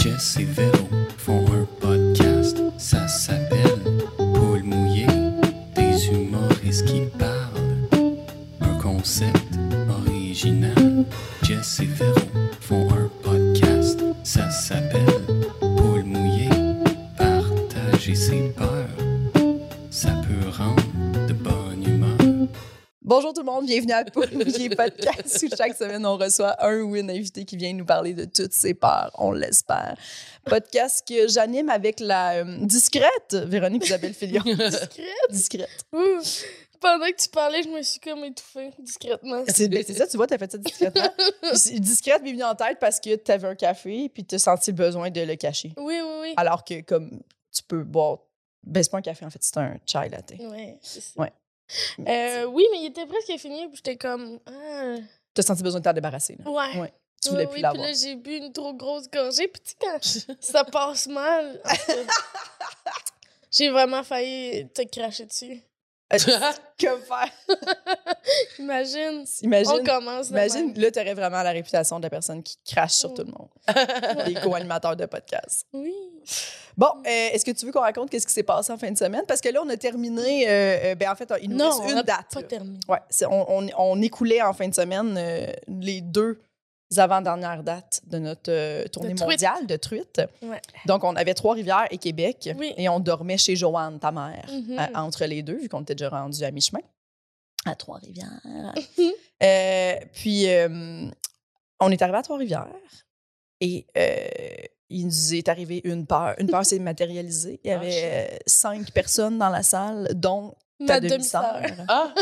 Jess et Véro font un podcast, ça s'appelle Paul mouillé, des humoristes qui parlent. Un concept original. Jess et Véro font un podcast, ça s'appelle Paul mouillé, partager ses peurs, ça peut rendre de bonne humeur. Bonjour tout le monde, bienvenue à Paul Mouillé Podcast où chaque semaine on reçoit un ou une invitée qui vient nous parler de toutes ses peurs, on l'espère. Podcast que j'anime avec la euh, discrète Véronique Isabelle Fillon. Discrète. discrète. Ouh. Pendant que tu parlais, je me suis comme étouffée discrètement. C'est ben, c'est ça, tu vois, t'as fait ça discrètement. Puis c'est- discrète m'est venue en tête parce que t'avais un café puis t'as senti le besoin de le cacher. Oui, oui, Alors que comme tu peux boire, ben c'est pas un café en fait, c'est un chai latte. oui. Ouais, c'est ça. Ah. Ouais. Euh, oui, mais il était presque fini, puis j'étais comme. Ah. T'as senti le besoin de t'en débarrasser. là. Ouais. Ouais, Tu voulais Ouais, plus oui, l'avoir. Puis là, j'ai bu une trop grosse gorgée, puis tu sais, quand ça passe mal. en tout cas, J'ai vraiment failli te cracher dessus. Euh, Que faire? Imagine. On Imagine. commence. de Imagine, même. là, t'aurais vraiment la réputation de la personne qui crache Mm. sur tout le monde. les co-animateurs de podcast. Oui. Bon, euh, est-ce que tu veux qu'on raconte qu'est-ce qui s'est passé en fin de semaine? Parce que là, on a terminé, euh, euh, ben, en fait, il nous Non, reste on une a date. pas là. terminé. Ouais, c'est- on, on- on écoulait en fin de semaine euh, les deux avant-dernières dates de notre euh, tournée De truite. mondiale de truite. Ouais. Donc, on avait Trois-Rivières et Québec. Oui. Et on dormait chez Joanne, ta mère, Mhm. à- entre les deux, vu qu'on était déjà rendu à mi-chemin. À Trois-Rivières. Euh, puis, euh, on est arrivé à Trois-Rivières et euh, il nous est arrivé une peur. Une peur s'est matérialisée. Il y Ah, avait euh, cinq personnes dans la salle, dont ta Ma demi-sœur. demi-sœur. Ah!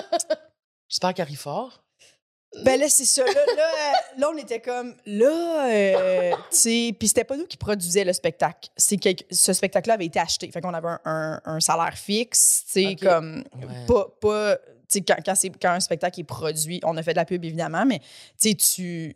J'espère qu'elle rit fort. Ben là, c'est ça. Là, là, euh, là, on était comme, là, euh, tu sais, puis c'était pas nous qui produisions le spectacle. C'est quelque- ce spectacle-là avait été acheté. Fait qu'on avait un, un- un salaire fixe, tu sais, Ok. comme, Ouais. pas, pas tu sais, quand, quand, c'est- quand un spectacle est produit, on a fait de la pub, évidemment, mais tu sais, tu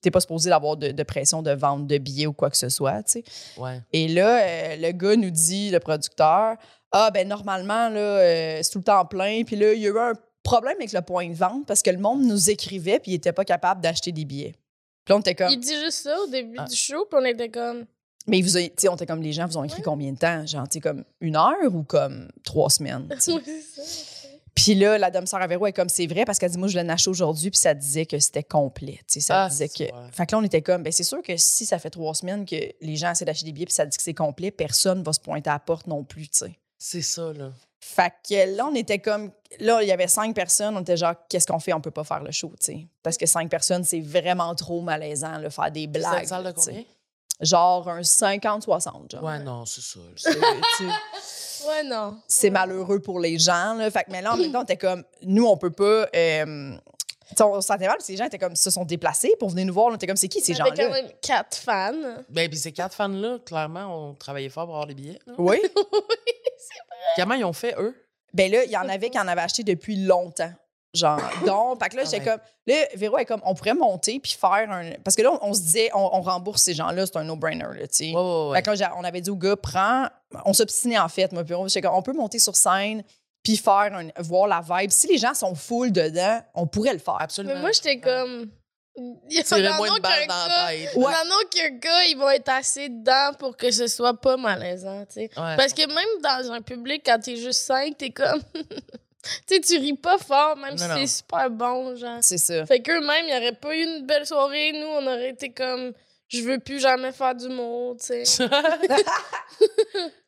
t'es pas supposé d'avoir de, de pression de vente de billets ou quoi que ce soit, tu sais. Ouais. Et là, euh, le gars nous dit, le producteur, ah ben normalement, là, euh, c'est tout le temps plein. Puis là, il y a eu un problème avec le point de vente parce que le monde nous écrivait puis il était pas capable d'acheter des billets. Puis là, on était comme, Il dit juste ça au début Ah. du show, puis on était comme. mais vous avez- tu sais, on était comme, les gens vous ont écrit combien de temps? Genre, tu sais, comme une heure ou comme trois semaines? tu sais? Oui, c'est ça. Puis là, la dame-sœur à Véro est comme c'est vrai parce qu'elle dit moi je l'ai acheté aujourd'hui puis ça disait que c'était complet, tu sais ça Ah, disait que c'est vrai. fait que là on était comme ben c'est sûr que si ça fait trois semaines que les gens essaient d'acheter des billets puis ça dit que c'est complet, personne va se pointer à la porte non plus, tu sais. C'est ça, là. Fait que là on était comme là il y avait cinq personnes, on était genre qu'est-ce qu'on fait, on peut pas faire le show, tu sais parce que cinq personnes c'est vraiment trop malaisant le faire des C'est blagues. une salle de tu sais. combien? Genre un 50 60 genre. Ouais, non, c'est ça. là. C'est- tu sais, Ouais, non. c'est malheureux pour les gens. Là. Fait que, mais là, en même temps, on était comme, nous, on peut pas. euh, tu sais, on sentait mal parce que les gens étaient comme, se sont déplacés pour venir nous voir. On était comme, c'est qui ces Il y avait quand gens-là? même quatre fans. Ben, puis ces quatre fans-là, clairement, ont travaillé fort pour avoir les billets. là. Oui. Comment ils ont fait, eux? Ben là, il y en avait qui en avaient acheté depuis longtemps. Genre, donc, fait que là, Ah j'étais ouais. comme, là, Véro est comme, on pourrait monter puis faire un. Parce que là, on, on se disait, on, on rembourse ces gens-là, c'est un no-brainer, là, tu sais. Ouais, ouais, ouais. Fait que là, j'ai- on avait dit au gars, prends. On s'obstinait en fait. Moi, puis on, j'étais comme, on peut monter sur scène puis faire un, voir la vibe. Si les gens sont full dedans, on pourrait le faire. Absolument. Mais moi, j'étais comme. Il y en Tu avais a moins un de balles dans la gars. tête. Il y en a qu'un gars, ils vont être assez dedans pour que ce soit pas malaisant, tu sais. Ouais. Parce que même dans un public, quand t'es juste cinq, t'es comme. tu sais, tu ris pas fort, même Non, si non. c'est super bon, genre. C'est ça. Fait qu'eux-mêmes, il y aurait pas eu une belle soirée. Nous, on aurait été comme. Je veux plus jamais faire du mot, tu sais. Ben,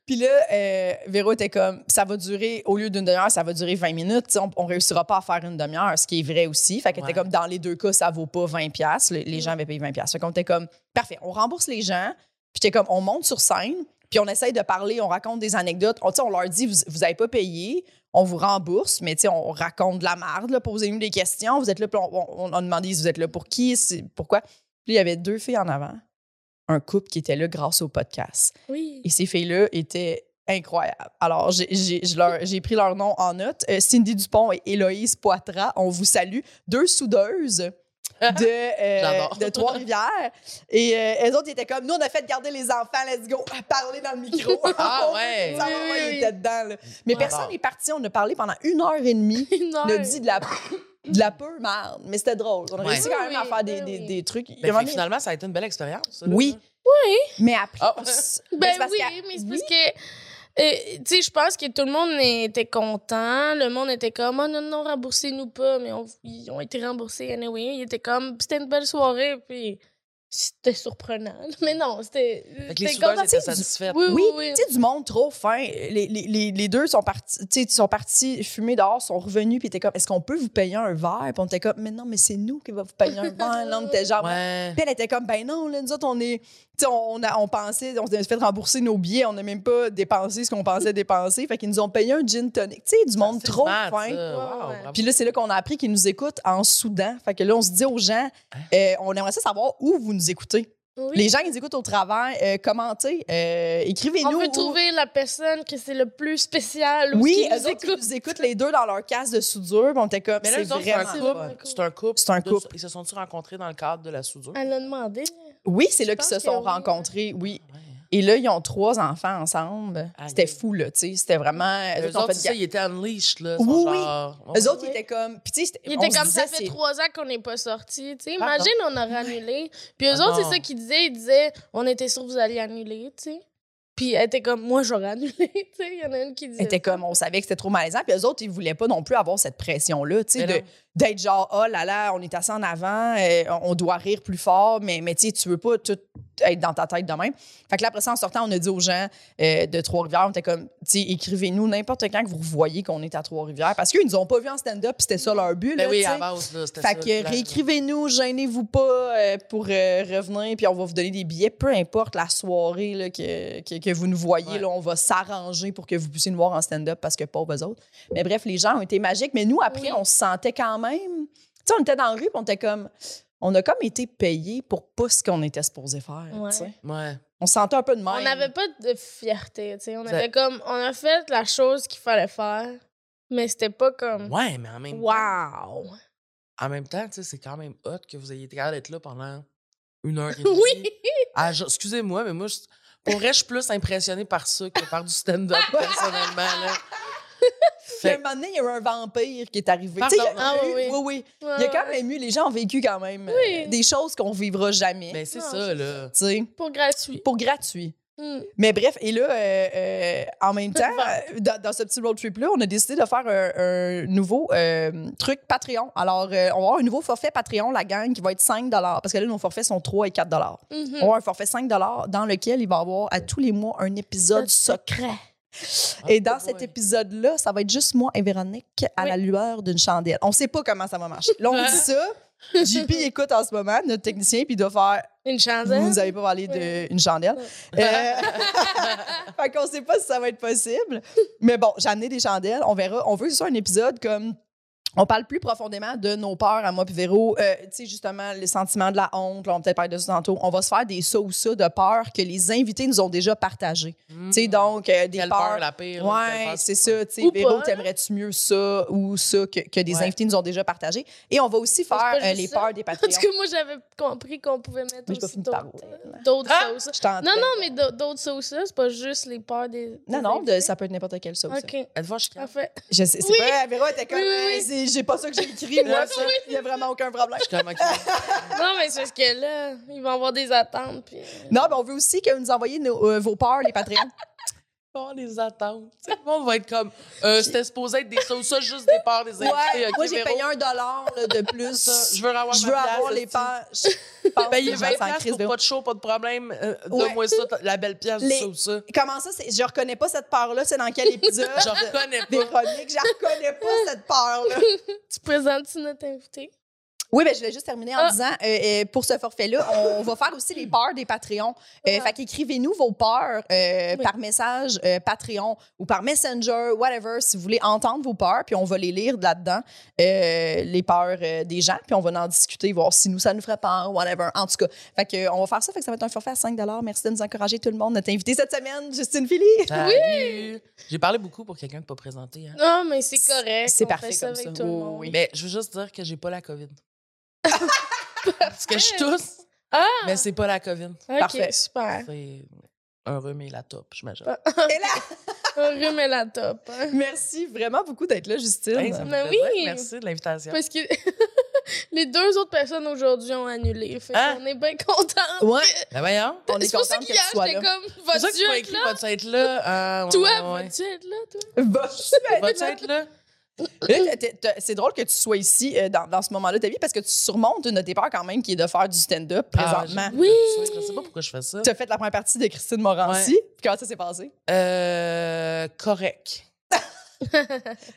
Puis là, euh, Véro était comme, ça va durer, au lieu d'une demi-heure, ça va durer 20 minutes. Tu sais, On, on réussira pas à faire une demi-heure, ce qui est vrai aussi. Fait qu'elle était Ouais. comme, dans les deux cas, ça vaut pas 20 pièces. Les, les gens avaient payé 20 pièces. Fait qu'on était comme, parfait, on rembourse les gens. Puis j'étais comme, on monte sur scène, puis on essaye de parler, on raconte des anecdotes. On, tu sais, on leur dit, vous, vous avez pas payé, on vous rembourse, mais tu sais, on raconte de la merde, là, posez-nous des questions. Vous êtes là, puis on, on, on a demandé si vous êtes là pour qui, c'est- pourquoi. Puis il y avait deux filles en avant, un couple qui était là grâce au podcast. Oui. Et ces filles-là étaient incroyables. Alors, j'ai- j'ai je leur- j'ai pris leur nom en note. Euh, Cindy Dupont et Héloïse Poitras, on vous salue. Deux soudeuses de, euh, J'adore. de Trois-Rivières. Et euh, elles autres étaient comme, nous, on a fait garder les enfants, let's go, à parler dans le micro. Ah ouais. Ça, Oui, oui, ouais, oui. ils étaient dedans, là. Mais J'adore. personne n'est parti. On a parlé pendant une heure et demie. Une On a heure. dit de la, de la peu marde. Mais c'était drôle. On a Ouais. réussi quand Oui, même à oui, faire des, oui, des- oui. des trucs. Il y a Ben, un moment fait que donné- finalement, ça a été une belle expérience. ça, là. oui, Oui. Mais après, Ah. on s- mais Ben c'est parce oui, que- mais c'est oui, parce que. euh, tu sais, je pense que tout le monde était content. Le monde était comme, oh non, non, remboursez-nous pas. Mais on- ils ont été remboursés anyway. Ils étaient comme, c'était une belle soirée. Puis c'était surprenant. Mais non, c'était. Fait que les c'était soudeurs content. étaient c'est- satisfaits. Oui, oui, Oui, oui. tu sais, du monde trop fin. Les, les- les- les deux sont partis, tu sais, sont partis fumer dehors, sont revenus, puis étaient comme, est-ce qu'on peut vous payer un verre? Puis on était comme, mais non, mais c'est nous qui va vous payer un verre. Là, on était genre, Ouais. Puis elle était comme, ben non, là, nous autres, on est. Tu sais, on, on a- on pensait, on s'est fait rembourser nos billets, on n'a même pas dépensé ce qu'on pensait dépenser. Fait qu'ils nous ont payé un gin tonic. Tu sais, du monde C'est trop smart, fin. ça. Wow, Ouais, ouais. bravo. Puis là, c'est là qu'on a appris qu'ils nous écoutent en Soudan. Fait que là, on se dit aux gens, euh, on aimerait ça savoir où vous nous écoutez. Hein? Oui. Les gens qui nous écoutent au travail, euh, commentez, euh, on écrivez-nous. peut où- trouver la personne que c'est le plus spécial. ou Oui, qui nous eux autres, ils écoute. nous écoutent les deux dans leur casse de soudure. Puis on était comme, Mais là, c'est eux autres, c'est un vraiment. c'est couple. fun. vraiment cool. C'est un couple. C'est un De- couple. Ils se sont-ils rencontrés dans le cadre de la soudure? Elle l'a demandé. Oui, c'est Je là qu'ils se pense que sont oui. rencontrés, oui. Ouais. Et là, ils ont trois enfants ensemble. Aïe. C'était fou, là, tu sais. C'était vraiment. Eux Eux autres, ont autres, fait c'est ga- ça, ils étaient unleashed, là. Oui, sont oui. genre- Ouais, Eux autres, Ouais. ils étaient comme. Puis, tu sais, Il on était se comme ça disait, fait c'est- trois ans qu'on n'est pas sortis. tu sais. Pardon. Imagine, on aurait annulé. Puis eux Ah autres, non. c'est ça qu'ils disaient. Ils disaient, on était sûrs que vous alliez annuler. tu sais. Puis elle était comme, moi, j'aurais annulé. tu sais. Il y en a une qui disait. Ils étaient ça. comme, on savait que c'était trop malaisant. Puis, eux autres, ils voulaient pas non plus avoir cette pression-là, tu sais, Mais de- non. d'être genre, oh là là, on est assis en avant, euh, on on doit rire plus fort, mais, mais tu sais, tu veux pas tout être dans ta tête de même. Fait que là, après ça, en sortant, on a dit aux gens euh, de Trois-Rivières, on était comme, tu sais, écrivez-nous n'importe quand que vous voyez qu'on est à Trois-Rivières. Parce qu'ils nous ont pas vu en stand-up, puis c'était ça leur but, là, Ben oui, tu sais. à base, là, c'était Fait ça, que là. réécrivez-nous, gênez-vous pas euh, pour euh, revenir, puis on va vous donner des billets, peu importe la soirée là, que, que, que vous nous voyez, Ouais. là, on va s'arranger pour que vous puissiez nous voir en stand-up parce que pauvres autres. Mais bref, les gens ont été magiques, mais nous, après, Oui. on se sentait quand même. Tu sais, on était dans la rue, puis on était comme. On a comme été payés pour pas ce qu'on était supposé faire. Ouais. tu sais. Ouais. On se sentait un peu de même. On n'avait pas de fierté. tu sais. On Ça- était comme, on a fait la chose qu'il fallait faire, mais c'était pas comme, Ouais, mais en même temps, wow. en même temps, tu sais, c'est quand même hot que vous ayez été capable d'être là pendant une heure et demie. Oui! Ah, je- Excusez-moi, mais moi, je, pour vrai, je suis plus impressionnée par ça que par du stand-up, personnellement. Là. Puis à Fait un moment donné, il y a eu un vampire qui est arrivé. Pardon. Tu sais, il y a Ah, eu- oui, oui. oui, oui. Il y a quand même eu, les gens ont vécu quand même euh, des choses qu'on vivra jamais. mais c'est Non, ça, c'est là. tu sais. Pour gratuit. pour gratuit. Mm. Mais bref, et là, euh, euh, en même temps, euh, dans, dans ce petit road trip-là, on a décidé de faire un, un nouveau euh, truc Patreon. Alors, euh, on va avoir un nouveau forfait Patreon, la gang, qui va être 5 Parce que là, nos forfaits sont 3 et 4 Mhm. On va avoir un forfait 5 dans lequel il va y avoir à tous les mois un épisode secret. Et dans cet Ah, Ouais. épisode-là, ça va être juste moi et Véronique à Oui. la lueur d'une chandelle. On sait pas comment ça va marcher. Là, on dit ça. JP écoute en ce moment, notre technicien, puis il doit faire Une chandelle. vous nous avez pas parlé Ouais. d'une chandelle. Euh, fait qu'on sait pas si ça va être possible. Mais bon, j'ai amené des chandelles. On verra. On veut que ce soit un épisode comme. On parle plus profondément de nos peurs à moi puis Véro. Euh, tu sais, justement, le sentiment de la honte, là, on va peut-être parler de ça tantôt. On va se faire des ça ou ça de peurs que les invités nous ont déjà partagées. Mm. Tu sais, donc, euh, des Quelle peurs. peur, la pire. là, quelle Ouais, peur, c'est ça. Tu sais, Ou Véro, pas. t'aimerais-tu mieux ça ou ça que, que des Ouais. invités nous ont déjà partagé? Et on va aussi pas faire euh, juste les ça. peurs des En Patreons. tout cas, moi, j'avais compris qu'on pouvait mettre Mais j'ai pas aussi fini de parler. d'autres euh, d'autres Ah! sauces. Je t'en- Non, non, mais d'au- d'autres sauces, là, c'est pas juste les peurs des. des Non, non, de- invités. ça peut être n'importe quelle sauce. OK, Êtes-vous en Ah, chicane? parfait. Je sais, c'est Oui. pas, Véro était comme, Oui, oui, oui. euh, c'est- j'ai pas ça que j'ai écrit, moi, ça. Il y a vraiment aucun problème. Je suis comme, OK. Non, mais c'est parce que là, ils vont avoir des attentes. Puis... Non, mais on veut aussi que vous nous envoyiez nos- euh, vos peurs, les Patreons. Oh, les attentes. Tu sais, le monde va être comme, euh, c'était supposé être des sauces, ça, juste des peurs des invités. Ouais, OK, moi, j'ai Véro? payé un dollar là, de plus. Ça, je je veux avoir veux, ma place, avoir les hostie. peurs. Je pense que Payer les gens 20 s'en piastres crissent, pour Véro. pas de show, pas de problème. Euh, Ouais. Donne-moi ça, ta- la belle pièce, Les- ça ou ça. Comment ça, c'est- je reconnais pas cette peur-là, c'est dans quel épisode? Je reconnais pas. Véronique, je reconnais pas cette peur-là. Tu présentes-tu notre invité? Oui, ben, je voulais juste terminer en Ah. disant, euh, euh, pour ce forfait-là, on, va faire aussi les peurs des Patreons. Euh, Ouais. Fait qu'écrivez-nous vos peurs euh, Oui. par message euh, Patreon ou par Messenger, whatever, si vous voulez entendre vos peurs, puis on va les lire là-dedans, euh, les peurs euh, des gens, puis on va en discuter, voir si nous, ça nous ferait peur, whatever. En tout cas, fait que, euh, on va faire ça, fait que ça va être un forfait à 5 Merci de nous encourager, tout le monde. Notre invité cette semaine, Justine Philly. Salut! J'ai parlé beaucoup pour quelqu'un de pas présenté. hein. Non, mais c'est correct. C'est on parfait fait ça comme avec ça. Tout le Oui, monde. oui. Mais je veux juste dire que j'ai pas la COVID. Parce que je tousse, Ah! mais c'est pas la COVID. OK, Parfait. super. C'est un rhume et la top, j'imagine. Ah, Et là, Un rhume et la top. hein. merci vraiment beaucoup d'être là, Justine. Hey, ça me Mais fait plaisir. oui. Merci de l'invitation. Parce que les deux autres personnes aujourd'hui ont annulé. Fait Hein? qu'on est bien contents. Ouais, Ben voyons. on est C'est pour ça content que qu'hier, tu sois j'étais là. comme, C'est ça que vas-tu tu m'as être écrit, là? vas-tu être là? Ah, ouais, Toi, ouais, ouais. vas-tu être là, toi? Vas-tu être là? Là, t'es- t'es- t'es- C'est drôle que tu sois ici euh, dans, dans ce moment-là de ta vie parce que tu surmontes une de tes peurs quand même qui est de faire du stand-up présentement. Ah, j'ai- Oui. Je sais pas pourquoi je fais ça. Tu as fait la première partie de Christine Morancy. Puis Comment ça s'est passé? Euh, correct.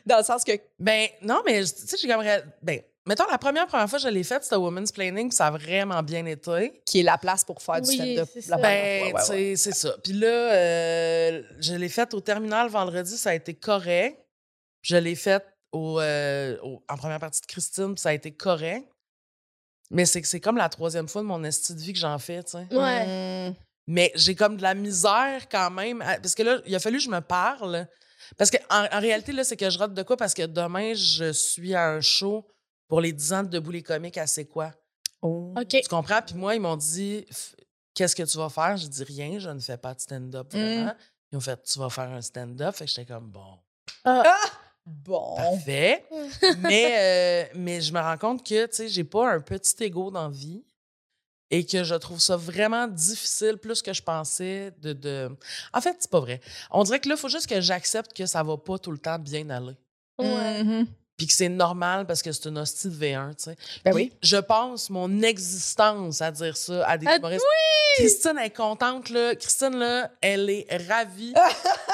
Dans le sens que. Ben, non, mais tu sais, j'ai comme. ré- Ben, mettons, la première, première fois que je l'ai faite, c'était Women's Planning, puis ça a vraiment bien été. qui est la place pour faire du Oui, stand-up. c'est la ça. première Ben, fois, ouais, tu sais, ouais. c'est ça. Puis là, euh, je l'ai faite au terminal vendredi, ça a été correct. Je l'ai faite au, euh, au- en première partie de Christine, puis ça a été correct. Mais c'est que c'est comme la troisième fois de mon esti de vie que j'en fais, tu sais. Ouais. Hum, Mais j'ai comme de la misère quand même. à- Parce que là, il a fallu que je me parle. Parce qu'en en, en réalité, là, c'est que je rate de quoi? Parce que demain, je suis à un show pour les 10 ans de Debout les comiques à C'est quoi? oh. OK. Tu comprends? Puis moi, ils m'ont dit, F- qu'est-ce que tu vas faire? J'ai dit rien, je ne fais pas de stand-up vraiment. Ils ont fait, tu vas faire un stand-up. Fait que j'étais comme, bon, Bon. parfait. mais, euh, mais je me rends compte que, tu sais, j'ai pas un petit ego dans la vie et que je trouve ça vraiment difficile, plus que je pensais, de... de... En fait, c'est pas vrai. On dirait que là, il faut juste que j'accepte que ça va pas tout le temps bien aller. Ouais. Mhm. Puis que c'est normal parce que c'est une hostie de V1, tu sais. Ben Puis oui. Je pense mon existence à dire ça à des Ah, humoristes. Christine elle est contente, là. Christine, là, elle est ravie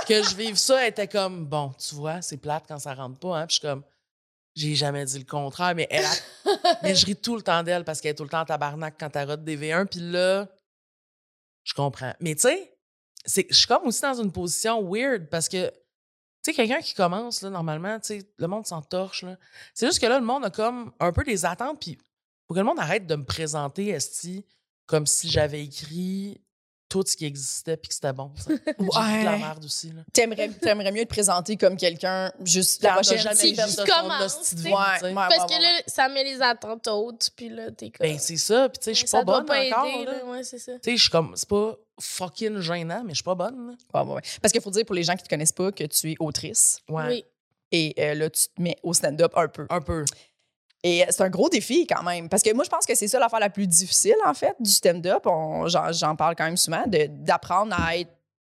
que je vive ça. Elle était comme, bon, tu vois, c'est plate quand ça rentre pas, hein. Puis je suis comme, j'ai jamais dit le contraire, mais elle a- mais je ris tout le temps d'elle parce qu'elle est tout le temps en tabarnak quand elle rate des V1. Puis là, je comprends. Mais tu sais, c'est- je suis comme aussi dans une position weird parce que, tu sais, quelqu'un qui commence, là, normalement, tu sais, le monde s'entorche, là. C'est juste que là, le monde a comme un peu des attentes, puis faut que le monde arrête de me présenter, Esti, comme si j'avais écrit tout ce qui existait puis que c'était bon. tu sais. J'ai écrit de la Ouais. merde aussi, là. T'aimerais, t'aimerais mieux te présenter comme quelqu'un juste la T'en as prochaine jamais si- qui fait de ton commence, hostie de tu sais. vie, tu sais. Ouais, ouais, Parce ouais, que ouais, là, ça met les attentes hautes, puis là, t'es comme... Ben, c'est ça, puis tu sais, je suis ça pas doit bonne encore, aider, là. là. Ouais, c'est ça. Tu sais, je suis comme, c'est pas fucking gênant, mais je suis pas bonne, là. ouais, ouais, ouais. Parce qu'il faut dire pour les gens qui te connaissent pas que tu es autrice Ouais. Oui. et euh, là, tu te mets au stand-up un peu. Un peu. Et euh, c'est un gros défi quand même. Parce que moi, je pense que c'est ça l'affaire la plus difficile, en fait, du stand-up. On- J'en j'en parle quand même souvent, de- d'apprendre à être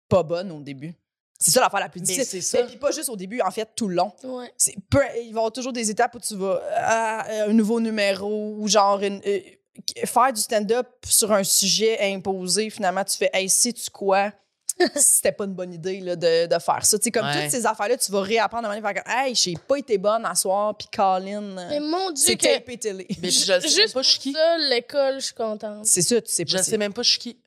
pas bonne au début. C'est ça l'affaire la plus Mais difficile. c'est ça. Et puis pas juste au début, en fait, tout le long. Ouais. C'est peu- il va y avoir toujours des étapes où tu vas à un nouveau numéro ou genre une- euh, faire du stand-up sur un sujet imposé. Finalement, tu fais Hey, sais-tu quoi? C'était pas une bonne idée là, de, de faire ça. Tu sais, comme Ouais. toutes ces affaires-là, tu vas réapprendre à manière de faire comme, Hey, j'ai pas été bonne à soir, puis Colin. euh, Mais mon Dieu, C'est que... tapé télé. Mais je sais même Juste pas je suis qui. ça, l'école, je suis contente. C'est ça, tu sais pas. Je sais même pas je suis qui.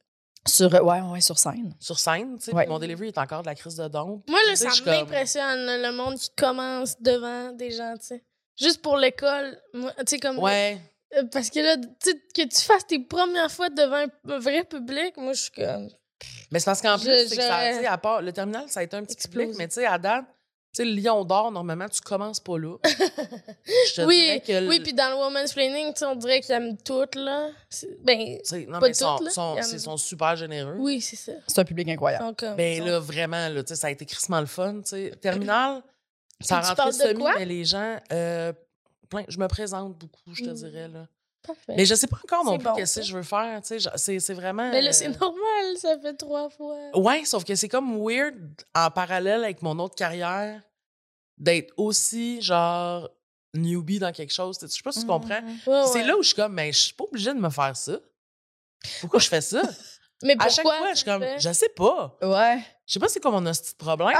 Sur, ouais, ouais, ouais, sur scène. Sur scène, tu sais, Ouais. puis mon delivery est encore de la crise de dons. Moi, là, Tu sais, ça je suis comme- m'impressionne, là, le monde qui commence devant des gens, tu sais. Juste pour l'école, moi, tu sais, comme... Ouais. Euh, Parce que là, tu sais, que tu fasses tes premières fois devant un p- vrai public, moi, je suis comme... Mais c'est parce qu'en Je- plus, c'est que ça, j'aurais- tu sais, à part, le terminal, ça a été un petit Explosé. public, mais tu sais, à date, tu sais, le lion d'or, normalement, tu commences pas là. Je te dirais Oui, que le- oui, puis dans le woman's planning, tu sais, on dirait qu'ils aiment tout, là. C'est- Ben, tu sais, non, pas mais ils sont, toutes, là. sont- Il y en a- c'est- sont super généreux. oui, c'est ça. Ils C'est un public incroyable. sont comme... ils Hmm. Ben sont- là, vraiment, là, tu sais, ça a été crissement le fun. tu sais. Terminal, ça Puis tu rentre parles de semi, quoi? mais les gens. euh, plein- je me présente beaucoup, je te Mm. dirais. Là. Parfait. Mais je sais pas encore non C'est plus bon, qu'est-ce ça. que je veux faire. tu sais, je- C'est c'est vraiment. Mais là, euh, Oh, c'est normal, ça fait trois fois. Ouais, sauf que c'est comme weird en parallèle avec mon autre carrière d'être aussi genre newbie dans quelque chose. Tu sais, Je sais pas si tu comprends. Mmh Ouais, C'est ouais. là où je suis comme, mais je suis pas obligée de me faire ça. Pourquoi je fais ça? Mais à pourquoi? chaque fois, je suis tu le comme, fais? je sais pas. Ouais. Je sais pas c'est quoi mon hostie de problème.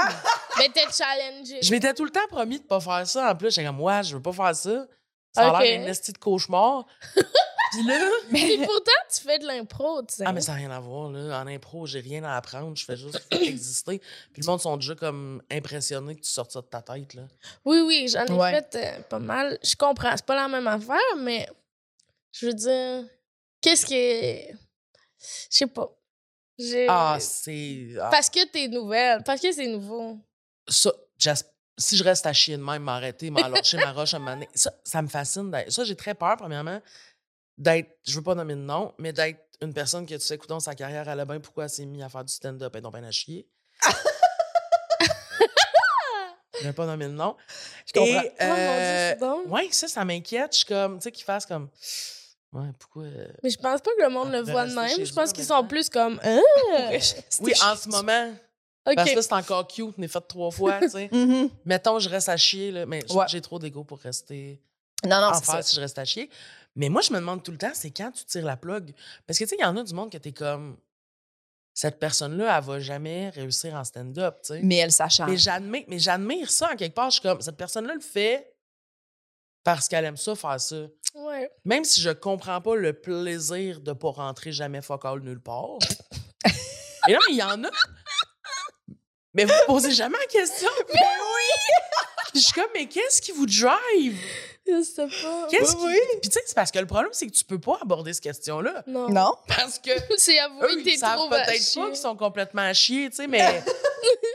Mais t'es challengée. Je m'étais tout le temps promis de pas faire ça. En plus, j'étais comme, ouais, je veux pas faire ça. Ça a Ok. l'air d'un hostie de cauchemar. Puis là, Puis pourtant, tu fais de l'impro, tu sais. Ah, mais ça n'a rien à voir, là. En impro, j'ai rien à apprendre. Je fais juste exister. Puis le monde sont déjà comme impressionnés que tu sortes ça de ta tête, là. Oui, oui, j'en ai Ouais. fait euh, pas mal. Je comprends, c'est pas la même affaire, mais je veux dire, qu'est-ce que. Je sais pas. J'ai- Ah, c'est. ah, Parce que t'es nouvelle, parce que c'est nouveau. ça, j'as- si je reste à chier de même, m'arrêter, m'alorcher ma roche à un moment donné, ça, ça me fascine. d'être- Ça, j'ai très peur, premièrement, d'être. Je veux pas nommer de nom, mais d'être une personne que tu sais, coudon, sa carrière, elle a bien, pourquoi elle s'est mise à faire du stand-up? Elle est donc bien à chier. Je vais pas nommer le nom. Je comprends. Et, Oh mon euh, Dieu, c'est drôle. ouais, ça, ça m'inquiète. Je suis comme, tu sais, qu'ils fassent comme. Ouais, pourquoi. euh, Mais je pense pas que le monde Ah, le de voit de rester chez même. Je eux, pense qu'ils sont maintenant. plus comme. Hein? Oui, en ce moment. OK. Parce que là, Ben, c'est encore cute, mais fait trois fois, tu sais. Mhm. Mettons, je reste à chier, là, mais j- Ouais. j'ai trop d'ego pour rester Non, non, en c'est ça. face si je reste à chier. Mais moi, je me demande tout le temps, c'est quand tu tires la plug. Parce que, tu sais, il y en a du monde que t'es comme, cette personne-là, elle va jamais réussir en stand-up, tu sais. Mais elle s'acharne. Mais j'admire, mais j'admire ça en quelque part. Je suis comme, cette personne-là le fait parce qu'elle aime ça, faire ça. Ouais. Même si je comprends pas le plaisir de pas rentrer jamais fuck all nulle part. mais non, mais il y en a. Mais vous vous posez jamais la question. Mais oui! je suis comme, mais qu'est-ce qui vous drive? Je sais pas. Qu'est-ce Oui, qui... Puis tu sais, c'est parce que le problème, c'est que tu peux pas aborder cette question-là. Non. Non? Parce que C'est eux, avoué que ils t'es savent trop à peut-être chier. pas qu'ils sont complètement à chier, tu sais, mais... mais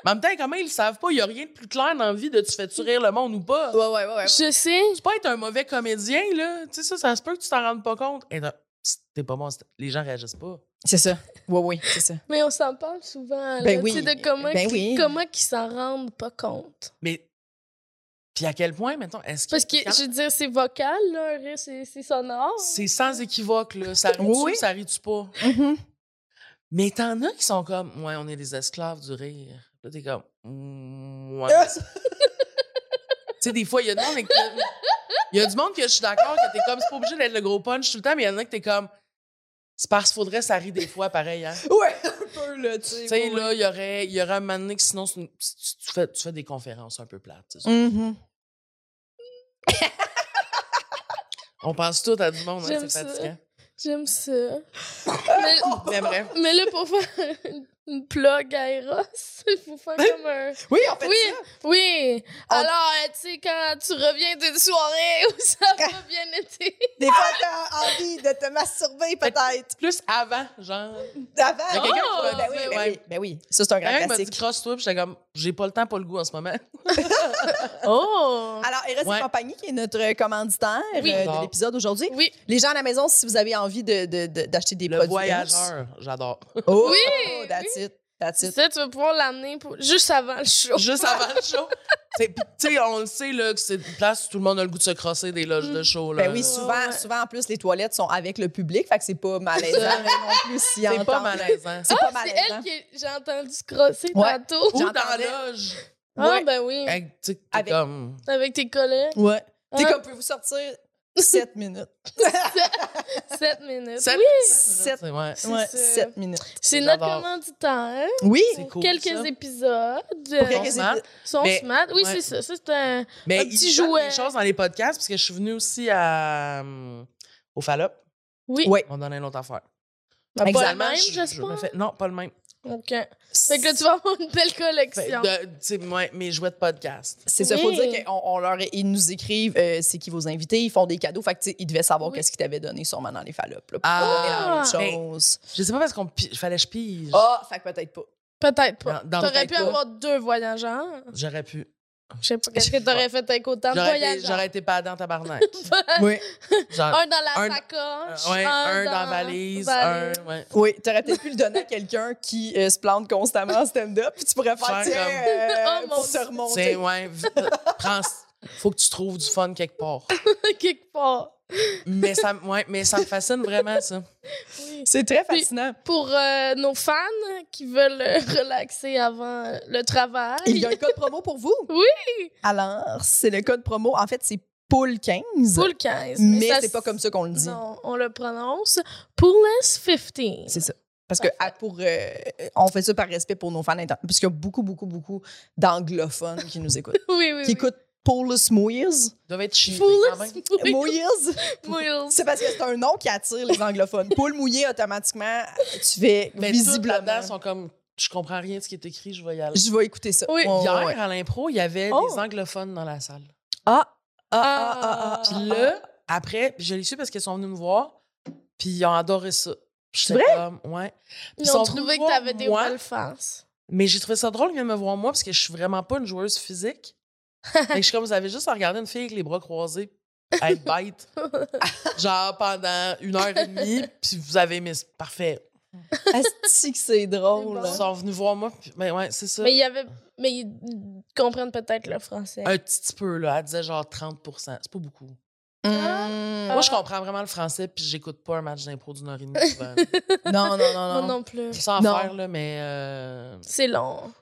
en même temps, comment ils le savent pas? Il y a rien de plus clair dans la vie de tu fais-tu rire le monde ou pas. Ouais, ouais, ouais. ouais. Je sais. C'est pas être un mauvais comédien, là. Tu sais, ça, ça se peut que tu t'en rendes pas compte. Et non, psst, t'es pas bon, c'est- les gens réagissent pas. C'est ça. Oui, oui, c'est ça. Mais on s'en parle souvent. Ben là, oui. tu sais, de comment Ben qu'ils oui. comment qu'ils s'en rendent pas compte. Mais... Puis à quel point, maintenant est-ce que... Parce que, je veux dire, c'est vocal, là, un rire, c'est c'est sonore. C'est sans équivoque, là. Ça rit-tu Oui. ou ça rit-tu pas? Mhm. Mais t'en as qui sont comme, ouais, on est des esclaves du rire. Là, t'es comme, Mm, ouais. mais c'est- tu sais, des fois, il y a du monde avec- Il y a du monde que je suis d'accord, que t'es comme, c'est pas obligé d'être le gros punch tout le temps, mais il y en a que t'es comme, c'est parce qu'il faudrait, ça rit des fois pareil, hein. Ouais, un peu, là, tu sais. Tu sais, là, il y aurait, il y aurait un moment donné que sinon, c'est une- tu, tu fais, tu fais des conférences un peu plates. tu sais. Mhm. On pense tout à du monde, hein, J'aime c'est ça. fatigant. J'aime ça. mais, Mais bref. mais là, pour faire une- une plug à Eros, il faut faire comme un... Oui, en fait, Oui, Hein? ça. oui. On- Alors, euh, tu sais, quand tu reviens d'une soirée où ça va bien été... des fois, t'as envie de te masturber, peut-être. Plus avant, genre. D'avant. Il y a quelqu'un qui m'a dit, ben, oui, ben, ouais. oui, ben oui. Ça, c'est un grand Quelqu'un m'a dit, classique. crosse-toi, puis j'étais comme, j'ai pas le temps, pas le goût en ce moment. Oh! Alors, Eros Ouais. et compagnie, qui est notre commanditaire Oui. euh, de J'adore. l'épisode aujourd'hui. Oui, Les gens à la maison, si vous avez envie de- de- de- d'acheter de, des Le produits. voyageur, j'adore. Eros. Oh, Oui, that's it. That's c'est it. ça, tu vas pouvoir l'amener pour... juste avant le Oh. show. Juste avant le show. T'sais, pis t'sais, on le sait, là, que c'est une place où tout le monde a le goût de se crosser des loges de show, là. Ben oui, souvent, ouais. souvent, en plus, les toilettes sont avec le public, fait que c'est pas malaisant Ça. non plus si C'est pas malaisant. C'est pas Ah, C'est malaisant. elle qui... J'ai entendu se crosser Ouais. tantôt. Ou dans j'entendais. la loge. Ah, Ouais. ben oui. Hey, t'sais, t'es Avec- comme... Avec tes collègues. Ouais. T'es Ah. comme, pouvez-vous sortir 7 minutes? 7 minutes. Sept- Oui, Sept- C'est- ouais. c'est Ouais, ça. 7 minutes. C'est J'adore. notre commanditaire. Oui. C'est Pour cool, hein? quelques ça. épisodes. quelques Euh, Franchement. épisodes. Son Mais- smart. Oui, ouais. c'est ça. Ça, c'est un. Mais Un ils petit sortent jouet. des choses dans les podcasts, parce que je suis venue aussi à, euh, au Fallop. Oui. Ouais. On en a une autre affaire. Pas le Exactement. même, je- je me j'espère. fais- Non, pas le même. OK. euh, Fait que là, tu vas avoir une belle Fait, collection. Ben, de- t'sais, ouais, mes jouets de podcast. C'est ça, faut Oui. dire qu'on on leur, ils nous écrivent euh, c'est qui vos invités, ils font des cadeaux. Fait que, tu sais, ils devaient savoir Oui. qu'est-ce qu'ils t'avaient donné sûrement dans les fallops. Là, pour Oh! Ah! ah, la même Ben, chose. Je sais pas parce qu'on pi- fallait que je pige. Oh! Ah, fait que peut-être pas. Peut-être pas. Dans- dans- T'aurais peut-être pu pas. avoir deux voyageurs. J'aurais pu. Je sais pas qu'est-ce que t'aurais fait avec autant de J'aurais été, voyageurs. j'aurais été pas dans tabarnak. Oui. Genre, Un dans la Un- sacoche. Euh, ouais, un, dans valise, valise. un. Ouais. Oui, t'aurais peut-être pu le donner à quelqu'un qui euh, se plante constamment en stand-up, puis tu pourrais faire, Faire tiens, comme- euh, Oh, mon pour se Dieu. C'est, remonter. ouais. v- euh, prends- faut que tu trouves du fun quelque part. Quelque part. Mais ça, m- ouais, mais ça me fascine vraiment, ça. Oui. C'est très Puis- fascinant. Pour euh, nos fans qui veulent euh, relaxer avant euh, le travail. Il y a un code promo pour vous. Oui. Alors, c'est le code promo. En fait, c'est POUL15. Poule 15. mais ça c'est pas comme ça qu'on le dit. Non, on le prononce Poules 15. C'est ça. Parce que à- pour, euh, on fait ça par respect pour nos fans, inter- parce qu'il y a beaucoup, beaucoup, beaucoup d'anglophones qui nous écoutent. Oui, oui. qui écoutent Paulus Moyers. Ils doivent être chiés quand même. Poules Moyers, c'est parce que c'est un nom qui attire les anglophones. Paul Mouillé, automatiquement, tu fais Mais visiblement. visiblement. là-dedans sont comme, je comprends rien de ce qui est écrit, je vais y aller. Je vais écouter ça. Oui, Ouais, Hier, ouais. à l'impro, il y avait Oh. des anglophones dans la salle. Ah, ah, ah, ah, ah. Puis là, après, puis je l'ai su parce qu'ils sont venus me voir, puis ils ont adoré ça. C'est J'étais comme, ouais. Ils Ils sont ont trouvé trois que t'avais des mois. belles faces. Mais j'ai trouvé ça drôle qu'ils viennent me voir moi parce que je suis vraiment pas une joueuse physique. Fait que je suis comme vous avez juste à regarder une fille avec les bras croisés être bête. Genre pendant une heure et demie, puis vous avez aimé. c'est Parfait. Asti que c'est drôle. C'est Ils bon. sont venus voir moi, puis ben ouais, c'est ça. Mais il y avait. Mais il- comprennent peut-être le français. Un petit peu, là. Elle disait genre 30 C'est pas beaucoup. Mm. Moi, je comprends vraiment le français, puis j'écoute pas un match d'impro d'une heure et demie souvent. Non, non, non, Moi non. non plus. Sans Non. faire, là, mais. euh, C'est long.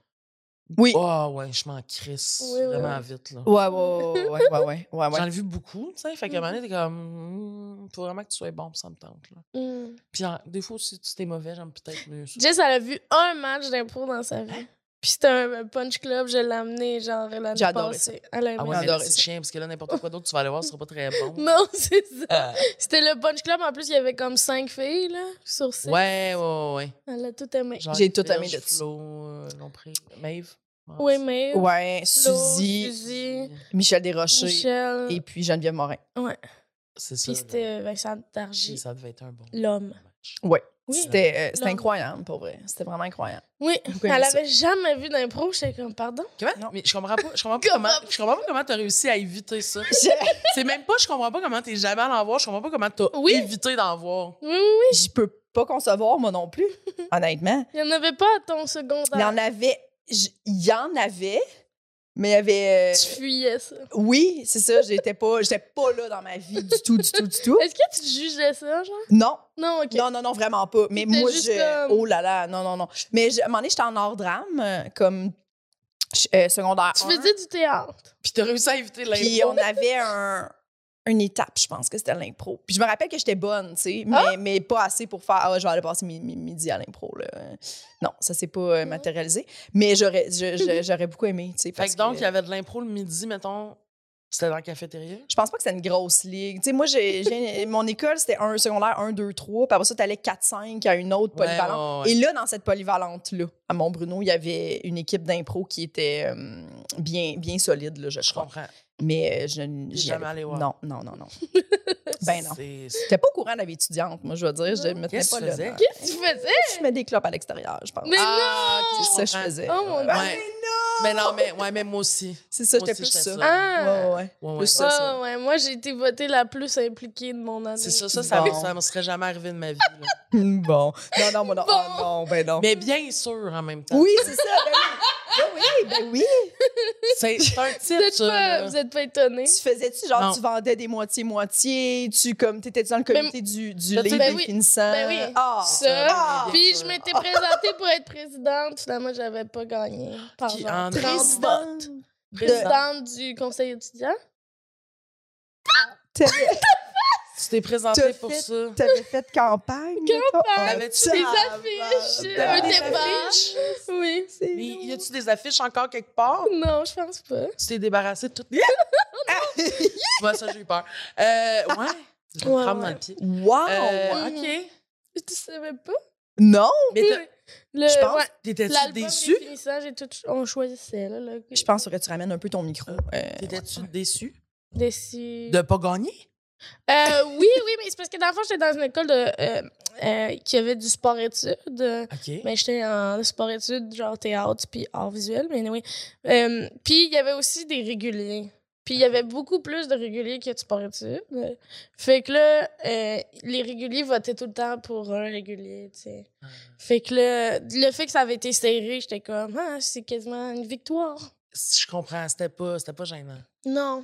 Oui. Oh, ouais, je m'en crisse Oui, oui, vraiment vite, là. Ouais, ouais, ouais, ouais, ouais, ouais, ouais, ouais. J'en ai vu beaucoup, tu sais. Fait qu'à Mm-hmm. un moment donné, t'es comme. Hmm, faut vraiment que tu sois bon, puis ça me tente, là. Mm. Puis en- des fois, si tu t'es mauvais, j'aime peut-être mieux ça. Jess, elle a vu un match d'impro dans sa vie. Puis c'était un punch club, je l'ai amené, genre, J'ai l'année adoré passée. Elle a aimé Ah ouais, J'ai mais adoré là, c'est ça. chiant, parce que là, n'importe quoi d'autre, tu vas aller voir, ce sera pas très bon. Non, c'est ça. Euh, C'était le punch club. En plus, il y avait comme cinq filles, là, sur six. ouais, ouais, ouais. Elle a tout aimé. Genre, J'ai tout Serge, aimé de ça. Flo, euh, Lompré, Maeve. Oui, mais... Ouais, Flo, Suzy, Suzy, Michel Desrochers Michel. et puis Geneviève Morin. C'est ça. Puis là. c'était euh, Vincent Puis Dargy, Ça devait être un bon l'homme. match. Oui. C'était euh, c'était Non. incroyable, pour vrai. C'était vraiment incroyable. Oui, Beaucoup aimé elle ça. avait jamais vu d'impro. J'étais comme, pardon? Comment? Non. Mais je comprends pas, je comprends pas comment, je comprends pas comment t'as réussi à éviter ça. J'ai- C'est même pas, je comprends pas comment t'es jamais allé en voir, je comprends pas comment t'as Oui. évité d'en voir. Oui, oui, oui. J'y peux pas concevoir, moi non plus, honnêtement. Il n'y en avait pas à ton secondaire. Il y en avait. j- Il y en avait, mais il y avait. euh, Tu fuyais ça. Oui, c'est ça. J'étais pas, j'étais pas là dans ma vie du tout, du tout, du tout. Est-ce que tu jugeais ça, genre? Non, Non, OK. non, non, non, vraiment pas. Mais T'étais moi, juste je. comme- Oh là là, non, non, non. Mais je- à un moment donné, j'étais en hors drame, euh, comme euh, secondaire. Tu un. faisais du théâtre. Puis t'as réussi à éviter l'impro. Puis on avait un, une étape, je pense que c'était l'impro. Puis je me rappelle que j'étais bonne, tu sais, mais, Ah! mais pas assez pour faire Ah, je vais aller passer mi- mi- midi à l'impro. là. Non, ça s'est pas euh, matérialisé. Mais j'aurais je- je- j'aurais beaucoup aimé, tu sais. Ah. Fait parce que donc, il que- y avait de l'impro le midi, mettons, c'était dans la cafétéria. Je pense pas que c'est une grosse ligue. Tu sais, moi, j'ai, j'ai- mon école, c'était un secondaire 1, 2, 3. Puis après ça, t'allais 4, 5 à une autre polyvalente. Ouais, ouais, ouais. Et là, dans cette polyvalente-là, à Montbruno, il y avait une équipe d'impro qui était euh, bien, bien solide, là, je Je crois. comprends. Mais euh, je n'y jamais allée voir. Non, non, non, non. ben non. C'est- J'étais pas au courant de la vie étudiante, moi, je veux dire. Je me tenais Qu'est-ce pas que tu là. faisais? dedans. Qu'est-ce que tu faisais? Je mets des clopes à l'extérieur, je pense. Mais Ah, ok, c'est ça que je comprends. faisais. Oh mon dieu. Ouais. Mais non, mais, ouais, mais moi aussi. C'est ça, Moi j'étais plus aussi, j'étais ça. ça. Ah! Ouais, ouais, ouais. Ouais, Plus ouais. ça. Ouais, ouais, ouais. Moi, j'ai été votée la plus impliquée de mon année. C'est ça, ça, ça, Bon. ça me serait jamais arrivé de ma vie. là. Bon. Non, non, moi, non. Bon. Ah, non, ben non. Mais bien sûr, en même temps. Oui, c'est ça. Ben oui. Ben oui, ben oui. C'est c'est un Vous titre, euh, êtes ça. pas, là. vous êtes pas étonnés? Tu faisais-tu genre, Non. tu vendais des moitiés-moitiés, tu comme, t'étais dans le comité du, du Ben, livre ben oui. définissant? Ben oui. Ah! Ça. Ah! Puis je m'étais présentée pour être présidente. Finalement, j'avais pas gagné. Par Qui genre en- 30 Président. votes. Président. Présidente du conseil étudiant. T'avais- Tu t'es présenté T'as pour fait- ça. T'avais fait campagne? Campagne! T'avais-tu des affiches, bah, un départ. Oui. Mais y a-tu des affiches encore quelque part? Non, je pense pas. Tu t'es débarrassé de toutes les. Moi, ça, j'ai eu peur. Euh, ouais. Je vais me Ouais, cramer dans ouais. le pied. Wow! Euh, ouais. OK. Tu savais pas? Non! Mais t'as- Le, Je pense- euh, ouais, t'étais-tu l'album déçu? définissant, j'ai tout, on choisissait, là. là Je pense que tu ramènes un peu ton micro. Euh, T'étais-tu déçu Déçu. de pas gagner? Euh, oui, oui, mais c'est parce que dans le fond, j'étais dans une école de, euh, euh, qui avait du sport-études. euh, OK. Mais j'étais en sport-études, genre théâtre, puis art visuel, mais oui. Euh, puis il y avait aussi des réguliers. Puis il y avait beaucoup plus de réguliers que de sport-études. Euh, Fait que là, euh, les réguliers votaient tout le temps pour un régulier, tu sais. Fait que là, le fait que ça avait été serré, j'étais comme, ah, c'est quasiment une victoire. Je comprends, c'était pas, c'était pas gênant. Non.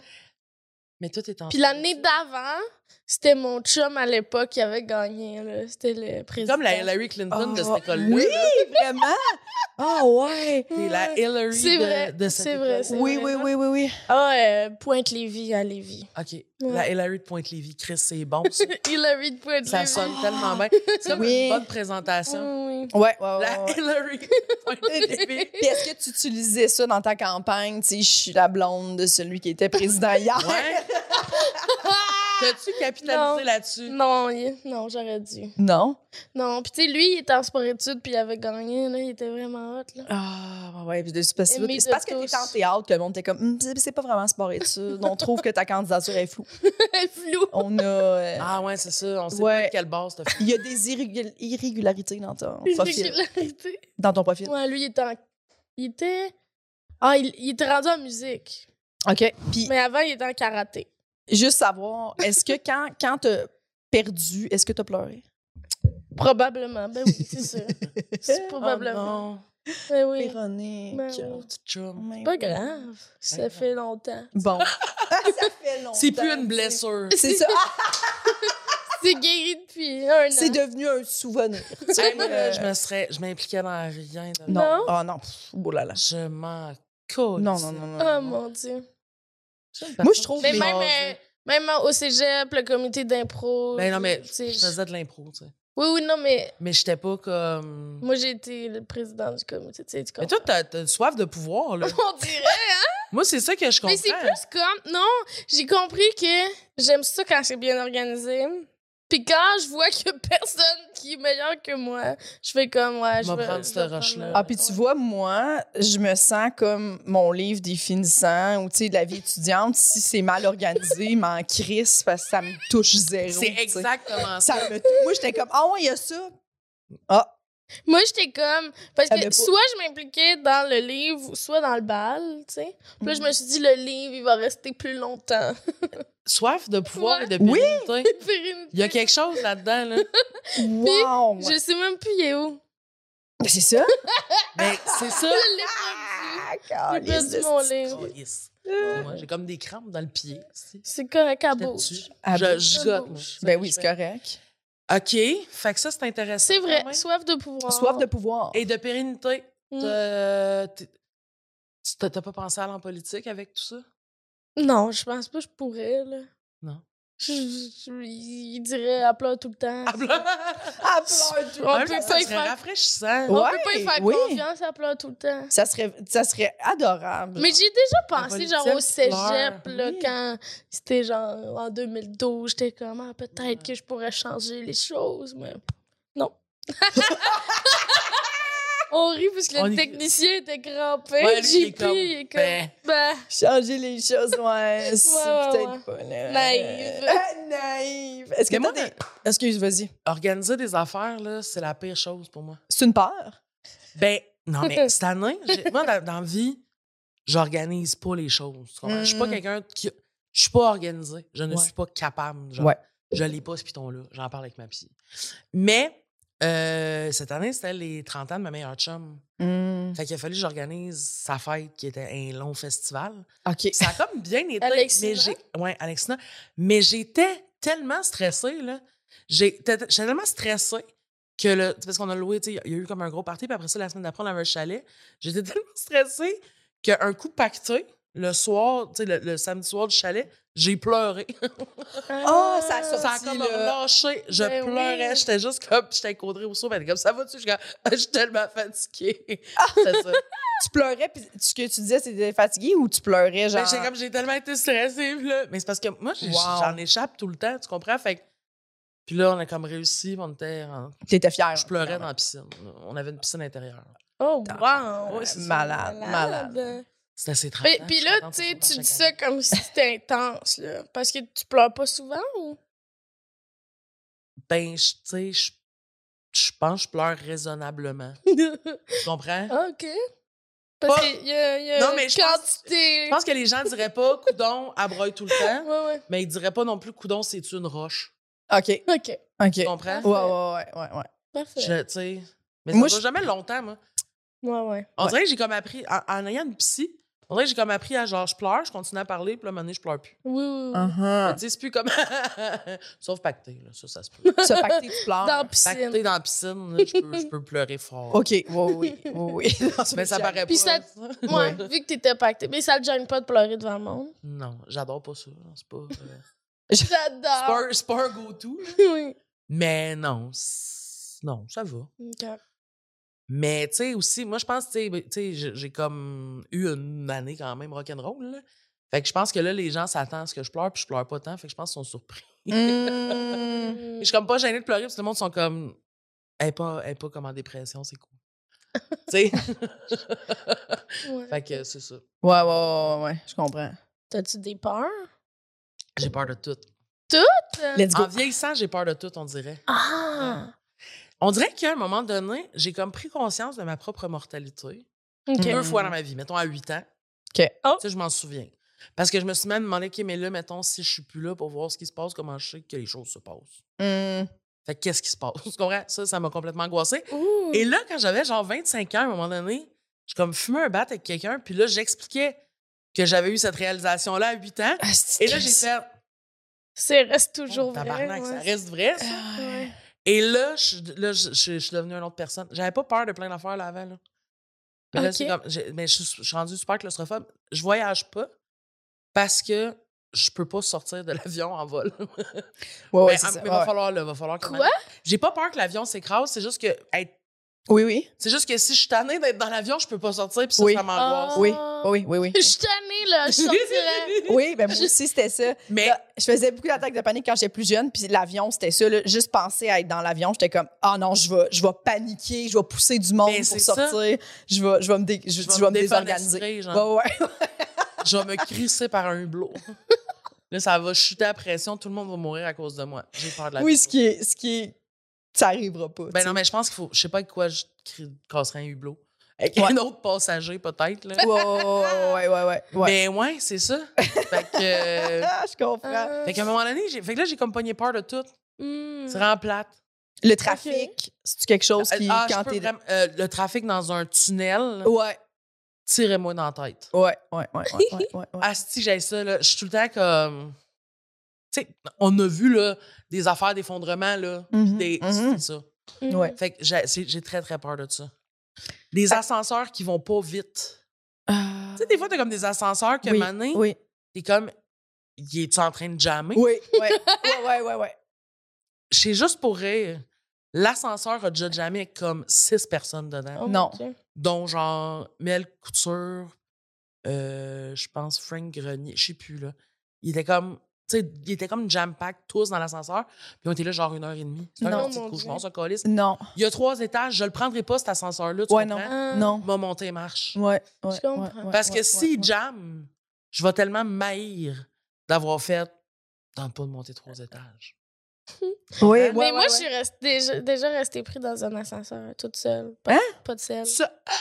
Mais toi, t'es en. Puis l'année d'avant, c'était mon chum à l'époque qui avait gagné, là. C'était le C'est président. Comme la Hillary Clinton de cette Ah, école-là. Oui, là. vraiment! Ah ouais! T'es la Hillary C'est vrai, de, de cette c'est école. vrai, c'est Oui, oui, oui, oui, oui. Ah, euh, Pointe-Lévis à Lévis. OK. Ouais. La Hillary de Pointe-Lévis. Chris, c'est bon. ça. Hillary de Pointe-Lévis. Ça sonne tellement bien. C'est comme Oui. une bonne présentation. Oui. Ouais, ouais, ouais, La ouais. Hillary de Pointe-Lévis. Puis est-ce que tu utilisais ça dans ta campagne? Tu sais, je suis la blonde de celui qui était président hier. Ouais. T'as-tu capitalisé Non. là-dessus? Non, il- non, j'aurais dû. Non? Non, puis tu sais, lui, il était en sport-études, puis il avait gagné, là, il était vraiment hot, là. Ah, ouais, puis de- c'est parce, Aimé c'est de parce que tous. t'es en théâtre que le monde était comme, Hum, c'est- c'est pas vraiment sport-études. On trouve que ta candidature est floue. Flou. On a. euh, Ah ouais, c'est ça. On sait Ouais. pas de quelle base t'as fait. Il y a des irrégul- irrégularités dans ton profil. Irrégularité. Dans ton profil. Ouais, lui, il était en... Il était... Ah, il, il était rendu en musique. OK. Puis Mais avant, il était en karaté. juste savoir, est-ce que quand, quand t'as perdu, est-ce que t'as pleuré? Probablement, ben oui, c'est sûr. C'est probablement. Oh non. Ben oui. Véronique. Ben oui. Petit chum. Mais Pas oui. grave. Ça Ben fait longtemps. Oh Bon. ça fait longtemps. C'est plus tu une sais. blessure. C'est ça. Ah, C'est guéri depuis un an. c'est devenu un souvenir. tu sais. Hey, moi, là, euh, je me serais. Je m'impliquais dans rien. là. Non. Non. Ah non. Pff, oh là là. Je m'en colle. Non, non, non, non. Oh mon Dieu. Moi, je trouve Mais les- même, euh, même au cégep, le comité d'impro. hein. Ben non, mais tu je sais, je- faisais de l'impro, tu sais. Oui, oui, non, mais Mais j'étais pas comme. moi, j'ai été le président du comité. Tu sais, tu Mais comprends. toi, t'as t'as une soif de pouvoir, là. On dirait. Moi, c'est ça que je comprends. Mais c'est plus comme. Non, j'ai compris que j'aime ça quand c'est bien organisé. Puis quand je vois qu'il y a personne qui est meilleur que moi, je fais comme, ouais, je Va vais. prendre je ce vais prendre rush-là. le- Ah, puis tu ouais. vois, moi, je me sens comme mon livre des finissants ou, tu sais, de la vie étudiante. Si c'est mal organisé, m'en crisse parce que ça me touche zéro. C'est tu sais. exactement ça. Ça me... Moi, j'étais comme, ah ouais, il y a ça. Moi, j'étais comme. Parce T'avais pas- que soit je m'impliquais dans le livre, soit dans le bal, tu sais. Puis là, je me Mm-hmm. suis dit, le livre, il va rester plus longtemps. Soif de pouvoir et de Oui. pérennité. Il y a Pérennité. quelque chose là-dedans, là. Wow! Je sais même plus, il est où. Mais C'est ça? Mais c'est ça. Je l'ai pas Ah, dit. J'ai câlisse perdu de- mon livre. Calisse. Moi, J'ai comme des crampes dans le pied. c'est- C'est correct à J'étais bouche. dessus. Ah, Je, bon? je gotte, moi. Ben oui, c'est correct. OK. Fait que ça, c'est intéressant. C'est quand vrai, même. soif de pouvoir. Soif Mm. de pouvoir. Et de pérennité. Mm. t'as- t'es- tu- T'as t'as pas pensé à aller en politique avec tout ça? Non, je pense pas que je pourrais, là. Non. Je- je- je- il dirait à plat tout le temps. Ah, blah! Ah, pleure, Dieu. On En même peut temps, pas ça y serait faire- rafraîchissant. On Ouais, peut pas y faire oui. confiance à plat tout le temps. Ça serait, ça serait Bah, adorable. Mais j'ai déjà La pensé, genre, au politique, cégep, là, Oui. quand c'était, genre, en 2012, j'étais comme, ah, peut-être que je pourrais changer les choses, mais non. On rit parce que On le y- technicien était crampé. Ouais, lui, il est JP, il est comme, ben. ben, Changer les choses, ouais, c'est ouais, peut-être ouais. pas là. Naïve. Ah, naïve. Est-ce que Mais t'as moi, des... Excuse, vas-y. Organiser des affaires, là, c'est la pire chose pour moi. C'est une peur? Ben, non, mais cette année, j'ai- moi, dans, dans la vie, j'organise pas les choses. tu comprends? Je suis pas Mm. quelqu'un qui. Je suis pas organisée. Je ne Ouais. suis pas capable. Genre, Ouais. Je l'ai pas, ce piton-là. J'en parle avec ma psy. Mais euh, cette année, c'était les 30 ans de ma meilleure chum. Fait qu'il a fallu que j'organise sa fête, qui était un long festival. OK. Ça a comme bien été. Alexina? Mais j'ai, ouais, Alexina. Mais j'étais tellement stressée, là. J'ai- J'étais j'étais tellement stressée que le, parce qu'on a loué, tu sais, il y a eu comme un gros party, puis après ça, la semaine d'après, on avait un chalet. J'étais tellement stressée qu'un coup pacté, le soir, tu sais, le, le samedi soir du chalet, j'ai pleuré. Ah, ça hein. a Ça a sorti, comme là. relâché. Je Ben oui. pleurais. J'étais juste comme, j'étais écodrée au saut. Elle était comme, ça va-tu? Je suis comme, je suis tellement fatiguée. C'était ça. Tu pleurais, puis tu- ce que tu disais, c'était fatigué ou tu pleurais, genre... Mais Ben, j'ai comme j'ai tellement été stressée puis là. Mais c'est parce que moi j'ai- Wow. j'en échappe tout le temps, tu comprends Fait que- puis là on a comme réussi, puis on était en- T'étais Ah, fière. je pleurais dans la piscine. On avait une piscine intérieure. Oh, Ouais, wow! c'est ça. malade, malade. C'était assez tranquille. Puis, puis là, tu sais, tu dis ça que comme si c'était intense, là. Parce que tu pleures pas souvent ou? ben je- tu sais je je pense que je pleure raisonnablement. Tu comprends Ah, OK. Parce Pas- qu'il y a, y a Non, une mais je pense- quantité. Je pense que les gens diraient pas coudon abroille tout le temps, Ouais, ouais. mais ils diraient pas non plus coudon c'est une roche. OK, OK. OK. Tu Ouais, comprends ouais, ouais, ouais, ouais. Parfait. Je- Tu sais mais Moi, ça je- dure jamais longtemps moi. Ouais, ouais. On dirait que j'ai comme appris, en, en ayant une psy, on dirait que j'ai comme appris à genre, je pleure, je continue à parler, puis là, à un moment donné, je pleure plus. Oui, oui, oui. Ah. Ils disent plus comme. Sauf pacté, là, ça, ça se peut. Ça pacté, tu pleures. Dans la piscine. Pacté dans la piscine, là, je peux, je peux pleurer fort. OK, oui, oui, oui, oui. Non, Mais ça j'ai- paraît Puis pas. ça- Ouais, vu que t'étais pacté. Mais ça te gêne pas de pleurer devant le monde. Non, j'adore pas ça. là, C'est pas, euh, c'est pas, J'adore. un- c'est pas un go-to. là. Oui. Mais non, c'est- non, ça va. OK. Mais tu sais aussi, moi je pense, tu sais, ben, tu sais, j'ai j'ai comme eu une année quand même rock'n'roll. là. Fait que je pense que là, les gens s'attendent à ce que je pleure, puis je pleure pas tant. Fait que je pense qu'ils sont surpris. Mm. Je suis comme pas gênée de pleurer parce que le monde sont comme elle est pas, elle est pas comme en dépression, c'est cool. tu sais? Ouais. fait que c'est ça. Ouais, ouais, ouais, ouais, ouais, je comprends. T'as-tu des peurs? J'ai peur de tout. Let's go. En vieillissant, j'ai peur de tout, on dirait. Ah! On dirait qu'à un moment donné, j'ai comme pris conscience de ma propre mortalité. OK. Deux fois dans ma vie, mettons à 8 ans. OK. Oh. Ça, je m'en souviens. Parce que je me suis même demandé, OK, mais là, mettons, si je suis plus là pour voir ce qui se passe, comment je sais que les choses se passent. Mm. Fait que qu'est-ce qui se passe? Tu comprends? Ça, ça m'a complètement angoissée. Ouh. Et là, quand j'avais genre 25 ans, à un moment donné, je comme fumais un bat avec quelqu'un, puis là, j'expliquais que j'avais eu cette réalisation-là à 8 ans. Ah, c'est- Et là, j'ai fait Ça reste Oh, toujours vrai. tabarnak, ça ouais. reste vrai, ça. Ouais. Et là, je, là, je, je- je suis devenue une autre personne. J'avais pas peur de plein d'affaires là avant. Là. Mais là, Ok. c'est comme. j'ai- Mais je, suis- je suis rendue super claustrophobe. Je voyage pas parce que je peux pas sortir de l'avion en vol. Ben, ah, Ouais, ouais, mais c'est ça, il ouais, va ouais. falloir, là. Va falloir quand Quoi? même. J'ai pas peur que l'avion s'écrase. C'est juste que. être- Oui, oui. c'est juste que si je suis tannée d'être dans l'avion, je peux pas sortir, puis ça, Oui. ça m'angoisse. Ah. Oui, Oh, oui, oui, oui. Je suis tannée, là. Je sortirais. Oui, ben moi aussi, c'était ça. Mais Là, je faisais beaucoup d'attaques de panique quand j'étais plus jeune, puis l'avion, c'était ça. là. Juste penser à être dans l'avion, j'étais comme « Ah non, je vais, je vais paniquer, je vais pousser du monde Mais pour Ben, c'est ça. sortir, je vais, je vais me, dé- je, je tu vais vas me me désorganiser. » désorganiser. genre. Ouais, ouais. je vais me crisser par un hublot. Là, ça va chuter à pression. Tout le monde va mourir à cause de moi. J'ai peur de la Oui, vie. ce qui est... Ce qui est ça arrivera pas. Ben tu non, sais. mais je pense qu'il faut. Je sais pas avec quoi je cri- casserais un hublot. Avec un autre passager, peut-être. là. Ouais, ouais, ouais, ouais, ouais, ouais. Mais ouais, c'est ça. fait que. euh, Ah, je comprends. Euh, fait qu'à un moment donné, j'ai. Fait que là, j'ai comme pogné peur de tout. hmm. C'est vraiment plate. Le trafic, c'est quelque chose qui, Ah, je quand peux t'es... vraiment- euh, le trafic dans un tunnel, Ouais, tirez-moi dans la tête. ouais, ouais, ouais, ouais, ouais, ouais, ouais. Asti, j'ai Ah, ça, là. Je suis tout le temps comme. Tu sais, on a vu, là, des affaires d'effondrement, là. pis Mhm, des- mhm. C'est ça. Hmm. Ouais. Fait que j'ai c'est- j'ai très, très peur de ça. Des ascenseurs qui vont pas vite. Tu sais, des fois, t'as comme des ascenseurs que Ah, Oui, mané, Oui, t'es comme, il est en train de jammer? oui, oui, ouais, ouais, ouais, ouais. Je sais juste pour rire, l'ascenseur a déjà jammé avec comme six personnes dedans, Oh, Non. ok. dont genre Mel Couture, euh, je pense Frank Grenier, je sais plus, là. Il était comme, tu sais, il était comme jam-pack tous dans l'ascenseur, puis on était là genre une heure et demie. C'est un Non, petit mon cauchemar, Dieu. ce câlisse. Non, Il y a trois étages, je le prendrai pas, cet ascenseur-là, tu ouais, non, comprends? Ah. Hein? non. M'a monté marche. Ouais, ouais, comprends. ouais, ouais, Euh, Parce que ouais, si ouais, jam, je vais tellement maïr d'avoir fait dans pas de monter trois étages. ouais. Oui, Mais ouais, mais moi, ouais, je suis ouais. reste- déjà, déjà restée prise dans un ascenseur, toute seule. Pas, Hein? pas de sel. Ça- Ah!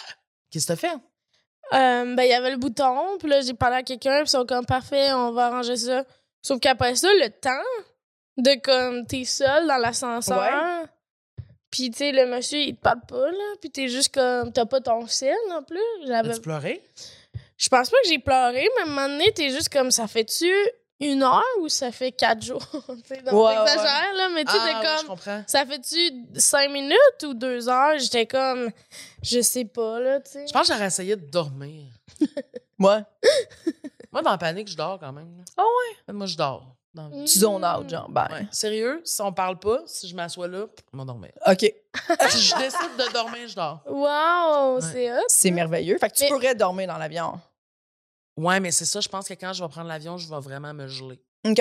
Qu'est-ce que t'as fait? Euh, ben, il y avait le bouton, puis là, j'ai parlé à quelqu'un, puis ils sont comme, parfait, on va arranger ça. Sauf qu'après ça, le temps de comme, t'es seul dans l'ascenseur, puis tu sais, le monsieur, il te parle pas, là, puis t'es juste comme, t'as pas ton sel non plus. J'avais... ben, As-tu pleuré? Je pense pas que j'ai pleuré, mais à un moment donné, t'es juste comme, ça fait-tu une heure ou ça fait quatre jours? tu sais, donc Ouais, Ah, t'exagères, là, mais tu sais, t'es Ah oui, comme. je comprends. Ça fait-tu cinq minutes ou deux heures? J'étais comme, je sais pas, là, tu sais. Je pense que j'aurais essayé de dormir. Moi, Moi, dans la panique, je dors quand même. là. Ah Moi, je dors. Dans... Mm. tu zones out, genre, ben. Hmm. Ouais. Sérieux, si on parle pas, si je m'assois là, pff, je vais dormir. OK, si je décide de dormir, je dors. Wow, Ouais. c'est hot. c'est merveilleux. Fait que tu Mais- pourrais dormir dans l'avion. Ouais, mais c'est ça, je pense que quand je vais prendre l'avion, je vais vraiment me geler. OK,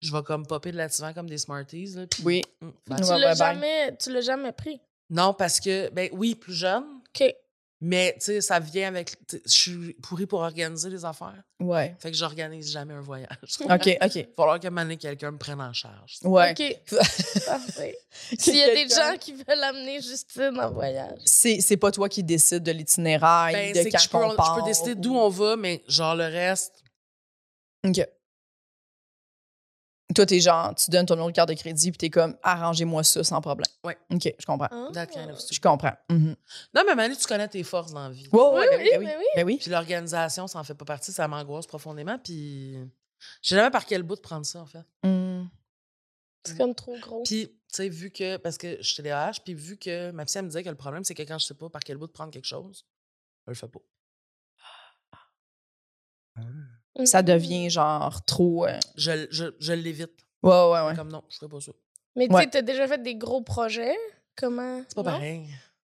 Je vais comme popper de l'activant comme des Smarties. Là, puis- oui. Mm, bye. Ouais, Tu ouais, l'as bye. jamais, tu l'as jamais pris. Non, parce que, ben oui, plus jeune, OK. mais tu sais, ça vient avec. tu sais, Je suis pourrie pour organiser les affaires. Ouais. Fait que j'organise jamais un voyage. OK, OK. Il va falloir que maintenant quelqu'un me prenne en charge. Ouais. OK. Parfait. S'il y a des gens qui veulent amener Justine en voyage. C'est c'est pas toi qui décides de l'itinéraire, Ben, de c'est que quand je peux, on on- je part. peux décider d'où ou- on va, mais genre le reste. OK. Toi, t'es genre, tu donnes ton numéro de carte de crédit, puis t'es comme, arrangez-moi ça sans problème. Ouais. OK, je comprends. Ah. that kind of Je stuff. comprends. Mhm. Non, mais Manu, tu connais tes forces dans la vie. Ouais, Oui, ouais, ben oui, oui, ben ben oui. Ben oui. Puis l'organisation, ça en fait pas partie, ça m'angoisse profondément. Puis je sais jamais par quel bout de prendre ça, en fait. Mhm. C'est comme trop gros. Puis, tu sais, vu que. Parce que je suis TDAH, puis vu que ma psy, elle me disait que le problème, c'est que quand je sais pas par quel bout de prendre quelque chose, je le fais pas. Mm. Ça devient genre trop. euh, Je, l- je, je l'évite. Ouais, Ah ouais, ouais. Comme non, je ferai pas ça. Mais tu Ouais. sais, t'as déjà fait des gros projets. Comment? C'est pas non? pareil.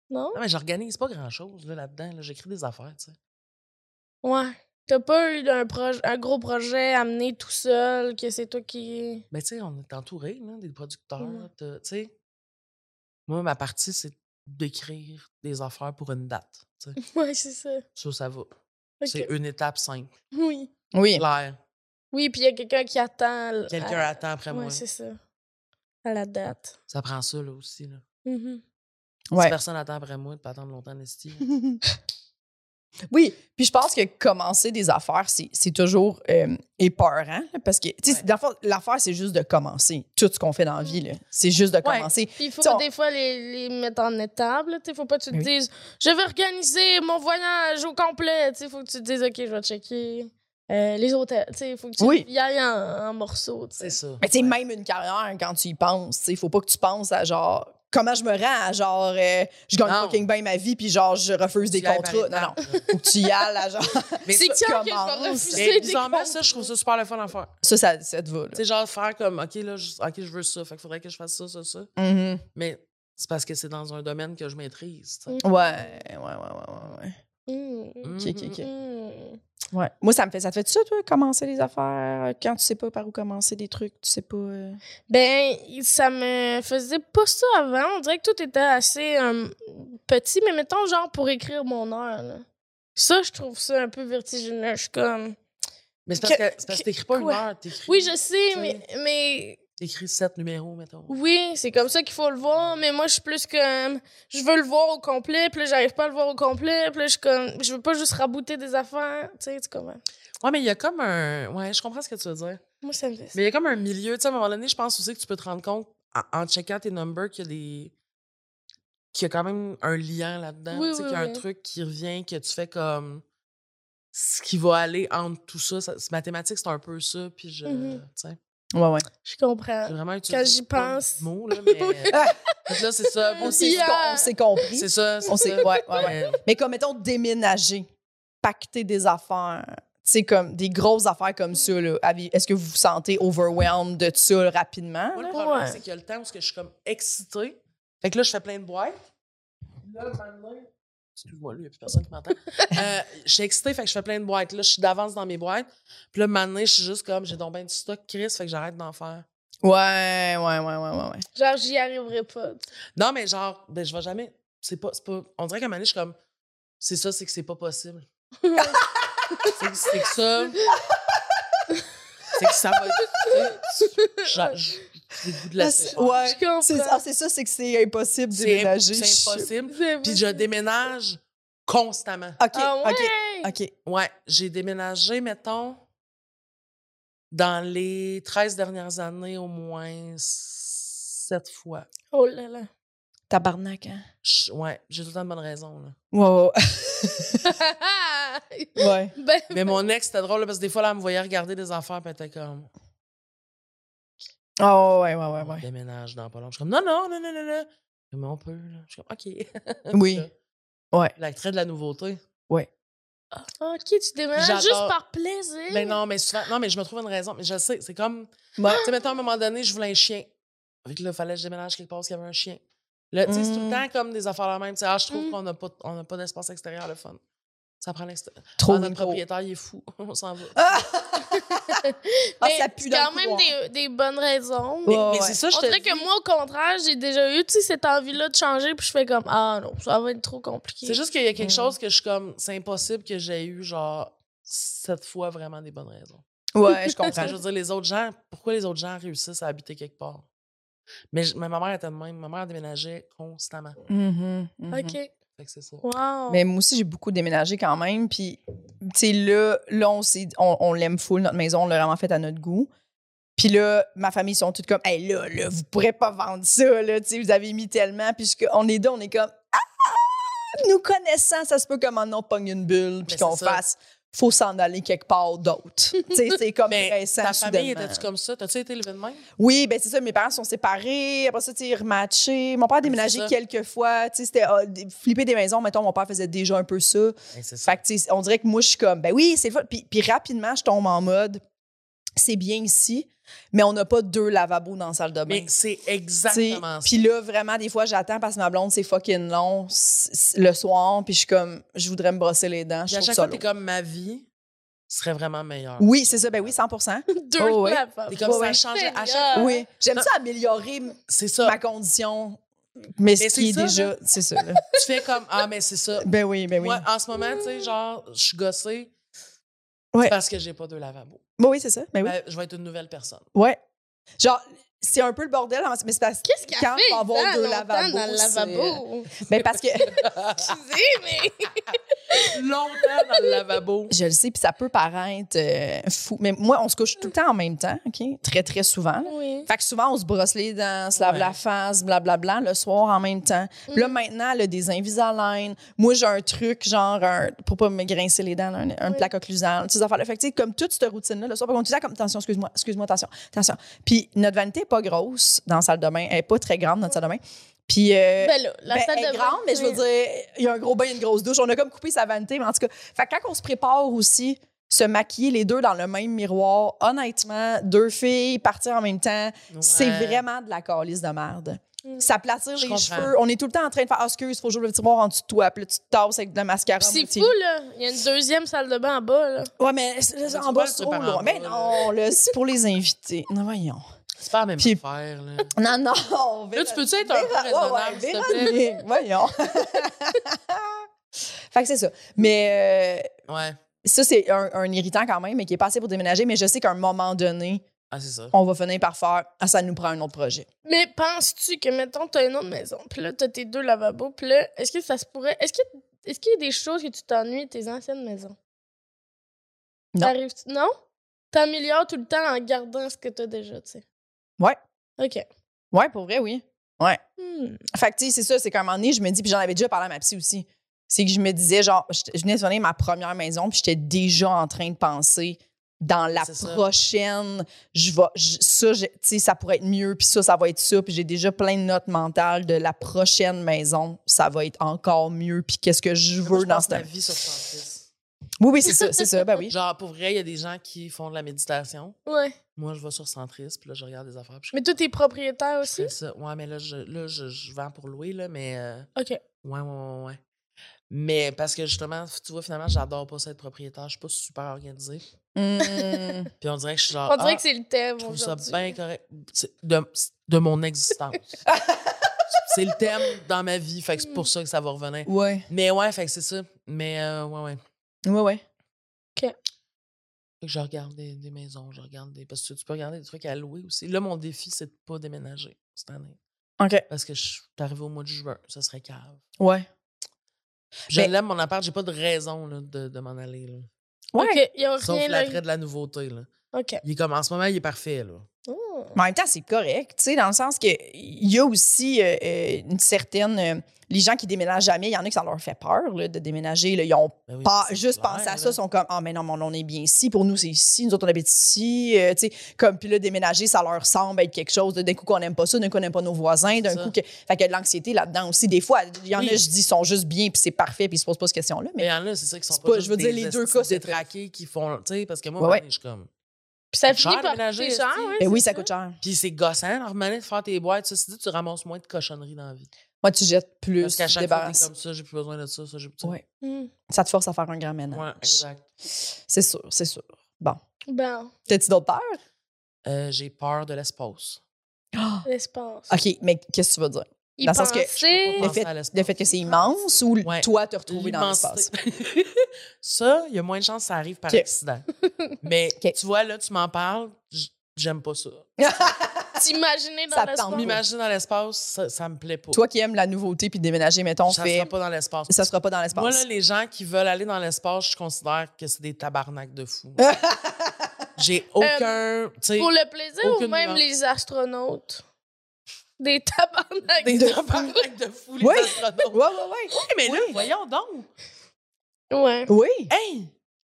Non? Non, mais j'organise pas grand-chose là, là-dedans. là. J'écris des affaires, tu sais. Ouais. T'as pas eu un, proj- un gros projet amené tout seul, que c'est toi qui. Mais tu sais, on est entouré là, des producteurs. Ouais. t'as- Tu sais, moi, ma partie, c'est d'écrire des affaires pour une date. tu sais. Ouais, c'est ça. Ça, ça va. Ok. C'est une étape simple. Oui. Oui. Claire, Oui, puis il y a quelqu'un qui attend. l- quelqu'un à- attend après Ah, Ouais, moi. c'est ça. À la date. Ça prend ça, là, aussi. Là. Mhm. Si Ouais. personne attend après moi, de pas attendre longtemps, Nestie. Oui, puis je pense que commencer des affaires, c'est c'est toujours euh, épeurant, là, parce que, tu sais, Ouais. l'affaire- l'affaire, c'est juste de commencer. Tout ce qu'on fait dans la vie, là, c'est juste de Ouais. commencer. Puis il faut T'sais, on- des fois les, les mettre en étable. là, t'sais, faut pas que tu te Oui. dises je vais organiser mon voyage au complet. Il faut que tu te dises ok, je vais checker euh, les hôtels. Il faut que tu Oui. y ailles en, en morceaux. t'sais. C'est ça. Mais tu sais, même une carrière, quand tu y penses, il faut pas que tu penses à genre comment je me rends à genre euh, je gagne Non. fucking bien ma vie puis genre je refuse des Tu y ailles contrats. par Non, non. étapes, là. Faut que tu y ailles à genre. Mais C'est ça- clair que je vais commence. mais refuser des bizarrement, comptes. ça, je trouve ça super le fun à faire. Ça, ça, ça te va. là. Tu sais, genre faire comme, OK, là, je, OK, je veux ça, fait qu'il faudrait que je fasse ça, ça, ça. Mhm. Mais c'est parce que c'est dans un domaine que je maîtrise. tu sais. Ouais, ouais, ouais, ouais, ouais, ouais. Mmh. Mm, Ok, ok, ok. mm. Ouais. Moi, ça me fait ça. Te fait ça, toi, commencer les affaires euh, quand tu sais pas par où commencer des trucs, tu sais pas. euh? Ben, ça me faisait pas ça avant. On dirait que tout était assez euh, petit, mais mettons, genre, pour écrire mon heure, là. Ça, je trouve ça un peu vertigineux. Je suis comme. Mais c'est parce Que- que c'est parce que t'écris pas une quoi? heure, t'écris. Oui, je sais, Tu mais, mais T'écris sept numéros, mettons. oui, c'est comme ça qu'il faut le voir. Mais moi, je suis plus comme. Je veux le voir au complet, puis là, j'arrive pas à le voir au complet, puis là, je suis comme. Je veux pas juste rabouter des affaires. Tu sais, tu comprends? Ouais, mais il y a comme un. Ouais, je comprends ce que tu veux dire. Moi, ça me fait ça. Mais il y a comme un milieu. Tu sais, à un moment donné, je pense aussi que tu peux te rendre compte, en, en checkant tes numbers, qu'il y a des. qu'il y a quand même un lien là-dedans. Oui, tu sais, oui, qu'il y a oui. un truc qui revient, que tu fais comme. Ce qui va aller entre tout ça. ça c'est- mathématiques, c'est un peu ça. Puis je. Mhm. Tu sais, Ouais, ouais. Je comprends. j'ai vraiment Quand j'y utilisé plein de pense. mots, là, mais. Fait que là, c'est ça. On Moi s'est aussi. Yeah. on s'est compris. C'est ça. On c'est s'est. ça. Ouais, ouais, ouais. Mais- Mais comme, mettons, déménager, pacter des affaires, tu sais, comme des grosses affaires comme ça, là. avez- Est-ce que vous vous sentez overwhelmed de ça là, rapidement? Moi, là? le problème, Ouais. c'est qu'il y a le temps où ce que je suis comme excitée. Fait que là, je fais plein de boîtes. Là, le lendemain- Excuse-moi, là, il n'y a plus personne qui m'entend. Euh, je suis excitée, fait que je fais plein de boîtes. Là, je suis d'avance dans mes boîtes. Puis là, maintenant, je suis juste comme, j'ai donc ben du stock, Chris, fait que j'arrête d'en faire. Ouais, ouais, ouais, ouais, ouais. ouais. Genre, j'y arriverai pas. Non, mais genre, ben, je vais jamais. C'est pas, c'est pas. On dirait qu'à un moment donné, je suis comme, c'est ça, c'est que c'est pas possible. c'est que- c'est que ça. c'est que ça va. J'a- J'ai le goût de la Ouais. Je comprends. C'est ah, c'est ça, c'est que c'est impossible de C'est imp- déménager. c'est impossible. C'est Puis vrai. je déménage constamment. OK, Ah ouais? OK, OK. Ouais, j'ai déménagé, mettons, dans les 13 dernières années, au moins 7 fois. Oh là là. Tabarnak, hein? Je- ouais, j'ai tout le temps de bonnes raisons. Là. Wow. ouais. ben, Mais mon ex, c'était drôle là, parce que des fois, là, elle me voyait regarder des affaires, puis elle était comme, Oh, ouais, ouais, ouais, on ouais. déménage dans pas long. Je suis comme, non, non, non, non, non, non. Mais on peut, là. Je suis comme, OK. Oui. Ouais. L'attrait de la nouveauté. ok, tu déménages J'adore. juste par plaisir. Mais Ben non, mais souvent, non, mais je me trouve une raison. Mais je sais, c'est comme, Ouais. Tu sais, mettons, à un moment donné, je voulais un chien. Fait que là, il fallait que je déménage quelque part parce qu'il y avait un chien. Là, tu sais, c'est tout le Mm. temps comme des affaires la même. Tu sais, ah, je trouve Mmh. Mm. qu'on n'a pas, on n'a pas d'espace extérieur, le fun. Ça prend l'extérieur. Trop notre micro. propriétaire, il est fou. On s'en va. Ah, Mais ça pue Ben, c'est dans quand le même couloir. des, des bonnes raisons. Ouais, mais Bah ouais, mais ouais. c'est ça, je On te dirait dis. que moi, au contraire, j'ai déjà eu tu sais, cette envie-là de changer, puis je fais comme Ah non, ça va être trop compliqué. C'est juste qu'il y a quelque Mm. chose que je suis comme. C'est impossible que j'ai eu, genre, cette fois vraiment des bonnes raisons. Ouais, je Parce que comprends. je veux dire, les autres gens, pourquoi les autres gens réussissent à habiter quelque part? Mais, je- mais ma mère était de même. Ma mère déménageait constamment. Mhm, mhm. Ok. Fait que c'est ça. Wow. Mais moi aussi, j'ai beaucoup déménagé quand même. Puis, tu sais, là, là, on, s'est- on, on l'aime full, notre maison, on l'a vraiment faite à notre goût. Puis là, ma famille, ils sont toutes comme, hey, là, là, vous pourrez pas vendre ça, là, tu sais, vous avez mis tellement. Puis je- on est deux, on est comme, ah, nous connaissant, ça se peut comment on pogne une bulle, puis Mais qu'on Ben, c'est ça. fasse, faut s'en aller quelque part d'autre. tu sais, c'est comme Mais pressant, Ah, Ben, Ta famille, ben, soudainement. était-tu comme ça? T'as-tu été élevé de même? Oui, ben c'est ça, mes parents sont séparés, après ça, tu sais, rematchés. Mon père a déménagé Ben, ça. quelques fois, tu sais, c'était ah, des- flipper des maisons, mettons, mon père faisait déjà un peu ça. Ben, c'est ça. Fait que, tu sais, on dirait que moi, je suis comme, ben oui, c'est le fun. Puis, puis rapidement, je tombe en mode, c'est bien ici, mais on n'a pas deux lavabos dans la salle de bain. Mais c'est ben, Tu sais, exactement ça. Puis là, vraiment, des fois, j'attends parce que ma blonde, c'est fucking long c- c- le soir, puis je suis comme, je voudrais me brosser les dents. Puis Je à trouve chaque ça fois, t'es lourd. comme ma vie serait vraiment meilleure. Oui, c'est ça, ben oui, 100 Deux Oh, ouais. fois. T'es comme Ouais, ouais. ça change à chaque Seigneur. Oui. J'aime ça améliorer m- C'est Ah ça. ma condition, mais ce Mais qui est c'est ça, déjà. là. C'est ça, là. Tu fais comme Ah, mais c'est ça. Ben oui, ben oui. Moi, en ce moment, tu sais, genre, je suis gossée. Ouais. C'est parce que j'ai pas de lavabo. Ben oui, c'est ça, ben oui. Ben, je vais être une nouvelle personne. Ouais. Genre, c'est un peu le bordel, mais c'est parce Qu'est-ce qu'elle quand fait on va avoir tant deux longtemps lavabos. dans le c'est- lavabo? Ben parce que. Excusez, mais. longtemps dans le lavabo. Je le sais, puis ça peut paraître euh, fou. Mais moi, on se couche tout le temps en même temps, OK? Très, très souvent. Oui. Fait que souvent, on se brosse les dents, se lave Ouais. la face, blablabla, le soir en même temps. Puis Là, maintenant, le des Invisalign. Moi, j'ai un truc, genre, un, pour pas me grincer les dents, là, un, un Oui. plaque occlusale, toutes ces affaires-là. Fait que, tu sais, comme toute cette routine-là, le soir, par contre, tout le temps, comme, attention, excuse-moi, excuse-moi, attention, attention. Puis notre vanité est pas grosse dans la salle de bain. Elle est pas très grande, notre salle de bain. Puis. euh, Ben là, la ben, salle elle est de bain, grande, mais je veux oui. dire, il y a un gros bain et une grosse douche. On a comme coupé sa vanité, mais en tout cas, fait que quand on se prépare aussi, se maquiller les deux dans le même miroir, honnêtement, deux filles, partir en même temps, c'est Ouais. vraiment de la calice de merde. Mm. Ça platire Je les comprends. cheveux. On est tout le temps en train de faire Ah, excuse, faut jouer le tiroir en dessous de toi. Puis là, tu te tasses avec de la mascara. Puis c'est moitié. fou, là. Il y a une deuxième salle de bain en bas, là. Ouais, mais c'est- là, Tu en vois, bas, le c'est trop truc par en loin. Mais bas, non, là, c'est pour les invités. Non, voyons. C'est pas la même Puis- affaire, là. Non, non. Là, tu peux-tu être un peu raisonnable, s'il te plaît? Véronique, voyons. fait que c'est ça. Mais euh, Ouais. ça, c'est un, un irritant quand même, mais qui est passé pour déménager. Mais je sais qu'à un moment donné, Ah, c'est ça. on va finir par faire Ah, ça nous prend un autre projet. Mais penses-tu que, mettons, t'as une autre maison, puis là, t'as tes deux lavabos, puis là, est-ce que ça se pourrait. Est-ce que est-ce qu'il y a des choses que tu t'ennuies de tes anciennes maisons? Non. T'arrives- Non? T'améliores tout le temps en gardant ce que t'as déjà, tu sais. Ouais. OK. Ouais, pour vrai, oui. Ouais. Hmm. Fait que, tu sais, c'est ça, c'est qu'à un moment donné, je me dis, puis j'en avais déjà parlé à ma psy aussi, c'est que je me disais, genre, je, je venais de finir ma première maison, puis j'étais déjà en train de penser dans la C'est ça. prochaine, je vais, je- ça, je- tu sais, ça pourrait être mieux, puis ça, ça va être ça, puis j'ai déjà plein de notes mentales de la prochaine maison, ça va être encore mieux, puis qu'est-ce que je Moi, veux je dans passe cette. ma vie sur Francis. Oui, oui, c'est ça, c'est ça, ben oui. Genre, pour vrai, il y a des gens qui font de la méditation. Ouais. Moi, je vais sur Centris, puis là, je regarde des affaires. Puis je Mais toi, t'es propriétaire je aussi? fais ça. Ouais, mais là, je, là, je, je vends pour louer, là, mais. euh, OK. Ouais, ouais, ouais, ouais. Mais parce que justement, tu vois, finalement, j'adore pas ça être propriétaire. Je suis pas super organisée. Mm. Puis on dirait que je suis genre. On dirait ah, que c'est le thème Je trouve ça aujourd'hui. bien correct. C'est De, de mon existence. c'est le thème dans ma vie. Fait que c'est Hmm. pour ça que ça va revenir. Ouais, Mais ouais, fait que c'est ça. Mais euh, ouais, ouais. ouais, ouais. Fait que je regarde des, des maisons, je regarde des. Parce que tu peux regarder des trucs à louer aussi. Là, mon défi, c'est de pas déménager cette année. OK. Parce que je suis arrivée au mois de juin. Ça serait cave. Ouais. Je Mais- l'aime, mon appart. J'ai pas de raison là, de, de m'en aller. Là. Ouais. OK. Il y a Sauf rien là. l'attrait de la nouveauté. Là. OK. Il est comme en ce moment, il est parfait. Là. Oh. Mais en même temps, c'est correct, tu sais, dans le sens que il y a aussi euh, euh, une certaine. euh, les gens qui déménagent jamais, il y en a qui ça leur fait peur là, de déménager. là. ils ont Ben oui, pas c'est juste clair, pensé à là. ça, sont comme Ah, mais non, mais on est bien ici, pour nous, c'est ici, nous autres, on habite ici. euh, tu sais, comme, puis là, déménager, ça leur semble être quelque chose. de- D'un coup, qu'on n'aime pas ça, d'un coup, on n'aime pas nos voisins, d'un ça. coup, que, fait qu'il y a de l'anxiété là-dedans aussi. Des fois, il y en Oui. a, je dis, ils sont juste bien, puis c'est parfait, puis ils se posent pas cette question-là. Mais Mais il y en a, c'est ça qui sont C'est pas. pas- juste je veux dire, des les deux estis cas, c'est- détraqués qui font. Tu sais, parce que moi, Ouais, moi, ouais. je suis comme. Puis ça coûte cher finit par déménager, coûter cher, esti. ouais, Ben oui, c'est ça coûte cher. Puis c'est gossant, normalement, de faire tes boîtes. Ça, c'est dit, tu ramasses moins de cochonneries dans la vie. Moi, tu jettes plus, Parce qu'à tu chaque fois, t'es débarrasses. comme ça, j'ai plus besoin de ça, ça, j'ai plus Ouais. Hmm. Ça te force à faire un grand ménage. Ouais, exact. C'est sûr, c'est sûr. Bon. Bon, T'as-tu d'autres peurs? Euh, j'ai peur de l'espace. Ah! l'espace. OK, mais qu'est-ce que tu vas dire? Il Dans le sens que- pensait- Le Penser fait, à l'espace. le fait que c'est immense ou Ouais. toi te retrouver dans l'espace? L'immensité. ça, il y a moins de chances que ça arrive par Ok. accident. Mais Ok. Ah tu vois, là, tu m'en parles, j- j'aime pas ça. T'imaginer dans Ça l'espace. tente mieux. M'imaginer dans l'espace, ça, ça me plaît pas. toi qui aimes la nouveauté puis déménager, mettons, ça fait, sera pas dans l'espace. ça sera pas dans Moi, là, l'espace. les gens qui veulent aller dans l'espace, je considère que c'est des tabarnaks de fous. Euh, J'ai aucun. tu sais, Pour le plaisir Aucune ou même nuance. les astronautes? Des tabarnak. des de tabarnaks de fous, les Oui. astronautes. Ouais, ouais, ouais. mais là, Oui. voyons donc. Ouais. Oui. Hey!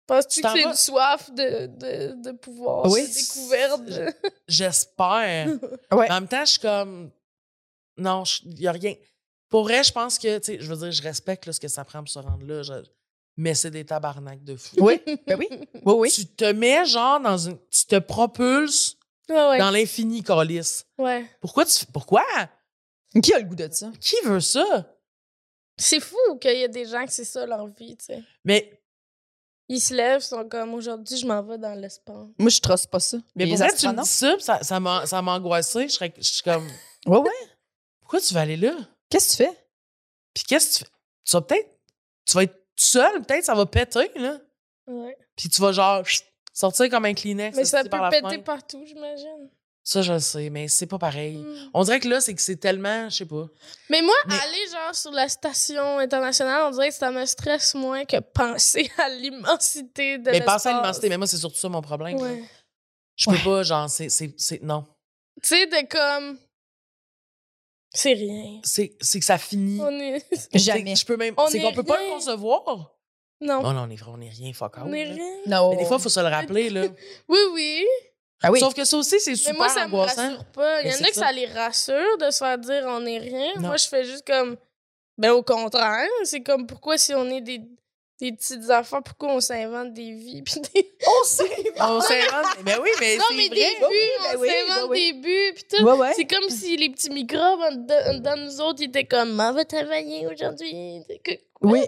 Penses-tu Tu que t'en c'est vas- une soif de, de, de pouvoir Oui. se découverte? de- J'espère. Ouais. Mais En même temps, je suis comme. Non, il n'y a rien. Pour vrai, je pense que, tu sais, je veux dire, je respecte là, ce que ça prend pour se rendre là. je- Mais c'est des tabarnaks de fous. Oui. Ben oui. Oui, oui. Tu te mets genre dans une. Tu te propulses Ah ouais. dans l'infini, Colis. ouais. Pourquoi tu. fais- Pourquoi? Qui a le goût de ça? Qui veut ça? C'est fou qu'il y a des gens que c'est ça leur vie, tu sais. Mais, Ils se lèvent, ils sont comme aujourd'hui, je m'en vais dans l'espace. Moi, je trosse pas ça. mais Les pour vrai, tu me astronautes. dis ça, puis ça, ça m'a ça m'a angoissée. Je serais- je suis comme. Ouais, ouais. Pourquoi tu vas aller là? Qu'est-ce que tu fais? Puis qu'est-ce que tu fais? Tu vas peut-être. Tu vas être tout seul, peut-être ça va péter, là. Ouais. Puis tu vas genre chut, sortir comme un Kleenex. Mais ça esti, peut par la péter fenêtre. partout, j'imagine. Ça, je le sais, mais c'est pas pareil. Mm. On dirait que là, c'est que c'est tellement, je sais pas. Mais moi, Mais- aller genre sur la station internationale, on dirait que ça me stresse moins que penser à l'immensité de Mais penser à l'espace. l'immensité, mais moi, c'est surtout ça mon problème. Ouais. Je peux Ouais. pas, genre, c'est, c'est, c'est- non. Tu sais, de comme. C'est rien. C'est, c'est que ça finit. On est. Jamais. C'est- Je peux même, On c'est est qu'on peut pas le rien. concevoir. Non, Non, non, on est, on est rien, fuck out, on est là. rien. Non. Mais des fois, il faut se le rappeler, là. Oui, oui. Ah oui. Sauf que ça aussi, c'est Mais super moi, ça me angoissant. rassure pas. Il y en Mais a c'est que ça. ça les rassure de se faire dire on est rien. Non. Moi, je fais juste comme. Ben, au contraire. C'est comme pourquoi si on est des, des petites affaires, pourquoi on s'invente des vies? Puis des... On sait. Ah, On s'invente. Mais oui, mais Non, c'est mais vrai. des Oui, buts, ben on oui, s'invente ben oui. des buts, puis tout. Ouais, ouais. C'est comme si les petits microbes en dedans, en dedans de nous autres, ils étaient comme, on va travailler aujourd'hui. C'est que- Oui.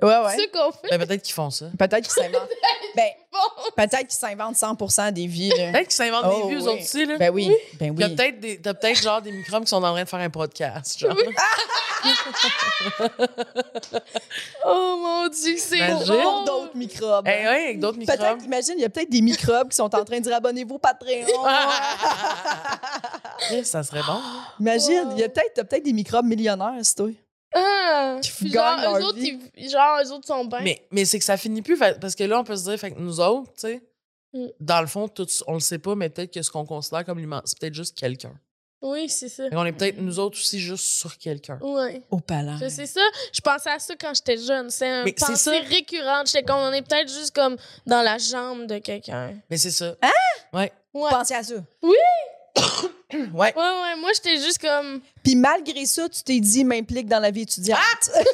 Ouais, ouais. C'est ce qu'on fait. Ben, peut-être qu'ils font ça. Peut-être qu'ils s'inventent. ben, Bon. peut-être qu'ils s'inventent 100 des vies. là. Peut-être qu'ils s'inventent Oh, des vues, oui. aux autres aussi, là. Ben oui. Ben Il y a oui. peut-être des, t'as peut-être genre des microbes qui sont en train de faire un podcast, genre. Oh mon dieu, c'est Pour, Imagine. pour drôle. d'autres microbes. Eh ouais, avec d'autres microbes. Peut-être, imagine, il y a peut-être des microbes qui sont en train de dire abonnez-vous au Patreon. Eh, ça serait bon. Imagine, il y a peut-être, t'as peut-être des microbes millionnaires, c'est toi. Ah. Qui Puis gagnent genre, eux leur autres, vie. ils- genre, eux autres sont bien. Mais, mais c'est que ça finit plus, fait- parce que là, on peut se dire, fait que nous autres, tu sais, Mm. dans le fond, tout, on le sait pas, mais peut-être que ce qu'on considère comme l'immense, c'est peut-être juste quelqu'un. Oui, c'est ça. Fait qu'on est peut-être, nous autres aussi, juste sur quelqu'un. Ouais. Au palais. Je sais ça. Je pensais à ça quand j'étais jeune. C'est un Mais c'est pensée ça. récurrente. J'étais comme, on est peut-être juste comme dans la jambe de quelqu'un. Mais c'est ça. Ouais. Pensez à ça. Ouais. Ouais, ouais. Moi, j'étais juste comme. Puis malgré ça, tu t'es dit m'implique dans la vie étudiante. Ah!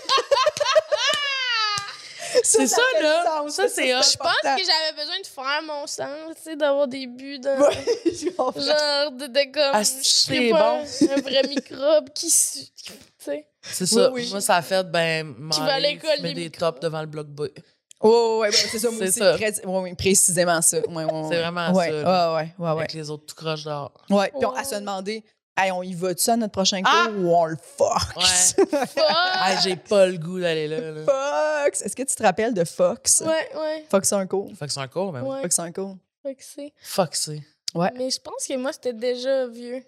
C'est ça, fait là. du sens. Ça, c'est hot. Je pense Ah. que j'avais besoin de faire mon sens, tu sais, d'avoir des buts dans. Je comprends. Genre, de, de comme. Ah, c'est je sais bon. Un vrai microbe qui. su- qui- Tu sais. C'est ça. Oui, oui. Moi, ça a fait, ben, Qui m'en va à aller l'école, fumer les des microbes. tops devant le bloc boy. Oh, ouais, ouais, c'est ça, moi C'est aussi. ça. pré- ouais, ouais, précisément ça. Ouais, ouais, ouais. C'est vraiment ouais. ça, Ouais, ouais, ouais, Ah ouais. Avec les autres tout croches dehors. Ouais, Puis on- Oh. à se demander, hey, on y va-tu à notre prochain Ah! cours ou on le fuck? Ouais. Fuck. Ah, j'ai pas le goût d'aller là. là. Fox! Est-ce que tu te rappelles de Fox? Ouais, ouais. Fox un cours. Fuck, c'est un cours, mais Ouais. Fox un cours. Fait que c'est. fuck, c'est. Ouais. Mais je pense que moi, c'était déjà vieux.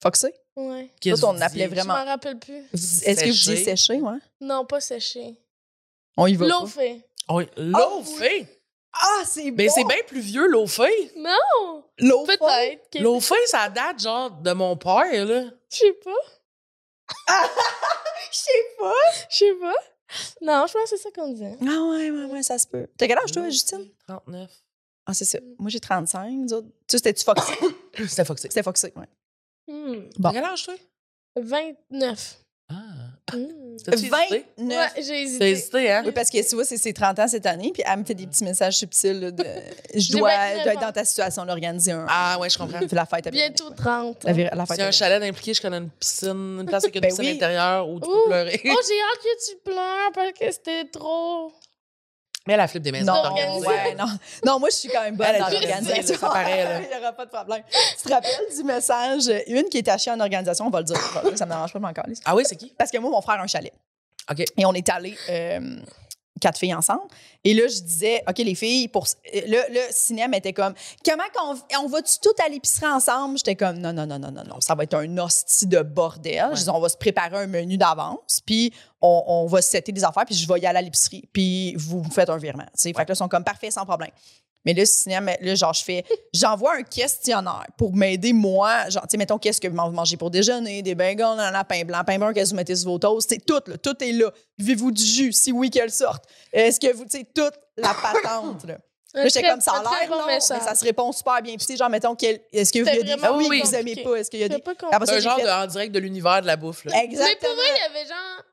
Foxé? Ouais. Qu'est-ce on que vous appelait dites? Je Vraiment. m'en rappelle plus. Est-ce que vous Séché. dites séché, ouais? Non, pas séché. On y va. L'eau pas. fait. On- Oh, L'eau fait. Ah, c'est bon! Mais Ben, c'est bien plus vieux, l'eau fait. Non! L'eau folle. Peut-être. que- L'eau fait, ça date genre de mon père, là. Je sais pas. Je sais pas! Je sais pas. Non, je pense que c'est ça qu'on disait. Ah ouais, ouais, ouais, ça se peut. T'as quel âge, toi, Justine? 39. Ah, c'est ça. Moi, j'ai 35. nous autres. Tu sais, c'était-tu foxé? C'était fuck, c'est. C'était foxé, ouais. Hmm. Bon. T'as Quel âge, toi? 29. Ah. Hmm. T'as-tu hésité? 29. Ouais, j'ai T'as hésité. hésité, hein? Oui, parce que tu vois, c'est ses 30 ans cette année, puis elle me fait des petits messages subtils là, de je dois, J'ai je dois être 29 ans. dans ta situation, d'organiser un. Ah, ouais, je comprends. Fais la fête à Bientôt 30. La, vir- la fête S'il y a à un chalet impliqué, je connais une piscine, une place avec une Ben piscine oui. intérieure où tu peux Ouh. pleurer. Oh, j'ai hâte que tu pleures parce que c'était trop. Mais elle a flippé des maisons Non, d'organiser. ouais, non. non, moi, je suis quand même bonne Elle a dans dit l'organisation. ça, ça paraît, là. Il n'y aura pas de problème. Tu te rappelles du message, euh, une qui est achetée en organisation, on va le dire, on va le dire, ça ne me dérange pas de m'en caler. Ah oui, c'est qui? Parce que moi, mon frère a un chalet. OK. Et on est allés euh, quatre filles ensemble. Et là, je disais, OK, les filles, pour euh, le, le cinéma était comme, comment qu'on on va-tu tout à l'épicerie ensemble? J'étais comme, non, non, non, non, non, non, ça va être un hostie de bordel. Je disais, on va se préparer un menu d'avance, puis on, on va se setter des affaires, puis je vais y aller à l'épicerie, puis vous me faites un virement. tu sais. Fait que là, ils sont comme, parfait, sans problème. Mais là, cinéma, là, genre, je fais, j'envoie un questionnaire pour m'aider, moi. Genre, tu sais, mettons, qu'est-ce que vous mangez pour déjeuner, des bagels, un pain blanc, pain brun, qu'est-ce que vous mettez sur vos toasts, c'est tout, là, tout est là. Buvez-vous du jus, si oui, quelle sorte. Est-ce que vous, tu sais, toute la patente, là. Là, j'étais Très- comme ça a très l'air bon long, mais message. ça se répond super bien. Puis, tu sais, genre, mettons, quel- est-ce que vous, C'était il y a des vraiment fruits que vous compliqué. aimez pas? Est-ce qu'il y a J'avais des. pas compris. Après ça, Un j'ai genre fait- de, en direct de l'univers de la bouffe, là. Mais pour Exactement. moi, il y avait genre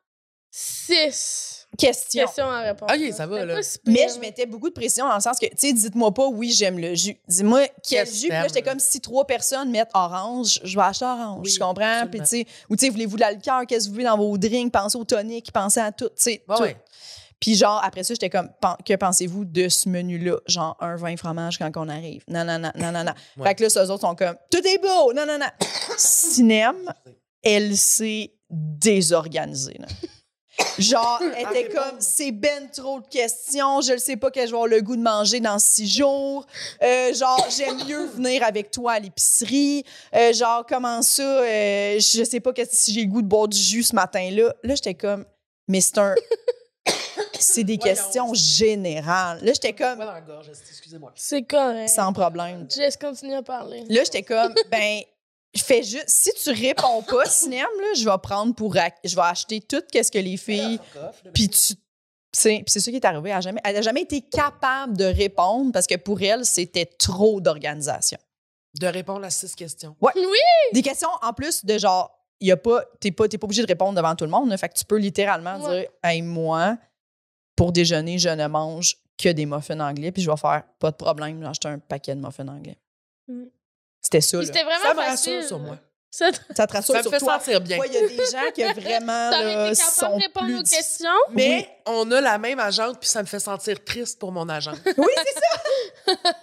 six Question. questions à répondre. Ok, ça va, C'était là. pas si pire, Mais je là. mettais beaucoup de pression dans le sens que, tu sais, dites-moi pas, oui, j'aime le jus. Dis-moi quel Qu'est-ce jus. Puis là, t'aimes, j'étais là? comme si trois personnes mettent orange, je vais acheter orange. Oui, je comprends. Puis, absolument. tu sais, ou, tu sais, voulez-vous de l'alcool? Qu'est-ce que vous voulez dans vos drinks? Pensez au tonic, pensez à tout. Tu sais, Ouais, tout. ouais. Puis genre, après ça, j'étais comme, Pen- que pensez-vous de ce menu-là? Genre, un vin fromage quand on arrive. Non, non, non, non, non, non. Ouais. Fait que là, ceux autres sont comme, tout est beau! Non, non, non. Cinem, elle s'est désorganisée. là. Genre, elle était comme, c'est ben trop de questions, je ne sais pas que je vais avoir le goût de manger dans six jours. Euh, genre, j'aime mieux venir avec toi à l'épicerie. Euh, genre, comment ça, euh, je sais pas que, si j'ai le goût de boire du jus ce matin-là. Là, j'étais comme, mais c'est un. C'est des Voyons. questions générales. Là, j'étais comme, Moi, dans la gorge, excusez-moi. C'est correct. sans problème. Je laisse continuer à parler. Là, j'étais comme, ben, je fais juste. Si tu réponds pas, Sinem, là, je vais prendre pour. ac- Je vais acheter tout qu'est-ce que les filles. Puis tu. C'est puis c'est ça qui est arrivé. Elle n'a jamais, elle a jamais été capable de répondre parce que pour elle, c'était trop d'organisation. De répondre à six questions. Des questions en plus de genre, il y a pas, t'es pas, t'es pas obligé de répondre devant tout le monde. là. fait que tu peux littéralement Ouais. dire, hey, moi, pour déjeuner, je ne mange que des muffins anglais, puis je vais faire pas de problème, j'achète un paquet de muffins anglais. Mm. C'était ça. Puis là. C'était vraiment Ça me facile. rassure sur moi. Ça, Ça te rassure Ça me sur fait toi. sentir bien. Ouais, Il y a des gens qui vraiment t'aurais là, été capable euh, sont de répondre plus aux difficiles. questions? Mais on a la même agente, puis ça me fait sentir triste pour mon agent. Oui, c'est ça.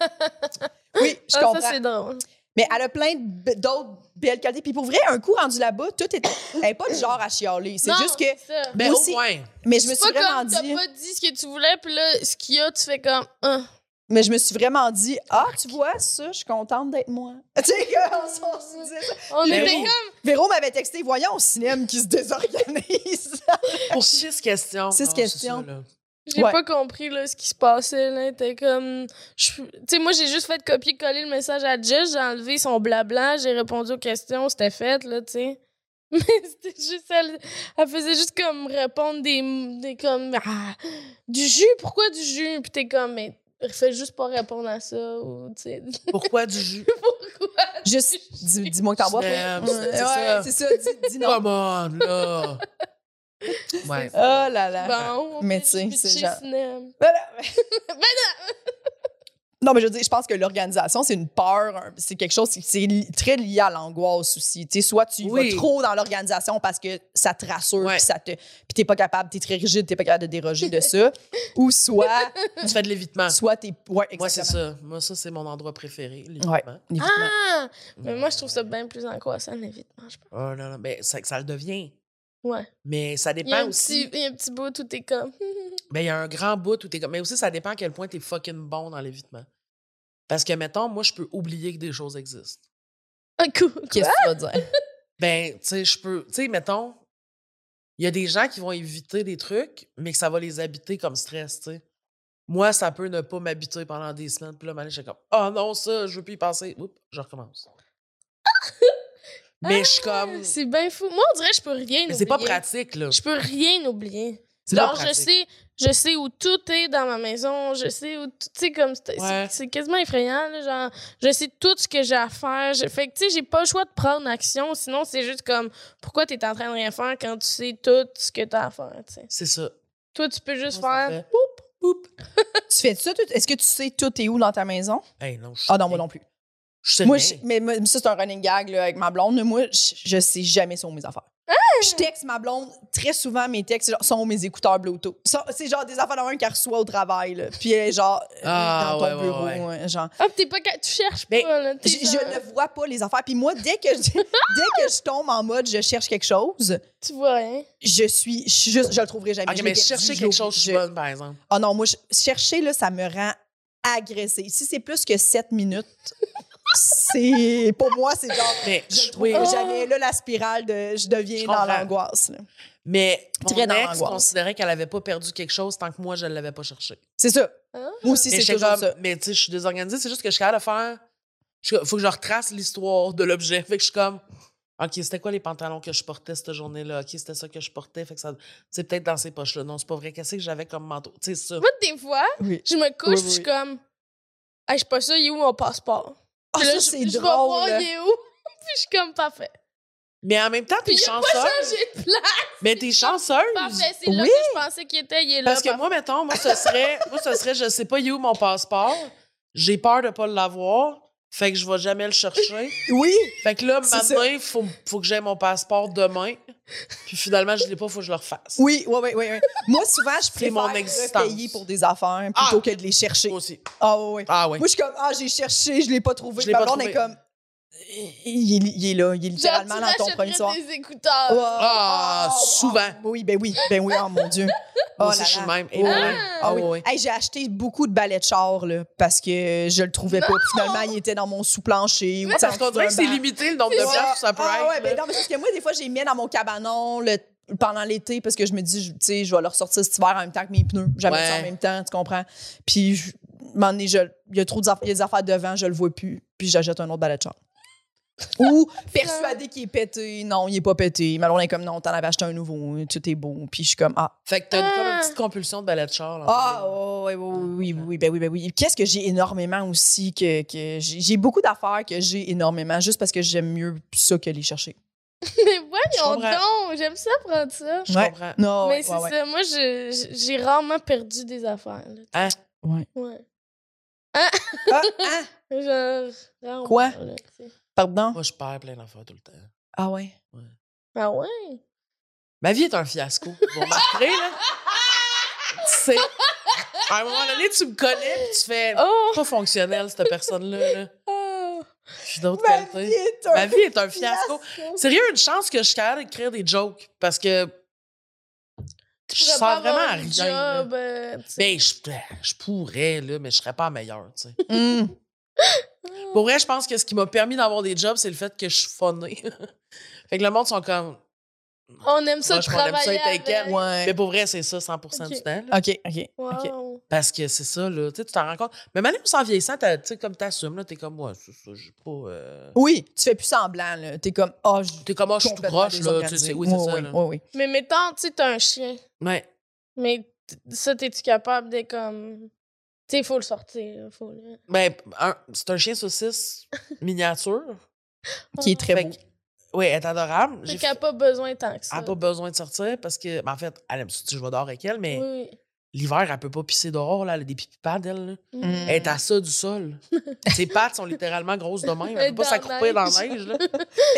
oui, je Ah, comprends. ça, c'est drôle. mais elle a plein de be- d'autres belles qualités. Puis pour vrai, un coup rendu là-bas, tout est. Elle n'est pas du genre à chialer. C'est Non, juste que. ça. Mais Aussi- au moins, Mais je me suis C'est pas vraiment comme t'as dit. pas dit ce que tu voulais, puis là, ce qu'il y a, tu fais comme... Ah. Mais je me suis vraiment dit, ah, tu vois, ça, je suis contente d'être moi. tu sais, qu'on s'en se disait ça. On Mais était oui. comme... Véro m'avait texté, voyons au cinéma qui se désorganise. pour six questions. Six Non, questions. c'est ça, là. J'ai Ouais. pas compris là, ce qui se passait. Là. T'es comme... je- Tu sais, moi, j'ai juste fait copier-coller le message à Jess. J'ai enlevé son blabla. J'ai répondu aux questions. C'était fait, là, tu sais. Mais c'était juste... Elle, elle faisait juste comme répondre des... des comme... Ah, du jus? Pourquoi du jus? Puis t'es comme... Mais fais juste pas répondre à ça. Ou, tu sais... Pourquoi du jus? Pourquoi? Juste, dis- dis-moi que t'en bois. Snap, Ouais, c'est ça. c'est ça, dis, dis non. Come on, là! Ouais. Oh Euh, là là. Bon, on Mais fait tu sais, juste c'est pitcher genre- Sinem. Ben non. Non, mais je veux dire, je pense que l'organisation, c'est une peur, un- c'est quelque chose qui c'est li- très lié à l'angoisse aussi. Tu sais, soit tu y Oui. vas trop dans l'organisation parce que ça te rassure, Ouais. puis ça te, puis t'es pas capable, t'es très rigide, t'es pas capable de déroger de ça, ou soit, Tu fais de l'évitement. soit t'es, ouais, Moi, Ah. c'est exactement. ça. Moi, ça, c'est mon endroit préféré, l'évitement. Ouais. Évidemment. Ah! Mais moi, je trouve ça bien plus angoissant, l'évitement, je pense. Oh là là, ben, ça, ça le devient. Ouais. Mais ça Il y, a dépend un ben aussi. petit, il y a un petit bout où t'es comme. hmm, Ben, il y a un grand bout où t'es comme. Mais aussi, ça dépend à quel point t'es fucking bon dans l'évitement. Parce que, mettons, moi, je peux oublier que des choses existent. Ah, cool. Qu'est-ce que tu vas dire? Ben, tu sais, je peux. Tu sais, mettons, il y a des gens qui vont éviter des trucs, mais que ça va les habiter comme stress, tu sais. Moi, ça peut ne pas m'habiter pendant des semaines. Puis là, maintenant, je suis comme, oh non, ça, je veux plus y penser. Oups, je recommence. mais je suis comme. Ah! C'est bien fou. Moi, on dirait que je peux rien Mais oublier. c'est pas pratique, là. Je peux rien oublier. C'est pas Genre, je pratique. sais, je sais où tout est dans ma maison. Je sais où tout. Tu sais, comme. c'est- c'est- Ouais. C'est quasiment effrayant, là, Genre, je sais tout ce que j'ai à faire. Je- fait que, tu sais, j'ai pas le choix de prendre action. Sinon, c'est juste comme. Pourquoi t'es en train de rien faire quand tu sais tout ce que t'as à faire, tu sais? C'est ça. Toi, tu peux juste Moi, ça faire. fait Boop, boop. tu fais ça, tout? Est-ce que tu sais tout est où dans ta maison? Hey, non, je sais Ah non, moi rien. non plus. Je sais Moi, rien. je- mais, moi, ça, c'est un running gag là, avec ma blonde. Moi, je, je sais jamais sont mes affaires. Ah! Je texte ma blonde, très souvent, mes textes c'est genre, sont mes écouteurs Bluetooth. Ça, C'est genre des affaires d'un qu'elle reçoit au travail. là. Puis elle est genre euh, Ah, dans ton ouais, ouais, bureau. ouais. ouais, genre. Ah, t'es pas. ca- Tu cherches Mais pas, là. Je, T'es genre- je ne vois pas les affaires. Puis moi, dès que, je, dès que je tombe en mode je cherche quelque chose, Tu vois hein, rien. je suis je suis juste, je le trouverai jamais. Ok, Je l'ai mais perdu, chercher je quelque l'ai- chose, je suis je- bonne, par exemple. Ah non, moi, je- chercher, là, ça me rend agressée. Si c'est plus que 7 minutes, c'est. Pour moi, c'est genre. Mais, Je le trouve oui, que Oh. jamais. Là, la spirale de je deviens Je dans comprends. l'angoisse. là. mais mon Très dans ex l'angoisse. considérait qu'elle avait pas perdu quelque chose tant que moi, je l'avais pas cherché. C'est ça. Ah. Moi aussi, Mais c'est j'étais toujours comme- ça. Mais tu sais, je suis désorganisée. C'est juste que je suis capable de faire. Il faut que je retrace l'histoire de l'objet. Fait que je suis comme. OK, c'était quoi les pantalons que je portais cette journée-là? OK, c'était ça que je portais. Fait que ça. C'est peut-être dans ces poches-là. Non, c'est pas vrai. Qu'est-ce que j'avais comme manteau? Tu sais, ça. Moi, des fois, Oui. je me Oui, couche, puis je suis oui. comme. Hey, je suis pas sûre, il est où mon passeport? Ah, Puis là, ça, je- c'est Je vais voir, drôle. il est où? puis je suis comme, parfait. Mais en même temps, t'es Puis il y a chanceuse. Ah, j'ai de place. Mais t'es chanceuse. Parfait, c'est là Oui. que je pensais qu'il était, il est là. Parce que parfait. moi, mettons, moi, ce serait, moi, ce serait, je sais pas, il est où mon passeport? J'ai peur de pas l'avoir. Fait que je vais jamais le chercher. Oui. Fait que là, C'est maintenant, il faut, faut que j'aie mon passeport demain. Puis finalement, je l'ai pas, faut que je le refasse. Oui, oui, oui, oui. oui. Moi, souvent, je mon préfère existence. payer pour des affaires Ah. plutôt que de les chercher. Moi aussi. Ah oui, oui. Ah oui. Moi, je suis comme, ah, j'ai cherché, je l'ai pas trouvé. Je l'ai Ma pas blonde trouvé. est comme, il, est- il est là, il est Genre, tu littéralement dans ton premier soir. m'achèterais des écouteurs. Oh, Ah, oh, souvent. oh, oui, ben oui, ben oui, oh mon Dieu. Oh Moi là aussi, je suis là. le même. Et Oh, là, ouais. là. Ah oui. Oh, ouais. Hey, j'ai acheté beaucoup de balais de char là, parce que je le trouvais pas. Puis Finalement, il était dans mon sous-plancher. ou Ouais, Parce dans qu'on dirait que un c'est banc. limité le nombre de Ouais. places que ça peut Ah ouais, être. ben non, mais c'est parce que moi, des fois, j'ai mis dans mon cabanon le- pendant l'été parce que je me dis, je- tu sais, je vais le ressortir cet hiver en même temps que mes pneus. J'avais Ouais. ça en même temps, tu comprends? Puis, je, un moment donné, je- il y a trop d'affaires, des affaires devant, je le vois plus, puis j'achète un autre balai de char. Ou persuadé qu'il est pété. Non, il est pas pété. Malon est comme, non, t'en avais acheté un nouveau, hein, tout est beau. Puis je suis comme, ah, Fait que t'as une- comme Ah. une petite compulsion de ballet de char. là. ah, oh, oui, oui, oui, oui, oui, ben oui, ben oui. Qu'est-ce que j'ai énormément aussi, que, que j'ai j'ai beaucoup d'affaires que j'ai énormément, juste parce que j'aime mieux ça que les chercher. Mais Je voyons comprends. donc, j'aime ça prendre ça. Je Ouais. comprends. Non, mais Ah, ouais, c'est ouais, ouais. ça, moi, je- je- j'ai rarement perdu des affaires. là. Hein? Ouais. Ouais. Hein? Ah, ah, Genre, rarement, Quoi? là, tu sais. pardon? Moi, je perds plein d'affaires tout le temps. Ah ouais. Ah ouais? Ma vie est un fiasco. Vous remarquerez, là? C'est. À un moment donné, tu me connais puis tu fais. Oh! Pas fonctionnel, cette personne-là. Là. oh. Je suis d'autres Ma vie qualités. est Ah, un- Ma vie est un fiasco. Sérieux, une chance que je suis capable d'écrire des jokes parce que. Je pourrais sens pas vraiment avoir à de rien. là. job, euh, tu sais. Ben, je, je pourrais, là, mais je serais pas meilleure, tu sais. Mm. Pour vrai, je pense que ce qui m'a permis d'avoir des jobs, c'est le fait que je suis funnée. fait que le monde sont comme. on aime ça Moi, je pense qu'on aime ça travailler être inquiet, avec. Ouais. Mais pour vrai, c'est ça, 100% du Ok. temps. là. OK, OK, OK. Wow. Parce que c'est ça, là. Tu sais, tu t'en rends compte. Mais même sans vieillissant, t'as- tu sais, comme t'assumes, là, t'es comme, moi, c'est ça, j'ai pas. euh, Oui, tu fais plus semblant, là. T'es comme, oh, je T'es comme, ah, je suis tout complètement proche, là. Tu sais, oui, c'est désorganisée. ça, Oui, là. oui, oui. Mais mettons, tu sais, t'as un chien. Ouais. Mais t- ça, t'es-tu capable de comme. Tu sais, faut le sortir. Faut le... Ben, un- c'est un chien saucisse miniature. Qui est très Fait beau. que- Oui, elle est adorable. J'ai Fait qu'elle euh. a pas besoin tant que ça. Elle n'a pas besoin de sortir parce que, ben, en fait, elle aime ça. Tu sais, Je vais dehors avec elle, mais Oui, oui. l'hiver, elle peut pas pisser dehors. Là, elle a des pipi pads, elle. là. Mm. Elle est à ça du sol. Ses pattes sont littéralement grosses de même. Elle Dans peut pas la s'accroupir dans la neige. neige. là.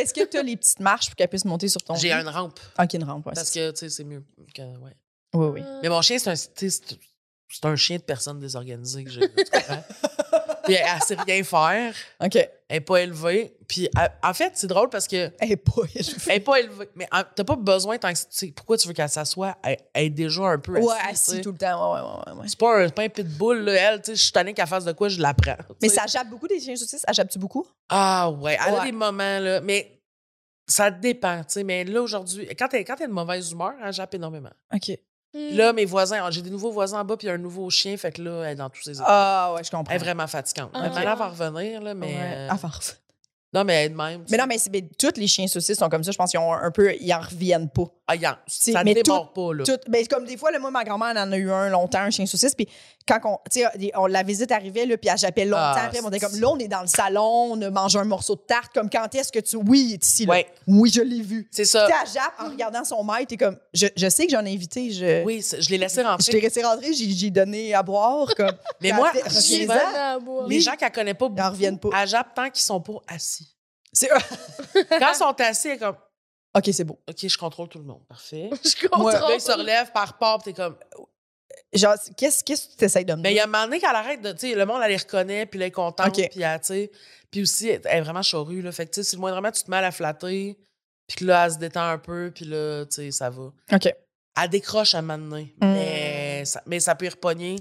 Est-ce que tu as les petites marches pour qu'elle puisse monter sur ton J'ai lit? une rampe OK, une rampe, ouais, parce c'est que, tu sais, c'est mieux. que- ouais. ça. Oui, Ah, oui. Mais mon chien, c'est un, tu sais, c'est c'est un chien de personne désorganisée que j'ai. tu comprends? Puis elle, elle sait rien faire. OK. Elle Elle n'est pas élevée. Puis, elle- en fait, c'est drôle parce que est pas... élevée. Elle n'est pas élevée. Mais euh, t'as pas besoin tant que. tu sais, pourquoi tu veux qu'elle s'assoie? Elle, elle est déjà un peu Ouais, assise, tu assis sais. tout le temps. Ouais, ouais, ouais, ouais. C'est pas un pain pitbull, là. Elle, tu sais, je suis tannée qu'elle fasse de quoi, je la prends. tu Mais sais. ça jappe beaucoup des chiens saucisses? Ça jappe-tu beaucoup? Ah, ouais. Elle a Ouais. des moments, là. Mais ça dépend, tu sais. Mais là, aujourd'hui, quand elle, quand elle est de mauvaise humeur, elle jappe énormément. OK. Mm. Mmh. Puis Là, mes voisins, alors, j'ai des nouveaux voisins en bas, puis il y a un nouveau chien, fait que là, elle est dans tous ses états. Ah, ouais, je comprends. Elle est Eh, vraiment fatigante. Ah. Mais Maintenant, elle va revenir, là, mais. Ouais. euh, Ah, farf. Non, mais elle est de même. Mais tu sais. non, mais, c'est- mais tous les chiens saucisses sont comme ça. Je pense qu'ils ont un peu... Ils en reviennent pas. Ah, regarde, Si, ça ne mais démarre pas, là. Tout, ben, comme des fois, là, moi, ma grand-mère elle en a eu un longtemps, un chien saucisse. Puis quand on, tu sais, des- on- la visite arrivait, là, puis elle jappait longtemps Ah, après. puis On était c'est- comme, là, on est dans le salon, on a mangé un morceau de tarte. Comme, quand est-ce que tu. Oui, il est ici, là. Ouais. Euh. Oui, je l'ai vu. C'est Tu ça. sais, elle jappe en regardant son maître. T'es comme, je, je sais que j'en ai invité. Je, Oui, c'est- je l'ai laissé rentrer. je t'ai resté rentré, j'ai j'ai donné à boire. Comme, Mais Puis moi, elle fait- J'ai J'ai donné souvent, à boire. Les gens qu'elle connaît pas, Ils en reviennent pas. Elle jappe tant qu'ils sont pas assis. c'est- Quand ils sont assis, elle est comme OK, c'est beau. OK, je contrôle tout le monde. Parfait. Je Ouais. contrôle. Là, ils se relèvent par part, puis t'es comme. Genre, qu'est-ce qu'est-ce que tu essayes de me Mais il y dire? a un moment donné qu'elle arrête de. Tu sais, le monde, elle les reconnaît, puis là, elle est contente, OK. puis elle, tu sais. Puis aussi, elle est vraiment charrue, là. Fait que, tu sais, si le moindrement, tu te mets à la flatter, puis que là, elle se détend un peu, puis là, tu sais, ça va. OK. Elle décroche à un moment donné. Mm. Mais, ça, mais ça peut y repogner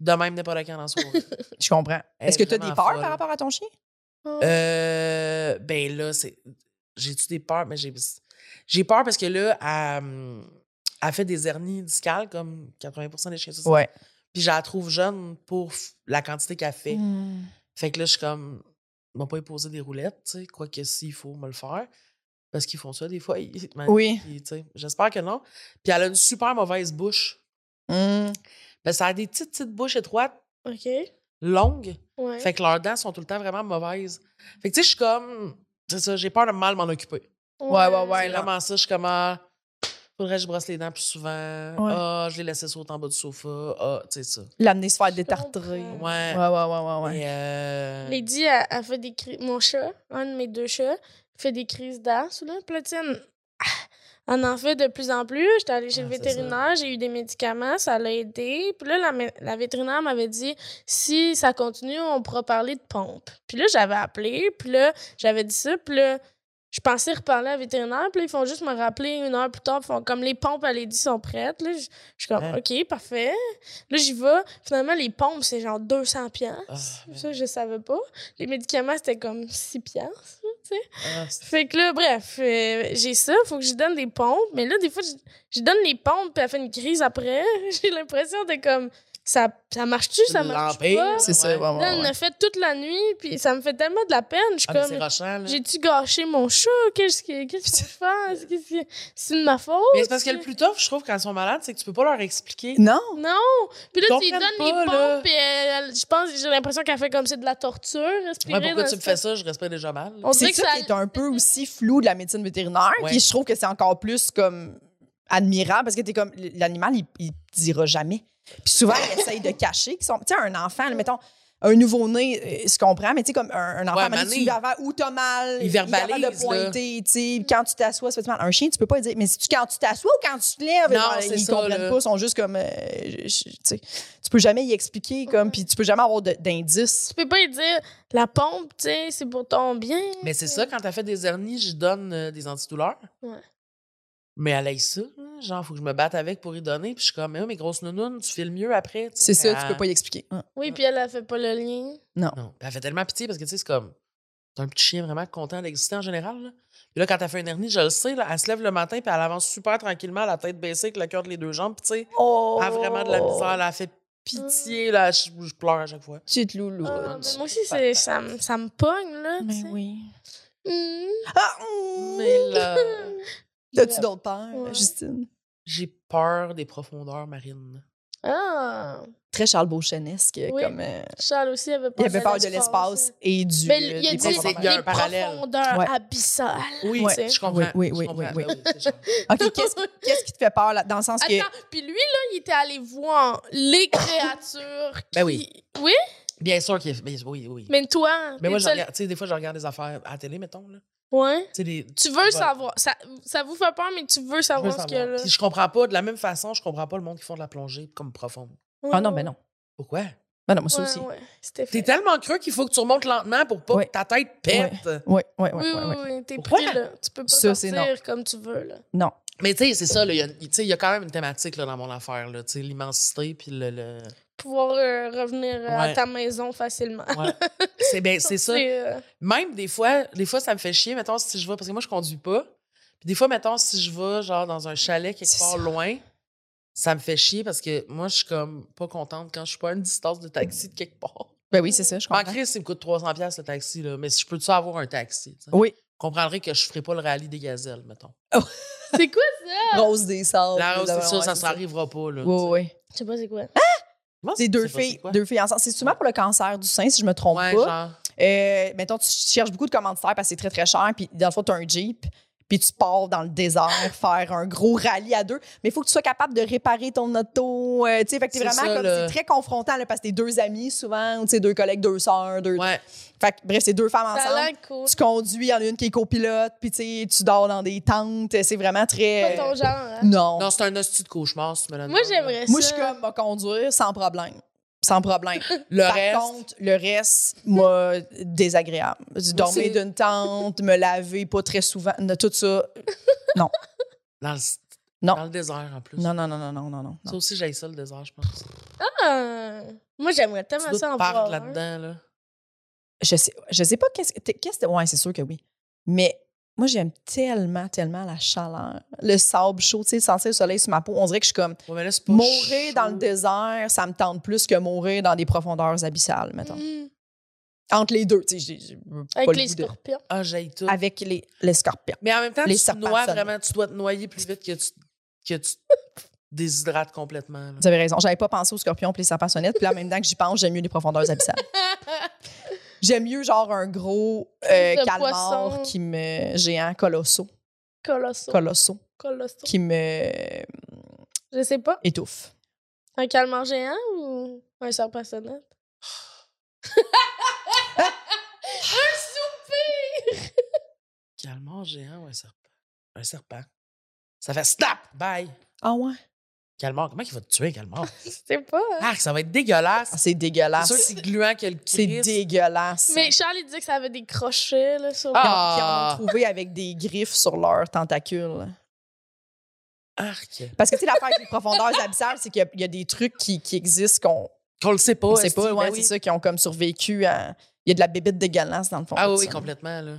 de même n'importe quand dans la soirée. Je comprends. Elle Est-ce que est tu as des vraiment peurs folle. par rapport à ton chien? Ah, Euh, ben là, c'est. J'ai-tu des peurs? Mais j'ai. J'ai peur parce que là, elle, hum, elle fait des hernies discales comme 80 des chiens saucisses. Ouais. Puis je la trouve jeune pour f- la quantité qu'elle fait. Mmh. Fait que là, je suis comme. Ils m'ont pas imposé des roulettes, tu sais. Quoique s'il faut me le faire. Parce qu'ils font ça des fois. ils- Oui. ils- tu sais, J'espère que non. Puis elle a une super mauvaise bouche. Mm. Ben, ça a des petites, petites bouches étroites, OK. longues. Ouais. Fait que leurs dents sont tout le temps vraiment mauvaises. Fait que tu sais, je suis comme. C'est ça, j'ai peur de mal m'en occuper. Ouais, ouais, ouais. C'est non. vraiment ça, je suis comme. Ah, faudrait que je brosse les dents plus souvent. Ah, je l'ai laissé sauter en bas du sofa. Ah, tu sais ça. L'amener se faire détartrer. comprends. Ouais. Ouais, ouais, Mmh. ouais, ouais. ouais. Et, euh, Lady, elle, elle fait des crises. Mon chat, un de mes deux chats, fait des crises d'as, là. Puis là, tiens, On en fait de plus en plus. J'étais allée chez Ah, le c'est ça. vétérinaire, j'ai eu des médicaments, ça l'a aidé. Puis là, la, mé- la vétérinaire m'avait dit si ça continue, on pourra parler de pompe. Puis là, j'avais appelé, puis là, j'avais dit ça, puis là, je pensais reparler à la vétérinaire, puis là, ils font juste me rappeler une heure plus tard, puis ils font comme les pompes à l'édit sont prêtes. Là, je je suis comme Hein? OK, parfait. Là, j'y vais. Finalement, les pompes, c'est genre 200 piastres. Ah, Ça, je savais pas. Les médicaments, c'était comme 6 piastres. ah, c'est- Fait que là, bref, euh, j'ai ça, faut que je donne des pompes. Mais là, des fois, je- je donne les pompes, puis elle fait une crise après. j'ai l'impression de comme, ça, ça marche-tu, ça marche L'empire, pas? C'est ça, ouais, ouais, Là, on ouais. a fait toute la nuit, puis ça me fait tellement de la peine. Je suis Ah, mais c'est comme, rochant, là. j'ai-tu gâché mon chat? Qu'est-ce que, qu'est-ce que je fais? Qu'est-ce que- C'est de ma faute? Mais c'est parce que le plus tough, je trouve, quand ils sont malades, c'est que tu peux pas leur expliquer. Non. Non! Puis là, tu lui Comprennent donnes les pas, pompes, là. puis elle- elle- je pense, j'ai l'impression qu'elle fait comme c'est de la torture, respirer. Ouais, pourquoi dans tu me ce- fais ça? Je respecte déjà mal. On dirait C'est que ça, ça- qui est un peu aussi flou de la médecine vétérinaire. Ouais. Puis je trouve que c'est encore plus comme admirable parce que t'es comme l'animal, il, il dira jamais. Puis souvent, il essaye de cacher qu'ils sont. Tu sais, un enfant, là, mettons. Un nouveau-né, euh, je comprends, mais tu sais, comme un, un enfant, Ouais, à un moment donné, tu lui Mané. avais où t'as mal, Il est verbalise, capable de pointer, tu sais, quand tu t'assois, ça fait mal. Un chien, tu peux pas lui dire, mais si tu quand tu t'assois ou quand tu te lèves, Non, genre, c'est ils ça, comprennent là. pas, ils sont juste comme, euh, je- je- tu sais, tu peux jamais y expliquer, comme, puis tu peux jamais avoir de- d'indices. Tu peux pas lui dire, la pompe, tu sais, c'est pour ton bien. Mais c'est ça, quand t'as fait des hernies, je donne euh, des antidouleurs. Ouais. Mais elle aille ça. hein. Genre, faut que je me batte avec pour y donner. Puis je suis comme, mais, oh, mes grosses nounounes, tu files mieux après. C'est ça, Ah. tu peux pas y expliquer. Hein. Oui, puis elle, elle fait pas le lien. Non. Puis elle fait tellement pitié parce que, tu sais, c'est comme. C'est un petit chien vraiment content d'exister en général. Là. Puis là, quand t'as fait une hernie, je le sais, là, elle se lève le matin, puis elle avance super tranquillement, la tête baissée, avec le cœur de les deux jambes. Puis, tu sais, Oh! elle a Ah, vraiment de la misère. Là, elle fait pitié. Là, je, je pleure à chaque fois. Petite loulou. hein, Ah, non, mais moi aussi, c'est, ça, me- ça me pogne, là. tu sais. oui. Mmh. Ah! mm. Mais là, T'as-tu d'autres peurs, Ouais. Justine? j'ai peur des profondeurs marines. Ah! Très Charles Beauchesnesque, Oui. comme... euh, Charles aussi avait il peur avait peur de l'espace et du... Mais euh, Ben, il a des dit profondeurs. profondeurs. Il y a un les parallèle. profondeurs Ouais. abyssales. Oui, Ouais. je comprends. Oui, oui, je oui, comprends. oui, Ben c'est genre- OK, qu'est-ce qui- qu'est-ce qui te fait peur, là, dans le sens que... Attends, puis lui, là, il était allé voir les créatures qui... Ben oui. Oui? Bien sûr qu'il y a- ben, oui, oui. Mais, Mais toi, moi, t'es je seul- regarde- tu sais, des fois, je regarde des affaires à la télé, mettons. Là. Ouais. Tu sais, des- Tu veux Voilà. savoir. Ça, ça vous fait peur, mais tu veux je veux savoir ce qu'il y a savoir. là. Puis je comprends pas, de la même façon, je comprends pas le monde qui font de la plongée comme profonde. Ah non, mais non. Pourquoi? Non, non, moi, ça Ouais, aussi. ouais. C'était T'es fait. tellement creux qu'il faut que tu remontes lentement pour pas Ben Ouais. que ta tête pète. Oui, oui, oui. Oui, oui, oui, oui. oui, t'es Pourquoi? pris, là. Tu peux pas Ça, c'est sortir comme tu veux, là. Non. Mais tu sais, c'est ça, là, il y a- tu sais, il y, a quand même une thématique là, dans mon affaire. là, tu sais, L'immensité, puis le. le- Pouvoir euh, revenir euh, à Ouais. ta maison facilement. Ouais. c'est ben, c'est ça. C'est, euh, Même des fois, des fois, ça me fait chier, mettons, si je vais, parce que moi, je conduis pas. Puis des fois, mettons, si je vais, genre, dans un chalet quelque C'est part ça. loin, ça me fait chier parce que moi, je suis comme pas contente quand je suis pas à une distance de taxi de quelque part. Ben oui, c'est ça, je En comprends. crise, il me coûte 300$ piastres, le taxi, là, mais si je peux-tu avoir un taxi? tu sais? Oui. Vous comprendrez que je ferai pas le rallye des gazelles, mettons. c'est quoi? Rose des sables. La rose, c'est Oh, ouais, sûr, ça c'est ne arrivera pas. Là, Oui, oui. Je sais pas c'est quoi. Moi, C'est deux je sais pas filles, quoi. deux filles ensemble. C'est souvent pour le cancer du sein, si je me trompe Ouais, pas. genre. Euh, mettons, tu cherches beaucoup de commanditaires parce que c'est très, très cher. Puis, dans le fond, tu as un Jeep. Puis, tu pars dans le désert faire un gros rallye à deux. Mais il faut que tu sois capable de réparer ton auto. euh, tu sais, fait que t'es C'est vraiment ça, comme. là. C'est très confrontant là, parce que t'es deux amis souvent, ou tu sais, deux collègues, deux sœurs, deux. Ouais. Fait que, bref, c'est deux femmes Ça a ensemble. l'air cool. Tu conduis, il y en a une qui est copilote. Puis, tu sais, tu dors dans des tentes. C'est vraiment C'est très. pas ton genre, hein? Non. Non, c'est un hostie de cauchemar, si tu me le Moi, demandes, là. j'aimerais ça. euh, Moi, je suis comme, va conduire sans problème. Sans problème. Le Par reste, contre, le reste, moi, désagréable. Dormir c'est- d'une tente, me laver pas très souvent, ne- tout ça. dans le, Non. dans le désert, en plus. Non, non, non, non, non, non, non. Ça aussi, j'ai ça, le désert, je pense. Ah! Moi, j'aimerais Tu tellement dois ça te en perdre voir. hein. là-dedans, là. Je sais, je sais pas qu'est-ce que. t'es- qu'est-ce que- ouais, c'est sûr que oui. Mais moi, j'aime tellement, tellement la chaleur. Le sable chaud, tu sais, sentir le soleil sur ma peau. On dirait que je suis comme. Ouais, mais là, c'est pas Mourir dans le chaud. désert, ça me tente plus que mourir dans des profondeurs abyssales, mettons. Mm. Entre les deux, tu sais, j'ai- j'ai pas Avec le les goût de- scorpions. Ah, j'ai tout. Avec les, les scorpions. Mais en même temps, les tu te serpents noies sonnent. vraiment, tu dois te noyer plus vite que tu, que tu déshydrates complètement. là. Vous avez raison. J'avais pas pensé aux scorpions puis les serpents sonnettes. Puis là, en même temps que j'y pense, j'aime mieux les profondeurs abyssales. J'aime mieux genre un gros euh, De calmar poisson. qui me géant colosso, Colossaux. colosso Colossaux. qui me euh, Je sais pas. étouffe. Un calmar géant ou un serpent sonnette? un souper! Calmar géant ou un serpent? Un serpent. Ça fait snap! Bye! Ah ouais? Calmar, comment il va te tuer, Calmar? C'est pas. hein. Ah, ça va être dégueulasse! Ah, c'est C'est sûr que dégueulasse. c'est gluant que le C'est Christ. dégueulasse. Mais Charles, il disait que ça avait des crochets, là, sur Ah. Qui en ont trouvé avec des griffes sur leurs tentacules. Arc. Parce que, tu sais, l'affaire avec les profondeurs abyssales, c'est qu'il y a- il y, a des trucs qui, qui existent qu'on Qu'on le sait pas. ne sait est-ce pas. que- ouais, ben c'est oui. ça, qui ont comme survécu à. Il y a de la bébite dégueulasse dans le fond. Ah de oui, oui, ça. complètement, là.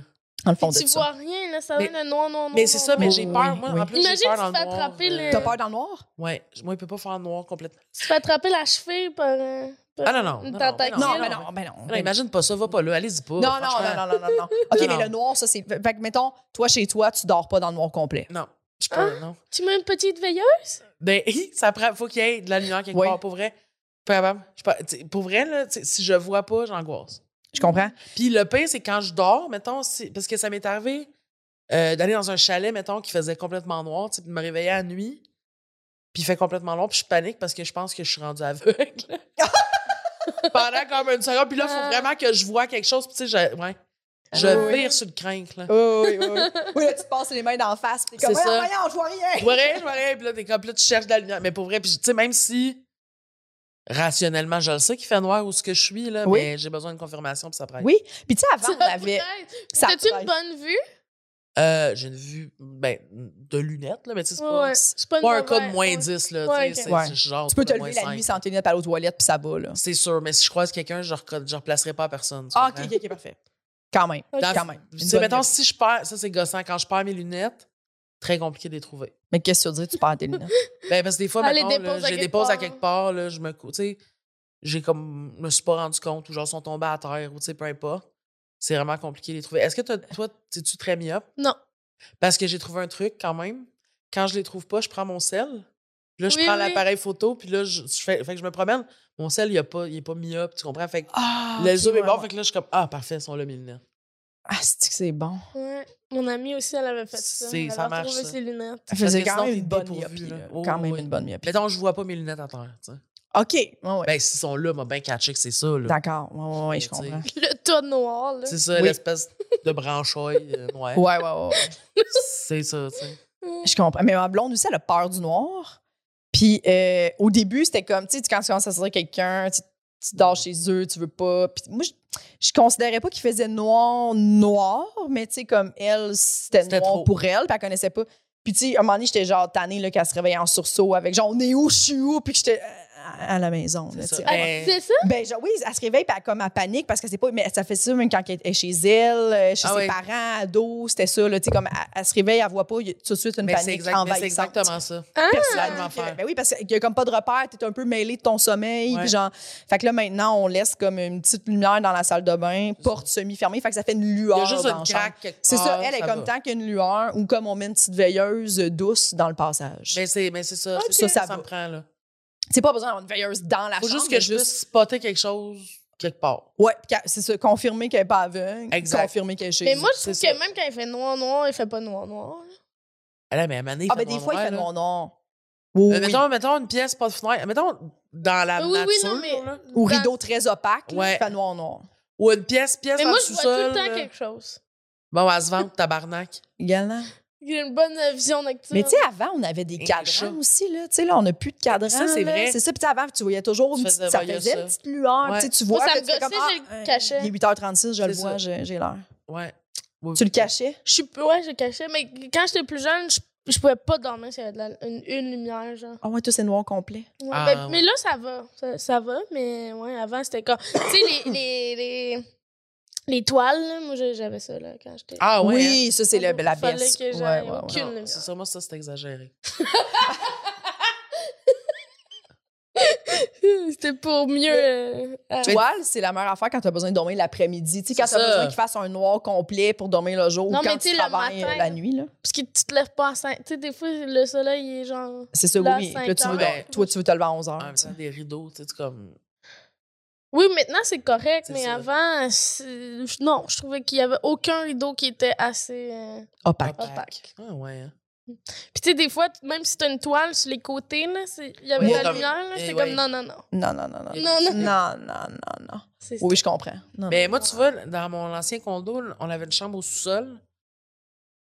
Dans le fond Puis de tu ça. vois rien, là, ça Mais- vient de noir, noir, noir. Mais c'est ça, mais noir. j'ai oui, peur, moi, oui. en plus. j'ai Imagine peur tu dans te fais noir, attraper euh, le- T'as peur dans le noir? Ouais, moi, il peut pas faire noir complètement. Tu te fais attraper la cheville par. euh, par- Ah non, non. Une non, tentacule. Non, Non, mais ben non, mais non. non, imagine pas ça, va pas là, allez-y pas. Non, non, Oh, franchement. non, non, non, non, non. OK, Non, mais non. le noir, ça, c'est. Fait que, mettons, toi, chez toi, tu dors pas dans le noir complet. Non, je peux, non. Tu mets une petite veilleuse? Ben, hi, ça prend, faut qu'il y ait de la lumière quelque Oui. part, pour vrai. Pas capable. Je suis pas- tu sais, pour vrai, là, tu sais, si je vois pas, j'angoisse. Je comprends? Puis le pire, c'est quand je dors, mettons, si- parce que ça m'est arrivé euh, d'aller dans un chalet, mettons, qui faisait complètement noir, tu sais, puis de me réveiller à la nuit, puis il fait complètement noir, puis je panique parce que je pense que je suis rendue aveugle. Pendant comme une seconde, puis là, il Ah. faut vraiment que je vois quelque chose, puis tu sais, je, ouais, je Ah oui. vire sur le crinque, là. Oui, oui, oui. Oui, là, tu te passes les mains d'en face. T'es comme, C'est ça. voyons, voyons, je vois rien. Pour vrai, je vois rien. Puis là, t'es comme, puis là, tu cherches de la lumière. Mais pour vrai, puis tu sais, même si rationnellement, je le sais qu'il fait noir où ce que je suis, là, Oui. mais j'ai besoin de confirmation, puis ça prête. Oui. Puis, tu sais, avant, on avait. Ça T'as-tu presse. une bonne vue? Euh, j'ai une vue, ben, de lunettes, là, mais tu sais, c'est pas, Ouais. c'est C'est pas une pas un mauvaise- hein. cas de moins ouais. 10, là. Ouais, tu sais, ok. c'est- Ouais. c'est genre. Tu peux te de moins hein. lever la 5. nuit sans tes lunettes, aller aux toilettes, puis ça va, là. C'est sûr, mais si je croise quelqu'un, je, recro- je replacerai pas à personne. tu Ah, comprends? OK, OK, OK, parfait. Quand même, Ok. quand même. Tu Une sais, bonne mettons, réponse. si je perds, ça c'est gossant, quand je perds mes lunettes, très compliqué de les trouver. Mais qu'est-ce que tu veux dire, tu perds tes lunettes? Ben, parce que des fois, Elle les mettons, là, dépose à je les quelque dépose à part. quelque part, là, je me cou- tu sais, j'ai comme, je me suis pas rendu compte, ou genre, sont tombés à terre, ou tu sais, peu importe. C'est vraiment compliqué de les trouver. Est-ce que t'as- toi, es-tu très myope? Non. Parce que j'ai trouvé un truc quand même. Quand je les trouve pas, je prends mon sel. Puis Là, je Oui, prends oui. l'appareil photo, puis là, je, je fais, fait que je me promène. Mon sel, il, a pas, il est pas myope, tu comprends? Fait que Ah, le ok, zoom est ouais, bon, ouais. fait que là, je suis comme, ah, parfait, ils sont là, mes lunettes. Ah, c'est que c'est bon. Ouais. Mon amie aussi, elle avait fait ça. C'est- elle ça avait marche, retrouvé ça. ses lunettes. Elle faisait que quand sinon, même t'es une bonne dépourvu, myopie, là. là. Oh, Quand même oui. une bonne myopie. Mettons, je vois pas mes lunettes à terre, tu sais. OK, ouais, ouais. Ben, s'ils sont là, moi, ben catché que c'est ça, là. D'accord, ouais, ouais, ouais, je Mais tu sais, comprends. Le tas noir, là. C'est ça, Oui. l'espèce de branchoille euh, noire. Ouais, ouais, ouais, ouais. C'est ça, tu sais. Je comprends. Mais ma blonde aussi, elle a peur du noir. Puis euh, au début, c'était comme, tu sais, quand tu commences à sortir quelqu'un, tu, tu dors chez eux, tu veux pas. Puis moi, je, je considérais pas qu'il faisait noir, noir, mais tu sais, comme elle, c'était C'était noir trop. pour elle, puis elle connaissait pas. Puis tu sais, à un moment donné, j'étais genre tannée là, qu'elle se réveillait en sursaut avec genre, on est où, je suis où, puis que j'étais euh, à à la maison. là, C'est ça. tu sais. Elle- Elle disait ça? Ben genre, oui, elle se réveille puis elle, comme elle panique parce que c'est pas mais ça fait ça même quand elle est chez elle, euh, chez Ah ses oui. parents, ados, c'était ça là, tu sais comme elle, elle se réveille, elle voit pas, il y a tout de suite une Mais c'est panique exact- mais c'est envahissante. exactement ça. Personnellement, Ah! que- ben oui, parce qu'il y a comme pas de repère, t'es un peu mêlé de ton sommeil, Ouais. puis genre, fait que là maintenant on laisse comme une petite lumière dans la salle de bain, porte semi fermée, fait que ça fait une Il lueur y a juste dans une la chambre. craque quelque C'est ça, part, elle est comme va. tant qu'il y a une lueur ou comme on met une petite veilleuse douce dans le passage. Mais Ben, c'est mais c'est ça. Ok. c'est Ça, Ça, ça, ça me va. prend, là. C'est pas besoin d'avoir une veilleuse dans la Faut chambre. juste que mais je puisse spotter quelque chose quelque part. Ouais, puis qu'elle- c'est ça, confirmer qu'elle est pas aveugle, Exact. confirmer qu'elle est chez Mais eux. moi, je trouve C'est ça. que même quand il fait noir, noir, il fait pas noir, noir. Ah, là, mais à un moment donné, il Ah, fait ben des noir fois, il noir, fait là. noir noir. Oui, Euh, oui. mettons, mettons une pièce, pas de fenêtre. Mettons dans la Ah oui, nature. oui, non, mais. là. Ou dans- rideau très opaque, là, Ouais. il fait noir noir. Ou une pièce, pièce Mais en moi, je vois tout sous-sol. le temps là. quelque chose. Bon, elle se vante, tabarnak. Également. J'ai une bonne euh, vision nocturne. Mais tu sais, avant, on avait des Et cadrans chat. aussi, là. Tu sais, là, on n'a plus de cadrans. Ça, c'est là. vrai. C'est ça. Puis tu sais, avant, tu voyais toujours une Tu faisais petite, ça voyeur, faisait ça. une petite lueur. Ouais. Tu sais, tu Moi, vois. ça puis me tu fais gossait, je le euh, cachais. Il est 8h36, je le C'est vois, ça. j'ai j'ai l'heure. Ouais. Oui, Tu le oui. cachais? Je suis peu, ouais, je cachais, mais quand j'étais plus jeune, je, je pouvais pas dormir s'il y avait de la- une, une lumière, genre. Ah ouais, tout c'est noir complet. Ouais, Ah, ben, ouais. Mais là, ça va. Ça, ça va, mais ouais, avant, c'était comme. tu sais, les, les, les, les toiles, là, moi, j'ai- j'avais ça, là, quand j'étais. Ah, ouais. hein. oui, ça, c'est le- la Fallait baisse. que Ouais, j'aille ouais, ouais. aucune- Non, C'est ça, moi, ça, c'est exagéré. c'était pour mieux. euh, euh, Toile, c'est la meilleure affaire quand tu as besoin de dormir l'après-midi. Tu sais, quand tu C'est as ça. besoin qu'il fasse un noir complet pour dormir le jour Non, ou mais quand tu sais, tu le travailles euh, matin, la là. nuit, là. euh, Parce que tu te lèves pas à 5. Tu sais, des fois, le soleil, il est genre. C'est ça, oui, Là, oui. cinq Puis Là, tu veux heures. dor- toi, tu veux te lever à 11 En heures. même tu sais. temps, des rideaux, tu sais, tu comme. Oui, maintenant, c'est correct, C'est mais ça. avant, c'est- je- non, je trouvais qu'il y avait aucun rideau qui était assez. euh, Opaque. Opaque. Ah, ouais. hein. Puis, tu sais, des fois, t- même si t'as une toile sur les côtés, là, c'est- il y avait Oui, de la comme- lumière, là, eh, c'était ouais. comme non, non, non. Non, non, non, non. Et- Non, non. Non, non, non, non. C'est- Eh Oui, Ah, ben, je comprends. Non, non. Mais moi, tu vois, dans mon ancien condo, on avait une chambre au sous-sol.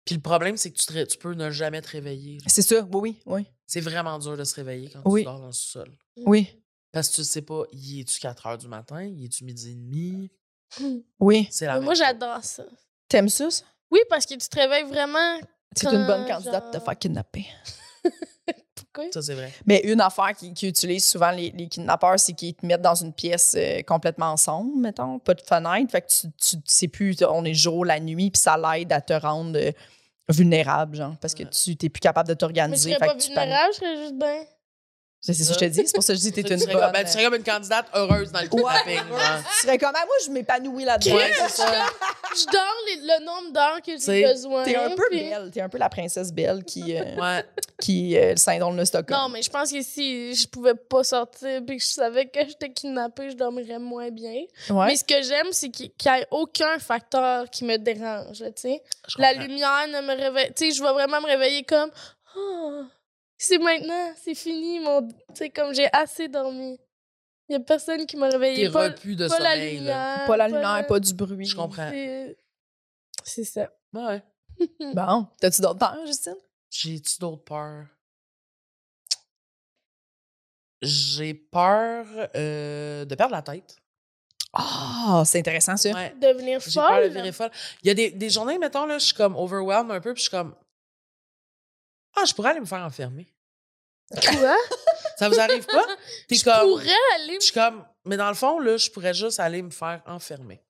Puis le problème, c'est que tu, te ré- tu peux ne jamais te réveiller. là. C'est ça, oui, oui, oui. C'est vraiment dur de se réveiller quand Oui. tu dors dans le sol. Oui, Parce que tu sais pas, y es-tu 4 heures du matin, y es-tu midi et demi? oui. C'est la Moi, même j'adore ça. T'aimes ça, ça? Oui, parce que tu te réveilles vraiment. C'est une bonne Quand, candidate de te genre- faire kidnapper. Pourquoi? chose. Ça, c'est vrai. Mais une affaire qu'ils qui utilisent souvent les, les kidnappeurs, c'est qu'ils te mettent dans une pièce euh, complètement ensemble, mettons, pas de fenêtre. Fait que tu, tu, tu sais plus, on est le jour, la nuit, puis ça l'aide à te rendre euh, vulnérable, genre, parce que Ouais. tu t'es plus capable de Mais je t'organiser. serais Fait pas que tu paniques. vulnérable, je serais juste bien. Mais C'est ça que je te dis, c'est pour ça que je dis que Tu t'es une serais, bonne. comme, ben, tu serais comme une candidate heureuse dans le kidnapping. hein. Tu serais comme, ah, moi, je m'épanouis là-dedans. Ouais, c'est ça. Je dors les- le nombre d'heures que C'est- j'ai besoin. T'es un peu puis- belle, t'es un peu la princesse belle qui, euh, Ouais. qui euh, le syndrome de Stockholm. Non, mais je pense que si je pouvais pas sortir puis que je savais que j'étais kidnappée, je dormirais moins bien. Ouais. Mais ce que j'aime, c'est qu'il qu'il y ait aucun facteur qui me dérange, là, tu sais. Je La comprends. lumière ne me réveille... Tu sais, je vais vraiment me réveiller comme... Oh, c'est maintenant, c'est fini, mon... Tu sais, comme j'ai assez dormi. Il y a personne qui m'a T'es réveillée. Pas, repu de pas la sommeil. là. lumière. pas la le- lumière, pas du bruit. Je comprends. C'est- C'est ça. Ouais. Bon, t'as-tu d'autres temps, Justine? J'ai-tu d'autres peurs? J'ai peur euh, de perdre la tête. Ah, c'est intéressant, ça. Ouais. Devenir J'ai peur de folle. virer folle. Il y a des, des journées, mettons, là, je suis comme overwhelmed un peu, puis je suis comme. Ah, je pourrais aller me faire enfermer. Quoi? Ça vous arrive pas? T'es Je comme. pourrais aller... Je suis comme. Mais dans le fond, là, je pourrais juste aller me faire enfermer.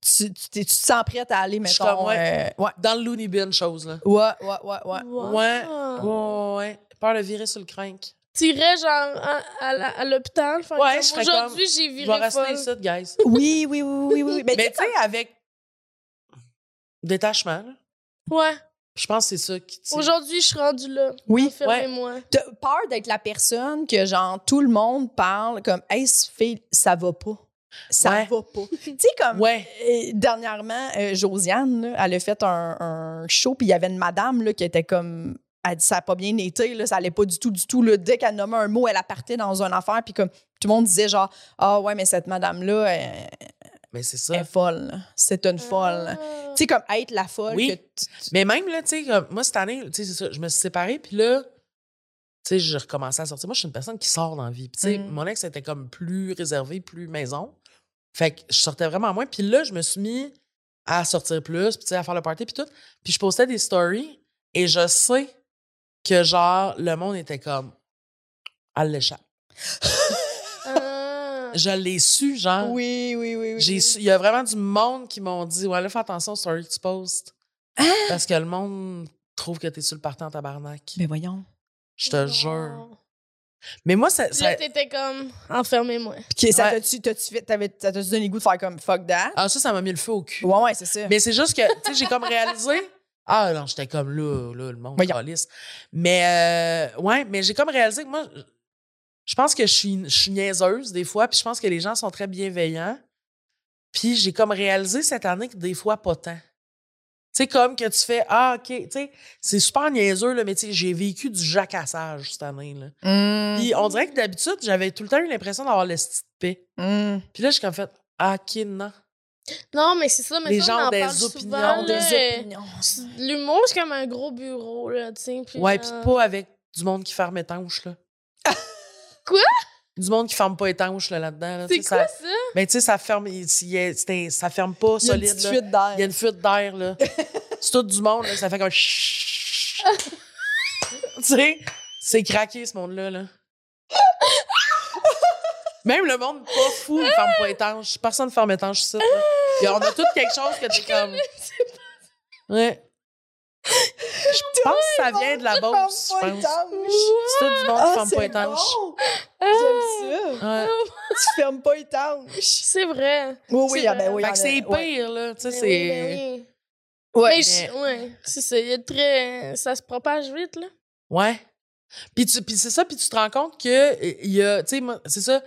Tu, tu, t'es- tu te sens prête à aller, Je suis mettons. comme, ouais. ouais. Dans le loony bin, chose, là. Ouais, ouais, ouais, ouais. Wow. Ah. Ouais. Ouais, ouais. Peur de virer sur le crank. T'irais, genre, à, à la- à l'hôpital. faire Ouais, comme, je serais Aujourd'hui, j'ai Je vais viré rester folle. ici, guys. Oui, oui, oui, oui, oui. oui. Mais, Mais tu sais, avec détachement, là, Ouais. je pense que c'est ça qui. tu sais, Aujourd'hui, je suis rendue là. oui, Fermez-moi. t'as peur d'être la personne que, genre, tout le monde parle comme, hey, ce fille, ça va pas. Ça Ouais. va pas. Tu sais, comme, Ouais. Et dernièrement, euh, Josiane, là, elle a fait un, un show, puis il y avait une madame là, qui était comme. Elle dit, ça n'a pas bien été, là, ça allait pas du tout, du tout. Là. Dès qu'elle nommait un mot, elle appartait dans une affaire, puis comme tout le monde disait, genre, ah ouais, mais cette madame-là, elle, Mais c'est elle ça. est folle. là. C'est une folle. Ah. Tu sais, comme être la folle. Oui. que tu- tu- Mais même là, tu sais, comme, moi cette année, tu sais, c'est ça, je me suis séparée, puis là, tu sais, j'ai recommencé à sortir. Moi, je suis une personne qui sort dans la vie. Puis, tu sais, Mm. mon ex était comme plus réservé, plus maison. Fait que je sortais vraiment moins. Puis là, je me suis mis à sortir plus, puis tu sais, à faire le party, puis tout. Puis je postais des stories, et je sais que, genre, le monde était comme, elle l'échappe. Ah. Je l'ai su, genre. oui, oui, oui. oui, Ah. J'ai oui. su- il y a vraiment du monde qui m'ont dit Ouais, là, fais attention aux stories que tu postes. Parce que le monde trouve que t'es sur le parti en tabarnak. Mais voyons. Je te jure. Mais moi, ça. Puis ça- Là, t'étais comme, enfermez-moi. Puis ça Ouais. t'a-tu t'as-tu fait- t'avais- ça t'a-tu donné le goût de faire comme fuck that? Ah, ça, ça m'a mis le feu au cul. Ouais, ouais, c'est ça. Mais c'est juste que, tu sais, j'ai comme réalisé. Ah non, j'étais comme là, là, le monde Voyons. calisse. Mais, euh, ouais, mais j'ai comme réalisé que moi, je pense que je suis, je suis niaiseuse des fois, puis je pense que les gens sont très bienveillants. Puis j'ai comme réalisé cette année que des fois, pas tant. Tu sais, comme que tu fais, ah, OK, tu sais, c'est super niaiseux, là, mais tu sais, j'ai vécu du jacassage cette année, là. Mm, Puis on dirait que d'habitude, j'avais tout le temps eu l'impression d'avoir le petit paix. mm. Puis là, j'ai comme fait, ah, OK, non. Non, mais c'est ça, mais Les ça, gens on ont en des parle opinions, souvent, des là. opinions. L'humour, c'est comme un gros bureau, là, tu sais. puis Ouais, pis genre- euh pas avec du monde qui ferme étanche, là. Quoi? Du monde qui ferme pas étanche, là, là-dedans. Là, tu C'est sais, quoi ça, ça? Mais tu sais, ça ferme, il- il y a- c'est un- ça ferme pas Il y a une solide, petite là. fuite d'air. Il y a une fuite d'air, là. c'est tout du monde, là, ça fait comme... chut. tu sais, c'est craqué, ce monde-là, là. Même le monde pas fou, il ferme pas étanche. Personne ferme étanche ici, là. Et on a tout quelque chose que t'es comme... Ouais. Je pense que ça vient de la bourse, je pense. C'est tout du monde Ah, qui ferme pas étanche. Ah, J'aime ça. Ouais. Tu fermes pas étanche. C'est vrai. Oui, oui, C'est ah ben vrai. oui. Fait on que a- c'est ouais. pire, là. Tu Ben sais, oui, c'est. ben oui. Ouais. Mais je- ouais, c'est ça. Il y a très... Ça se propage vite, là. Ouais. Puis, tu, puis c'est ça, puis tu te rends compte que, il y a. Tu sais, moi, c'est ça.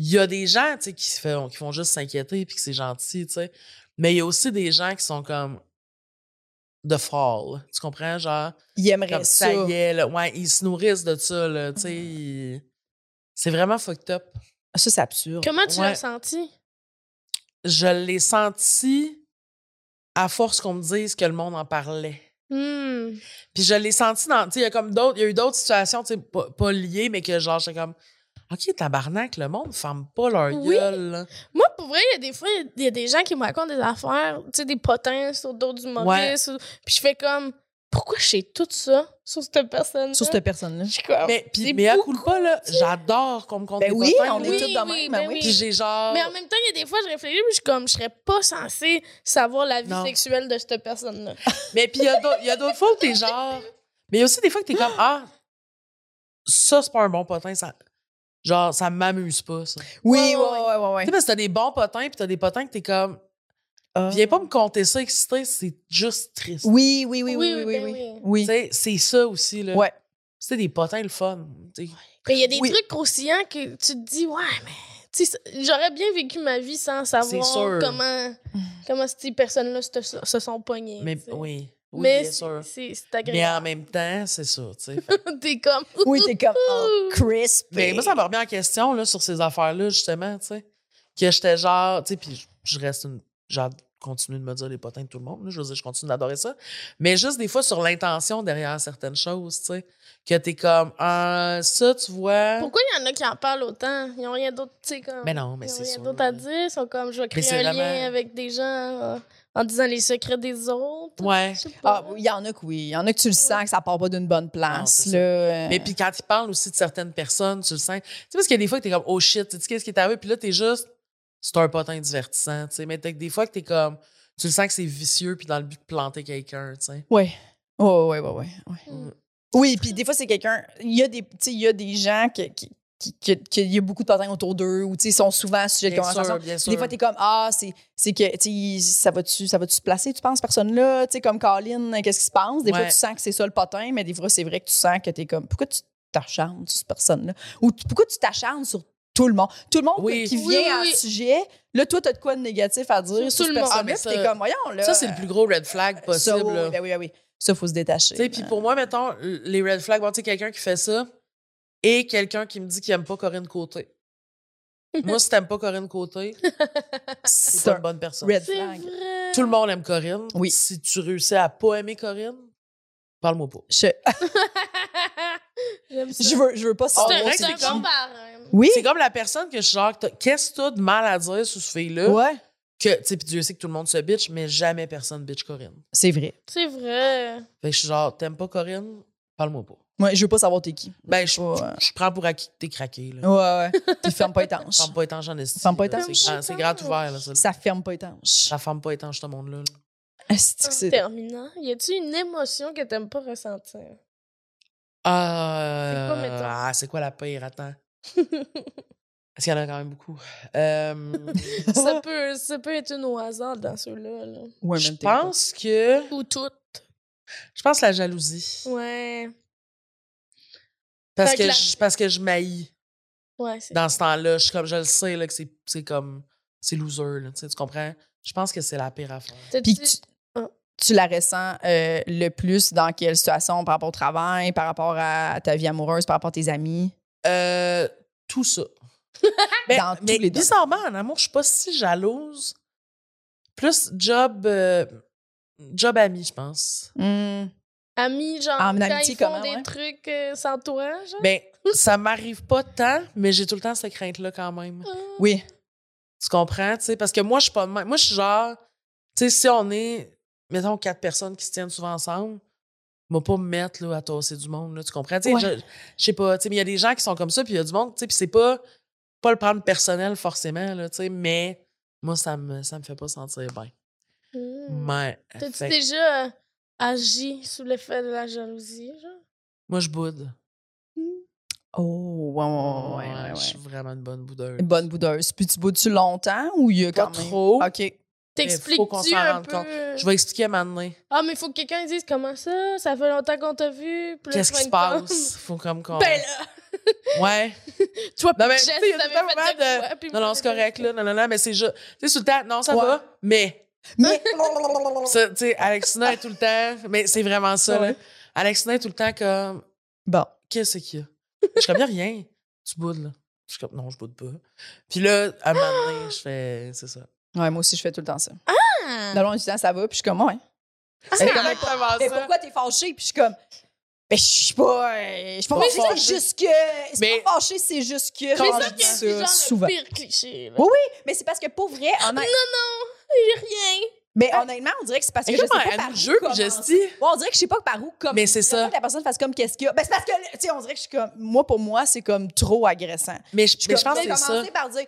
Il y a des gens, tu sais, qui, se font- qui vont juste s'inquiéter, puis que c'est gentil, tu sais. Mais il y a aussi des gens qui sont comme. de fall. Tu comprends? Genre, Il aimerait comme ça. ça y est, là. Ouais, ils se nourrissent de ça, là. Tu sais, ils- c'est vraiment fucked up. Ah, Ça, c'est absurde. Comment tu Ouais. l'as senti? je l'ai senti à force qu'on me dise que le monde en parlait. Hmm. Puis je l'ai senti dans. Tu sais, il y a comme d'autres. Il y a eu d'autres situations, tu sais, pas, pas liées, mais que genre, j'étais comme. OK, tabarnak, le monde ferme pas leur Oui. gueule. là. Moi, pour vrai, il y a des fois, il y a des gens qui me racontent des affaires, tu sais, des potins sur d'autres humoristes. ou- Puis je fais comme, pourquoi j'ai tout ça sur cette personne Sur cette personne-là. Je suis comme, Mais, c'est puis, mais à beaucoup, coup de pas, là, j'adore qu'on me compte Ben des oui, potins, on est là. oui, tous de oui, même. ben ben oui. Puis j'ai genre. Mais en même temps, il y a des fois, je réfléchis, puis je suis comme, je serais pas censée savoir la vie Non. sexuelle de cette personne-là. Mais puis il y a d'autres- il y a d'autres fois où t'es genre. Mais il y a aussi des fois que t'es comme Ah, ça, c'est pas un bon potin. Ça... Genre, ça m'amuse pas, ça. Tu Oui, Ouais, oui, ouais, oui, oui. sais, parce que t'as des bons potins, puis t'as des potins que t'es comme Viens pas me compter ça excité, c'est juste triste. Oui, oui, oui, oui, oui, Oui, oui, oui. oui. ben oui. Tu Oui. sais, c'est ça aussi, là. Ouais. C'est des potins, le fun. tu sais. Mais il y a des Oui. trucs croustillants que tu te dis, ouais, mais. tu sais, J'aurais bien vécu ma vie sans sûr. savoir comment, comment ces personnes-là se, se sont pognées. Mais tu sais. oui, oui, mais bien sûr. c'est- c'est c'est Mais en agréable. même temps, c'est ça, tu sais. Fait- T'es comme. Oui, t'es comme oh, crisp. Mais moi, ça me remet en question, là, sur ces affaires-là, justement, tu sais. Que j'étais genre, tu sais, puis je- je reste une... Genre, continue de me dire les potins de tout le monde, là. Je veux dire, je continue d'adorer ça. Mais juste des fois, sur l'intention derrière certaines choses, tu sais. Que t'es comme, ah, ça, tu Euh. vois... Pourquoi il y en a qui en parlent autant? Ils n'ont rien d'autre, tu sais, comme. Ben Mais non, mais ils n'ont c'est rien sûr. d'autre à dire. Ils sont comme, je vais créer c'est un vraiment- lien avec des gens euh, en disant les secrets des autres. Ouais. Je sais pas. Ah, il y en a que oui. Il y en a que tu le sens que ça part pas d'une bonne place. Non, c'est là. Euh, Mais puis quand ils parlent aussi de certaines personnes, tu le sens. Tu sais, parce qu'il y a des fois que t'es comme, oh shit, tu sais, qu'est-ce qui est arrivé? Puis là, t'es juste, c'est un potin divertissant, tu sais. Mais t'as des fois que t'es comme, tu le sens que c'est vicieux, puis dans le but de planter quelqu'un, tu sais. Ouais. Ouais, ouais, ouais, ouais, ouais. Mm. Oui, puis des fois, c'est quelqu'un. Il y a des, tu sais, il y a des gens qui. qui qui- qui- qui- il y a beaucoup de patins autour d'eux ou tu sais, ils sont souvent sujets de Bien conversation. sûr, bien Puis sûr. Des fois, t'es comme, ah, c'est c'est que, tu sais, ça va-tu ça va se placer, tu penses, personne-là? Tu sais, comme Colin, qu'est-ce qui se passe? Des fois, Ouais. tu sens que c'est ça le potin, mais des fois, c'est vrai que tu sens que t'es comme, pourquoi tu t'acharnes sur cette personne-là? Ou tu- pourquoi tu t'acharnes sur tout le monde? Tout le monde Oui. qui vient Oui, oui, en oui. sujet, là, toi, t'as de quoi de négatif à dire sur, Sur tout cette le monde. Ah, mais personne-là? ça- Puis t'es comme, voyons, là. euh, Ça, c'est le plus gros red flag ça, possible. oui, là. ben oui, ben oui. Ça, faut se détacher. Tu sais, puis pour moi, mettons, les red flags, bon, tu sais, quelqu'un qui fait ça et quelqu'un qui me dit qu'il aime pas Corinne Côté. moi, si t'aimes pas Corinne Côté, t'es c'est pas une un bonne personne. red C'est flag. vrai. Tout le monde aime Corinne. Oui. Si tu réussis à pas aimer Corinne, parle-moi pas. Je, J'aime ça. je veux, je veux pas C'est Ah, un- ouais, C'est c'est un bon qui? barème. Oui? C'est comme la personne que je suis genre, t'as- qu'est-ce que t'as de mal à dire sur ce fille-là? Ouais. Que, tu sais, puis Dieu sait que tout le monde se bitch, mais jamais personne bitch Corinne. C'est vrai. C'est vrai. Fait que je suis genre, t'aimes pas Corinne? Parle-moi pas. Moi, je veux pas savoir t'es qui. euh, Ben, je, Ouais. je- je prends pour acquis que t'es craqué, là. Ouais, ouais. T'es ferme pas étanche. Femme pas étanche en estime. Femme pas là. étanche. C'est grand, c'est grand ouvert, là, ça. Ça ferme pas étanche. La femme pas étanche, ce monde-là. là. Est-ce que En c'est- terminant, y a-tu une émotion que t'aimes pas ressentir? Ah, C'est quoi, mettons? ah, c'est quoi la pire? Attends. Parce qu'il y en a quand même beaucoup. Euh, ça, peut, ça peut être une au hasard dans ceux-là. là. Ouais, je même t'es pas. pense que. Ou toutes. Je pense la jalousie. Ouais. Parce, Fait que que la- je, parce que je maillis. Ouais, c'est dans ce temps-là, je suis comme je le sais là, que c'est, c'est comme c'est loser, là, tu sais, tu comprends? Je pense que ah. c'est la pire affaire. Puis T'as-tu- tu, tu la ressens euh, le plus dans quelle situation par rapport au travail, par rapport à ta vie amoureuse, par rapport à tes amis? Euh, tout ça. Dans tous les domaines. bizarrement, en amour, je suis pas si jalouse. Plus job euh, job ami, je pense. Hum. Amis, genre, En quand amitié, ils font comment, des ouais. trucs euh, sans toi, genre. Ben, ça m'arrive pas tant, mais j'ai tout le temps cette crainte-là quand même. Ah. Oui. Tu comprends? Tu sais, parce que moi, je suis pas de même. Moi, je suis genre, tu sais, si on est, mettons, quatre personnes qui se tiennent souvent ensemble, m'a pas me mettre là, à tosser du monde, là, tu comprends? Tu sais, Ouais. je- je sais pas, tu sais, mais il y a des gens qui sont comme ça, puis il y a du monde, tu sais, puis c'est pas, pas le prendre personnel forcément, là, tu sais, mais moi, ça me, ça me fait pas sentir bien. Ben, Hmm. Mais, T'as-tu Ah, fait que déjà euh, agi sous l'effet de la jalousie, genre? moi, je boude. Oh, ouais, ouais, ouais, ouais, Ouais, ouais, Je suis vraiment une bonne boudeuse. Une bonne boudeuse. Puis tu boudes-tu longtemps ou il y a Pas quand même- trop. OK. faut qu'on T'expliques-tu s'en un rende peu? compte. Je vais expliquer à Mané Ah, mais faut que quelqu'un dise comment ça? Ça fait longtemps qu'on t'a vu. puis là, qu'est-ce tu qui se vas être comme- passe. Faut comme qu'on. Ben là! Ouais. Toi, Non, mais Jess, tu sais, il y t'avais a tout le temps fait de vraiment quoi, puis de... Non, non, c'est correct, là. Non, non, non, mais c'est juste... Tu sais, tout le temps, non, ça Ouais. va, mais... Mais Ça, Tu sais, Alexina est tout le temps... Mais c'est vraiment ça, là. Alexina est tout le temps comme... bon, Qu'est-ce qu'il y a? Je comprends rien. Tu boudes, là. Je suis comme, non, je boude pas. Puis là, à un moment donné, je fais... C'est ça. ouais, moi aussi je fais tout le temps ça. Ah. Dans le long du temps, ça va. Puis je suis comme, ouais. C'est Elle est comme, exactement Ah, mais ça. pourquoi t'es fâchée? Puis je suis comme, ben, je suis pas. euh, Je suis pas Pas fâchée, fâchée. c'est juste que. C'est Mais- pas fâchée, c'est juste que. Mais Quand ça, je dis que c'est genre souvent. le pire cliché. là. Oui, Mais c'est parce que pour vrai, honnêt- J'ai rien. mais honnêtement, on dirait que c'est parce que C'est je sais comme pas un par nous où jeu, puis commencer. je dis. Ouais, on dirait que je sais pas par où commencer. Mais c'est J'aimerais ça. que la personne fasse comme qu'est-ce qu'il y a. Ben, c'est parce que, tu sais, on dirait que je suis comme. Moi, pour moi, c'est comme trop agressant. Mais je, mais comme, je pense que j'ai c'est ça. commencé par dire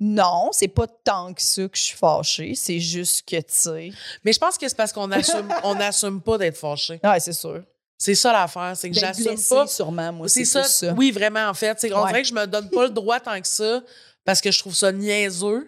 non, c'est pas tant que ça que je suis fâchée, c'est juste que, tu sais. Mais je pense que c'est parce qu'on assume, on n'assume pas d'être fâché. Ouais, c'est sûr. C'est ça l'affaire, c'est que D'être j'assume blessée, pas. sûrement, moi, C'est c'est ça. plus ça. Oui, vraiment, en fait. C'est- On Ouais. dirait que je me donne pas le droit tant que ça parce que je trouve ça niaiseux.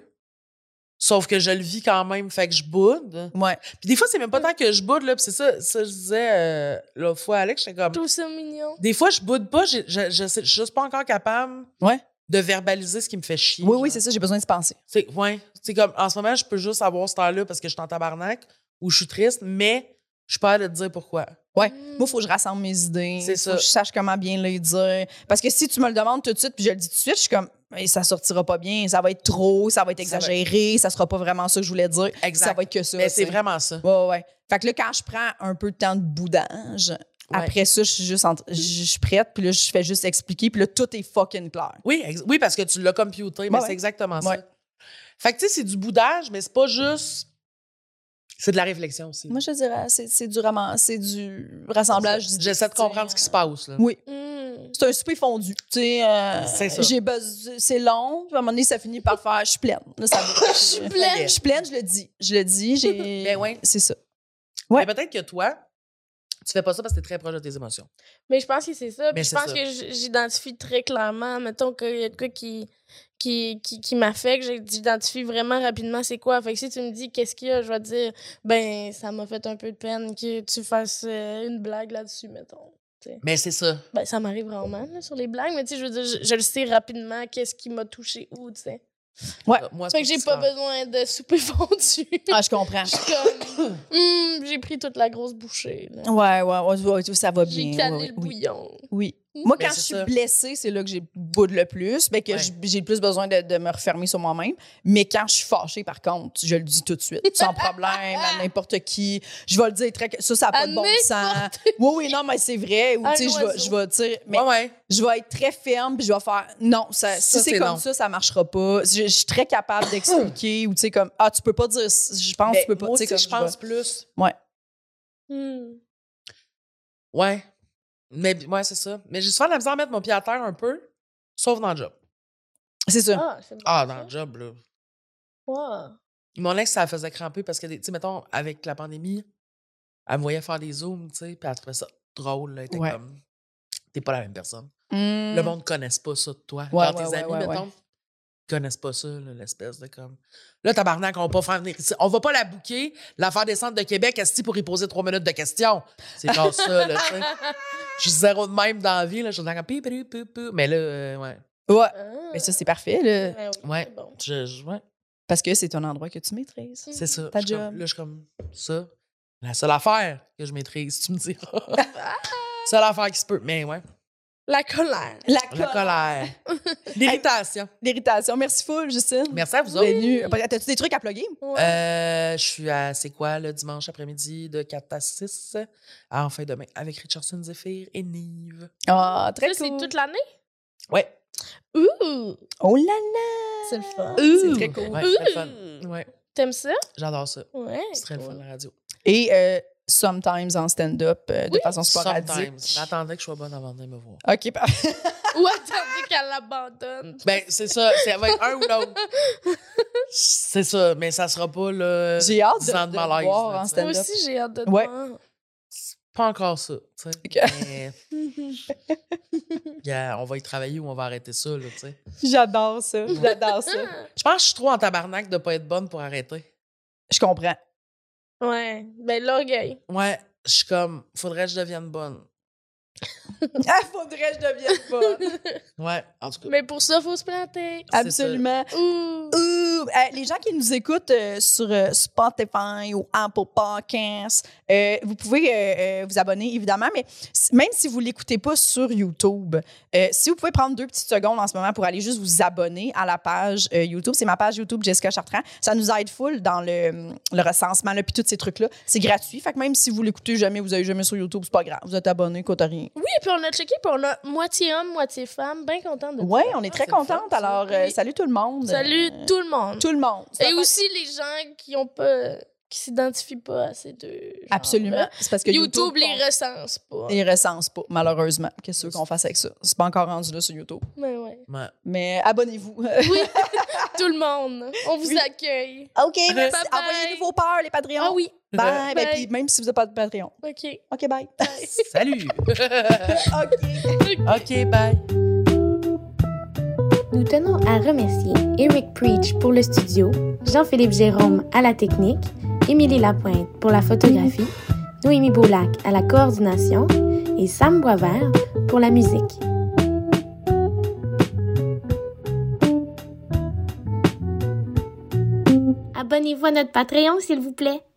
Sauf que je le vis quand même, fait que je boude. Ouais. Puis des fois, c'est même pas tant que je boude, là. Puis c'est ça, ça, je disais euh, l'autre fois à Alex, j'étais comme. Je trouve ça mignon. Des fois, je boude pas, j'ai- je, je, sais- je suis juste pas encore capable Ouais. de verbaliser ce qui me fait chier. Oui, oui, genre. c'est ça, j'ai besoin de penser. C'est ouais, c'est comme en ce moment, je peux juste avoir ce temps-là parce que je suis en tabarnak ou je suis triste, mais je suis pas de te dire pourquoi. Ouais. Mm. Moi, il faut que je rassemble mes idées. C'est Faut ça. que je sache comment bien les dire. Parce que si tu me le demandes tout de suite puis je le dis tout de suite, je suis comme, Eh, ça sortira pas bien, ça va être trop, ça va être Ça va- exagéré, ça sera pas vraiment ça que je voulais dire. Ça va être que ça. Mais tu sais. c'est vraiment ça. Ouais, ouais, ouais. Fait que là, quand je prends un peu de temps de boudage, après ça, je suis juste en- je je suis prête, puis là, je fais juste expliquer, puis là, tout est fucking clair. Oui, ex- oui parce que tu l'as computé, mais Ouais, ouais. c'est exactement Ouais. ça. Fait que tu sais, c'est du boudage, mais c'est pas juste c'est de la réflexion aussi. Moi, je te dirais, c'est c'est du ramen- c'est du rassemblage d'idées. J'essaie de comprendre ce qui se passe là. Oui. Mm. C'est un souper fondu. Tu sais, euh, C'est ça. j'ai besoin- c'est long, puis à un moment donné, ça finit par faire, je suis pleine. Là, ça va. je suis pleine. Je suis pleine, je le dis. Je le dis, j'ai. Ben ouais. C'est ça. Mais Ouais. peut-être que toi, tu fais pas ça parce que t'es très proche de tes émotions. Mais je pense que c'est ça. Mais Puis je c'est pense ça. que j- j'identifie très clairement. Mettons qu'il y a de quoi qui, qui, qui, qui m'affecte. J'identifie vraiment rapidement c'est quoi. Fait que si tu me dis qu'est-ce qu'il y a, je vais te dire ben, ça m'a fait un peu de peine que tu fasses euh, une blague là-dessus, mettons. Mais c'est ça. Ben, ça m'arrive vraiment là, sur les blagues, mais tu sais, je veux dire, je, je le sais rapidement qu'est-ce qui m'a touché où, tu sais. Ouais. Moi, c'est Fait que j'ai pas ça. besoin de souper fondu. Ah, je comprends. Je suis comme, Hum, j'ai pris toute la grosse bouchée. là. Ouais, ouais, ouais, ouais, ça va Ah, bien. J'ai ouais, calé ouais, le oui. bouillon. Mhm. Oui. Moi, Mais quand je Ben, c'est suis ça. blessée, c'est là que j'ai boude le plus, ben que Ouais. j- j'ai le plus besoin de, de me refermer sur moi-même. Mais quand je suis fâchée, par contre, je le dis tout de suite, sans problème, à n'importe qui. Je vais le dire très. Ça, ça n'a pas À de bon sens. Oui, oui, non, mais c'est vrai. Ou, À tu sais, je vais- l'oiseau. je vais dire. Mais Ouais, ouais. je vais être très ferme, puis je vais faire non, ça, Ça, si c'est c'est comme non. ça, ça marchera pas. Je, je suis très capable d'expliquer ou, tu sais, comme, ah, tu peux pas dire, ça. je pense, Mais tu peux pas. moi tu sais, aussi, comme, je pense plus. Hum. Ouais. Mais ouais, c'est ça. Mais j'ai souvent de la misère à mettre mon pied à terre un peu, sauf dans le job. vais- C'est ça. Ah, c'est bon. Ah, dans le job, là. Wow. Mon ex, ça la faisait cramper parce que, tu sais, mettons, avec la pandémie, elle me voyait faire des zooms, tu sais, puis elle trouvait ça drôle, là. Elle était Ouais. comme, t'es pas la même personne. Mm. Ah. Le monde connaisse pas ça de toi. Ouais, Genre, ouais, tes ouais, amis, ouais, mettons, connaissent pas ça, là, l'espèce de comme. Là, tabarnak, on va pas faire venir ici. On va pas la bouquer, la faire descendre de Québec, est pour y poser trois minutes de questions? C'est genre ça, là, tu sais. Je suis zéro de même dans la vie, là. Je suis dans la- pi, pi, pi, pi. Mais là, euh, ouais. Ouais. Ah. Mais ça, c'est parfait, là, Ben oui, Ouais. c'est bon. Je- je- ouais. parce que c'est un endroit que tu maîtrises. C'est ça. Ta Je suis comme- job. là, je suis comme ça. La seule affaire que je maîtrise, tu me diras. seule affaire qui se peut. Mais ouais. La colère. La, La colère. colère. L'irritation. L'irritation. Merci full, Justine. Merci à vous T'es autres. venue. T'as-tu des trucs à plugger? Ouais. Euh, je suis à C'est quoi le dimanche après-midi de 4 à 6 à en fin demain avec Richardson Zephyr et Nive. Ah, très Ça, c'est cool. toute l'année? Ouais. Ouh! Oh là là! C'est le fun. C'est très cool. Ouais, c'est le fun. Ouais. T'aimes ça? J'adore ça. Ouais. C'est très le fun cool. la radio. Et euh, sometimes en stand-up, euh, de façon sporadique. Sometimes. J'attendais que je sois bonne avant de venir me voir. OK, parfait. Ou attendez qu'elle l'abandonne. Ben, c'est ça. Ça va être un ou l'autre. C'est ça. Mais ça sera pas le. J'ai hâte de, Dix ans de de malaise, voir là, en tu sais. Moi stand-up. aussi, j'ai hâte de te Ouais. voir. C'est pas encore ça. tu sais. Ok. Mais, gars, on va y travailler ou on va arrêter ça. Là, tu sais. J'adore ça. J'adore ça. je pense que je suis trop en tabarnak de pas être bonne pour arrêter. Je comprends. Ouais. Ben, l'orgueil. Ouais, je suis comme, faudrait que je devienne bonne. Ah, faudrait que je devienne pas. Ouais, en tout cas. Mais pour ça, faut se planter. ça. Absolument. Ouh. Ouh, euh, les gens qui nous écoutent euh, sur euh, Spotify ou Apple Podcasts, euh, vous pouvez euh, euh, vous abonner évidemment, mais s- même si vous l'écoutez pas sur YouTube, euh, si vous pouvez prendre deux petites secondes en ce moment pour aller juste vous abonner à la page euh, YouTube, c'est ma page YouTube Jessica Chartrand, ça nous aide full dans le, le recensement là, puis tous ces trucs là, c'est gratuit, fait que même si vous l'écoutez jamais, vous avez jamais sur YouTube, c'est pas grave, vous êtes abonné, coûte rien. Oui, puis on a checké, puis on a moitié homme, moitié femme. Bien contente de Ouais, on est très c'est le fun, contente. ça. Alors euh, Oui. salut tout le monde. Salut Euh, tout le monde. tout le monde. Et aussi les gens qui ont pas qui s'identifient pas à ces deux. genres-là. Absolument. C'est parce que hein? YouTube, YouTube, les recense pas. Ils recensent pas, malheureusement. Qu'est-ce que tu veux qu'on fasse avec ça? C'est pas encore rendu là sur YouTube. Mais ouais. Ouais. Mais abonnez-vous. Tout le monde. On vous Oui. accueille. OK, Bye merci. bye. Envoyez-nous vos peurs, les Patreons. Ah oui. Bye. Ben, Bye. puis même si vous n'avez pas de Patreon. OK. OK, bye. Bye. Salut! OK. OK, bye! Nous tenons à remercier Eric Preach pour le studio, Jean-Philippe Jérôme à la technique, Émilie Lapointe pour la photographie, Noémie Boulac à la coordination et Sam Boisvert pour la musique. Abonnez-vous à notre Patreon, s'il vous plaît.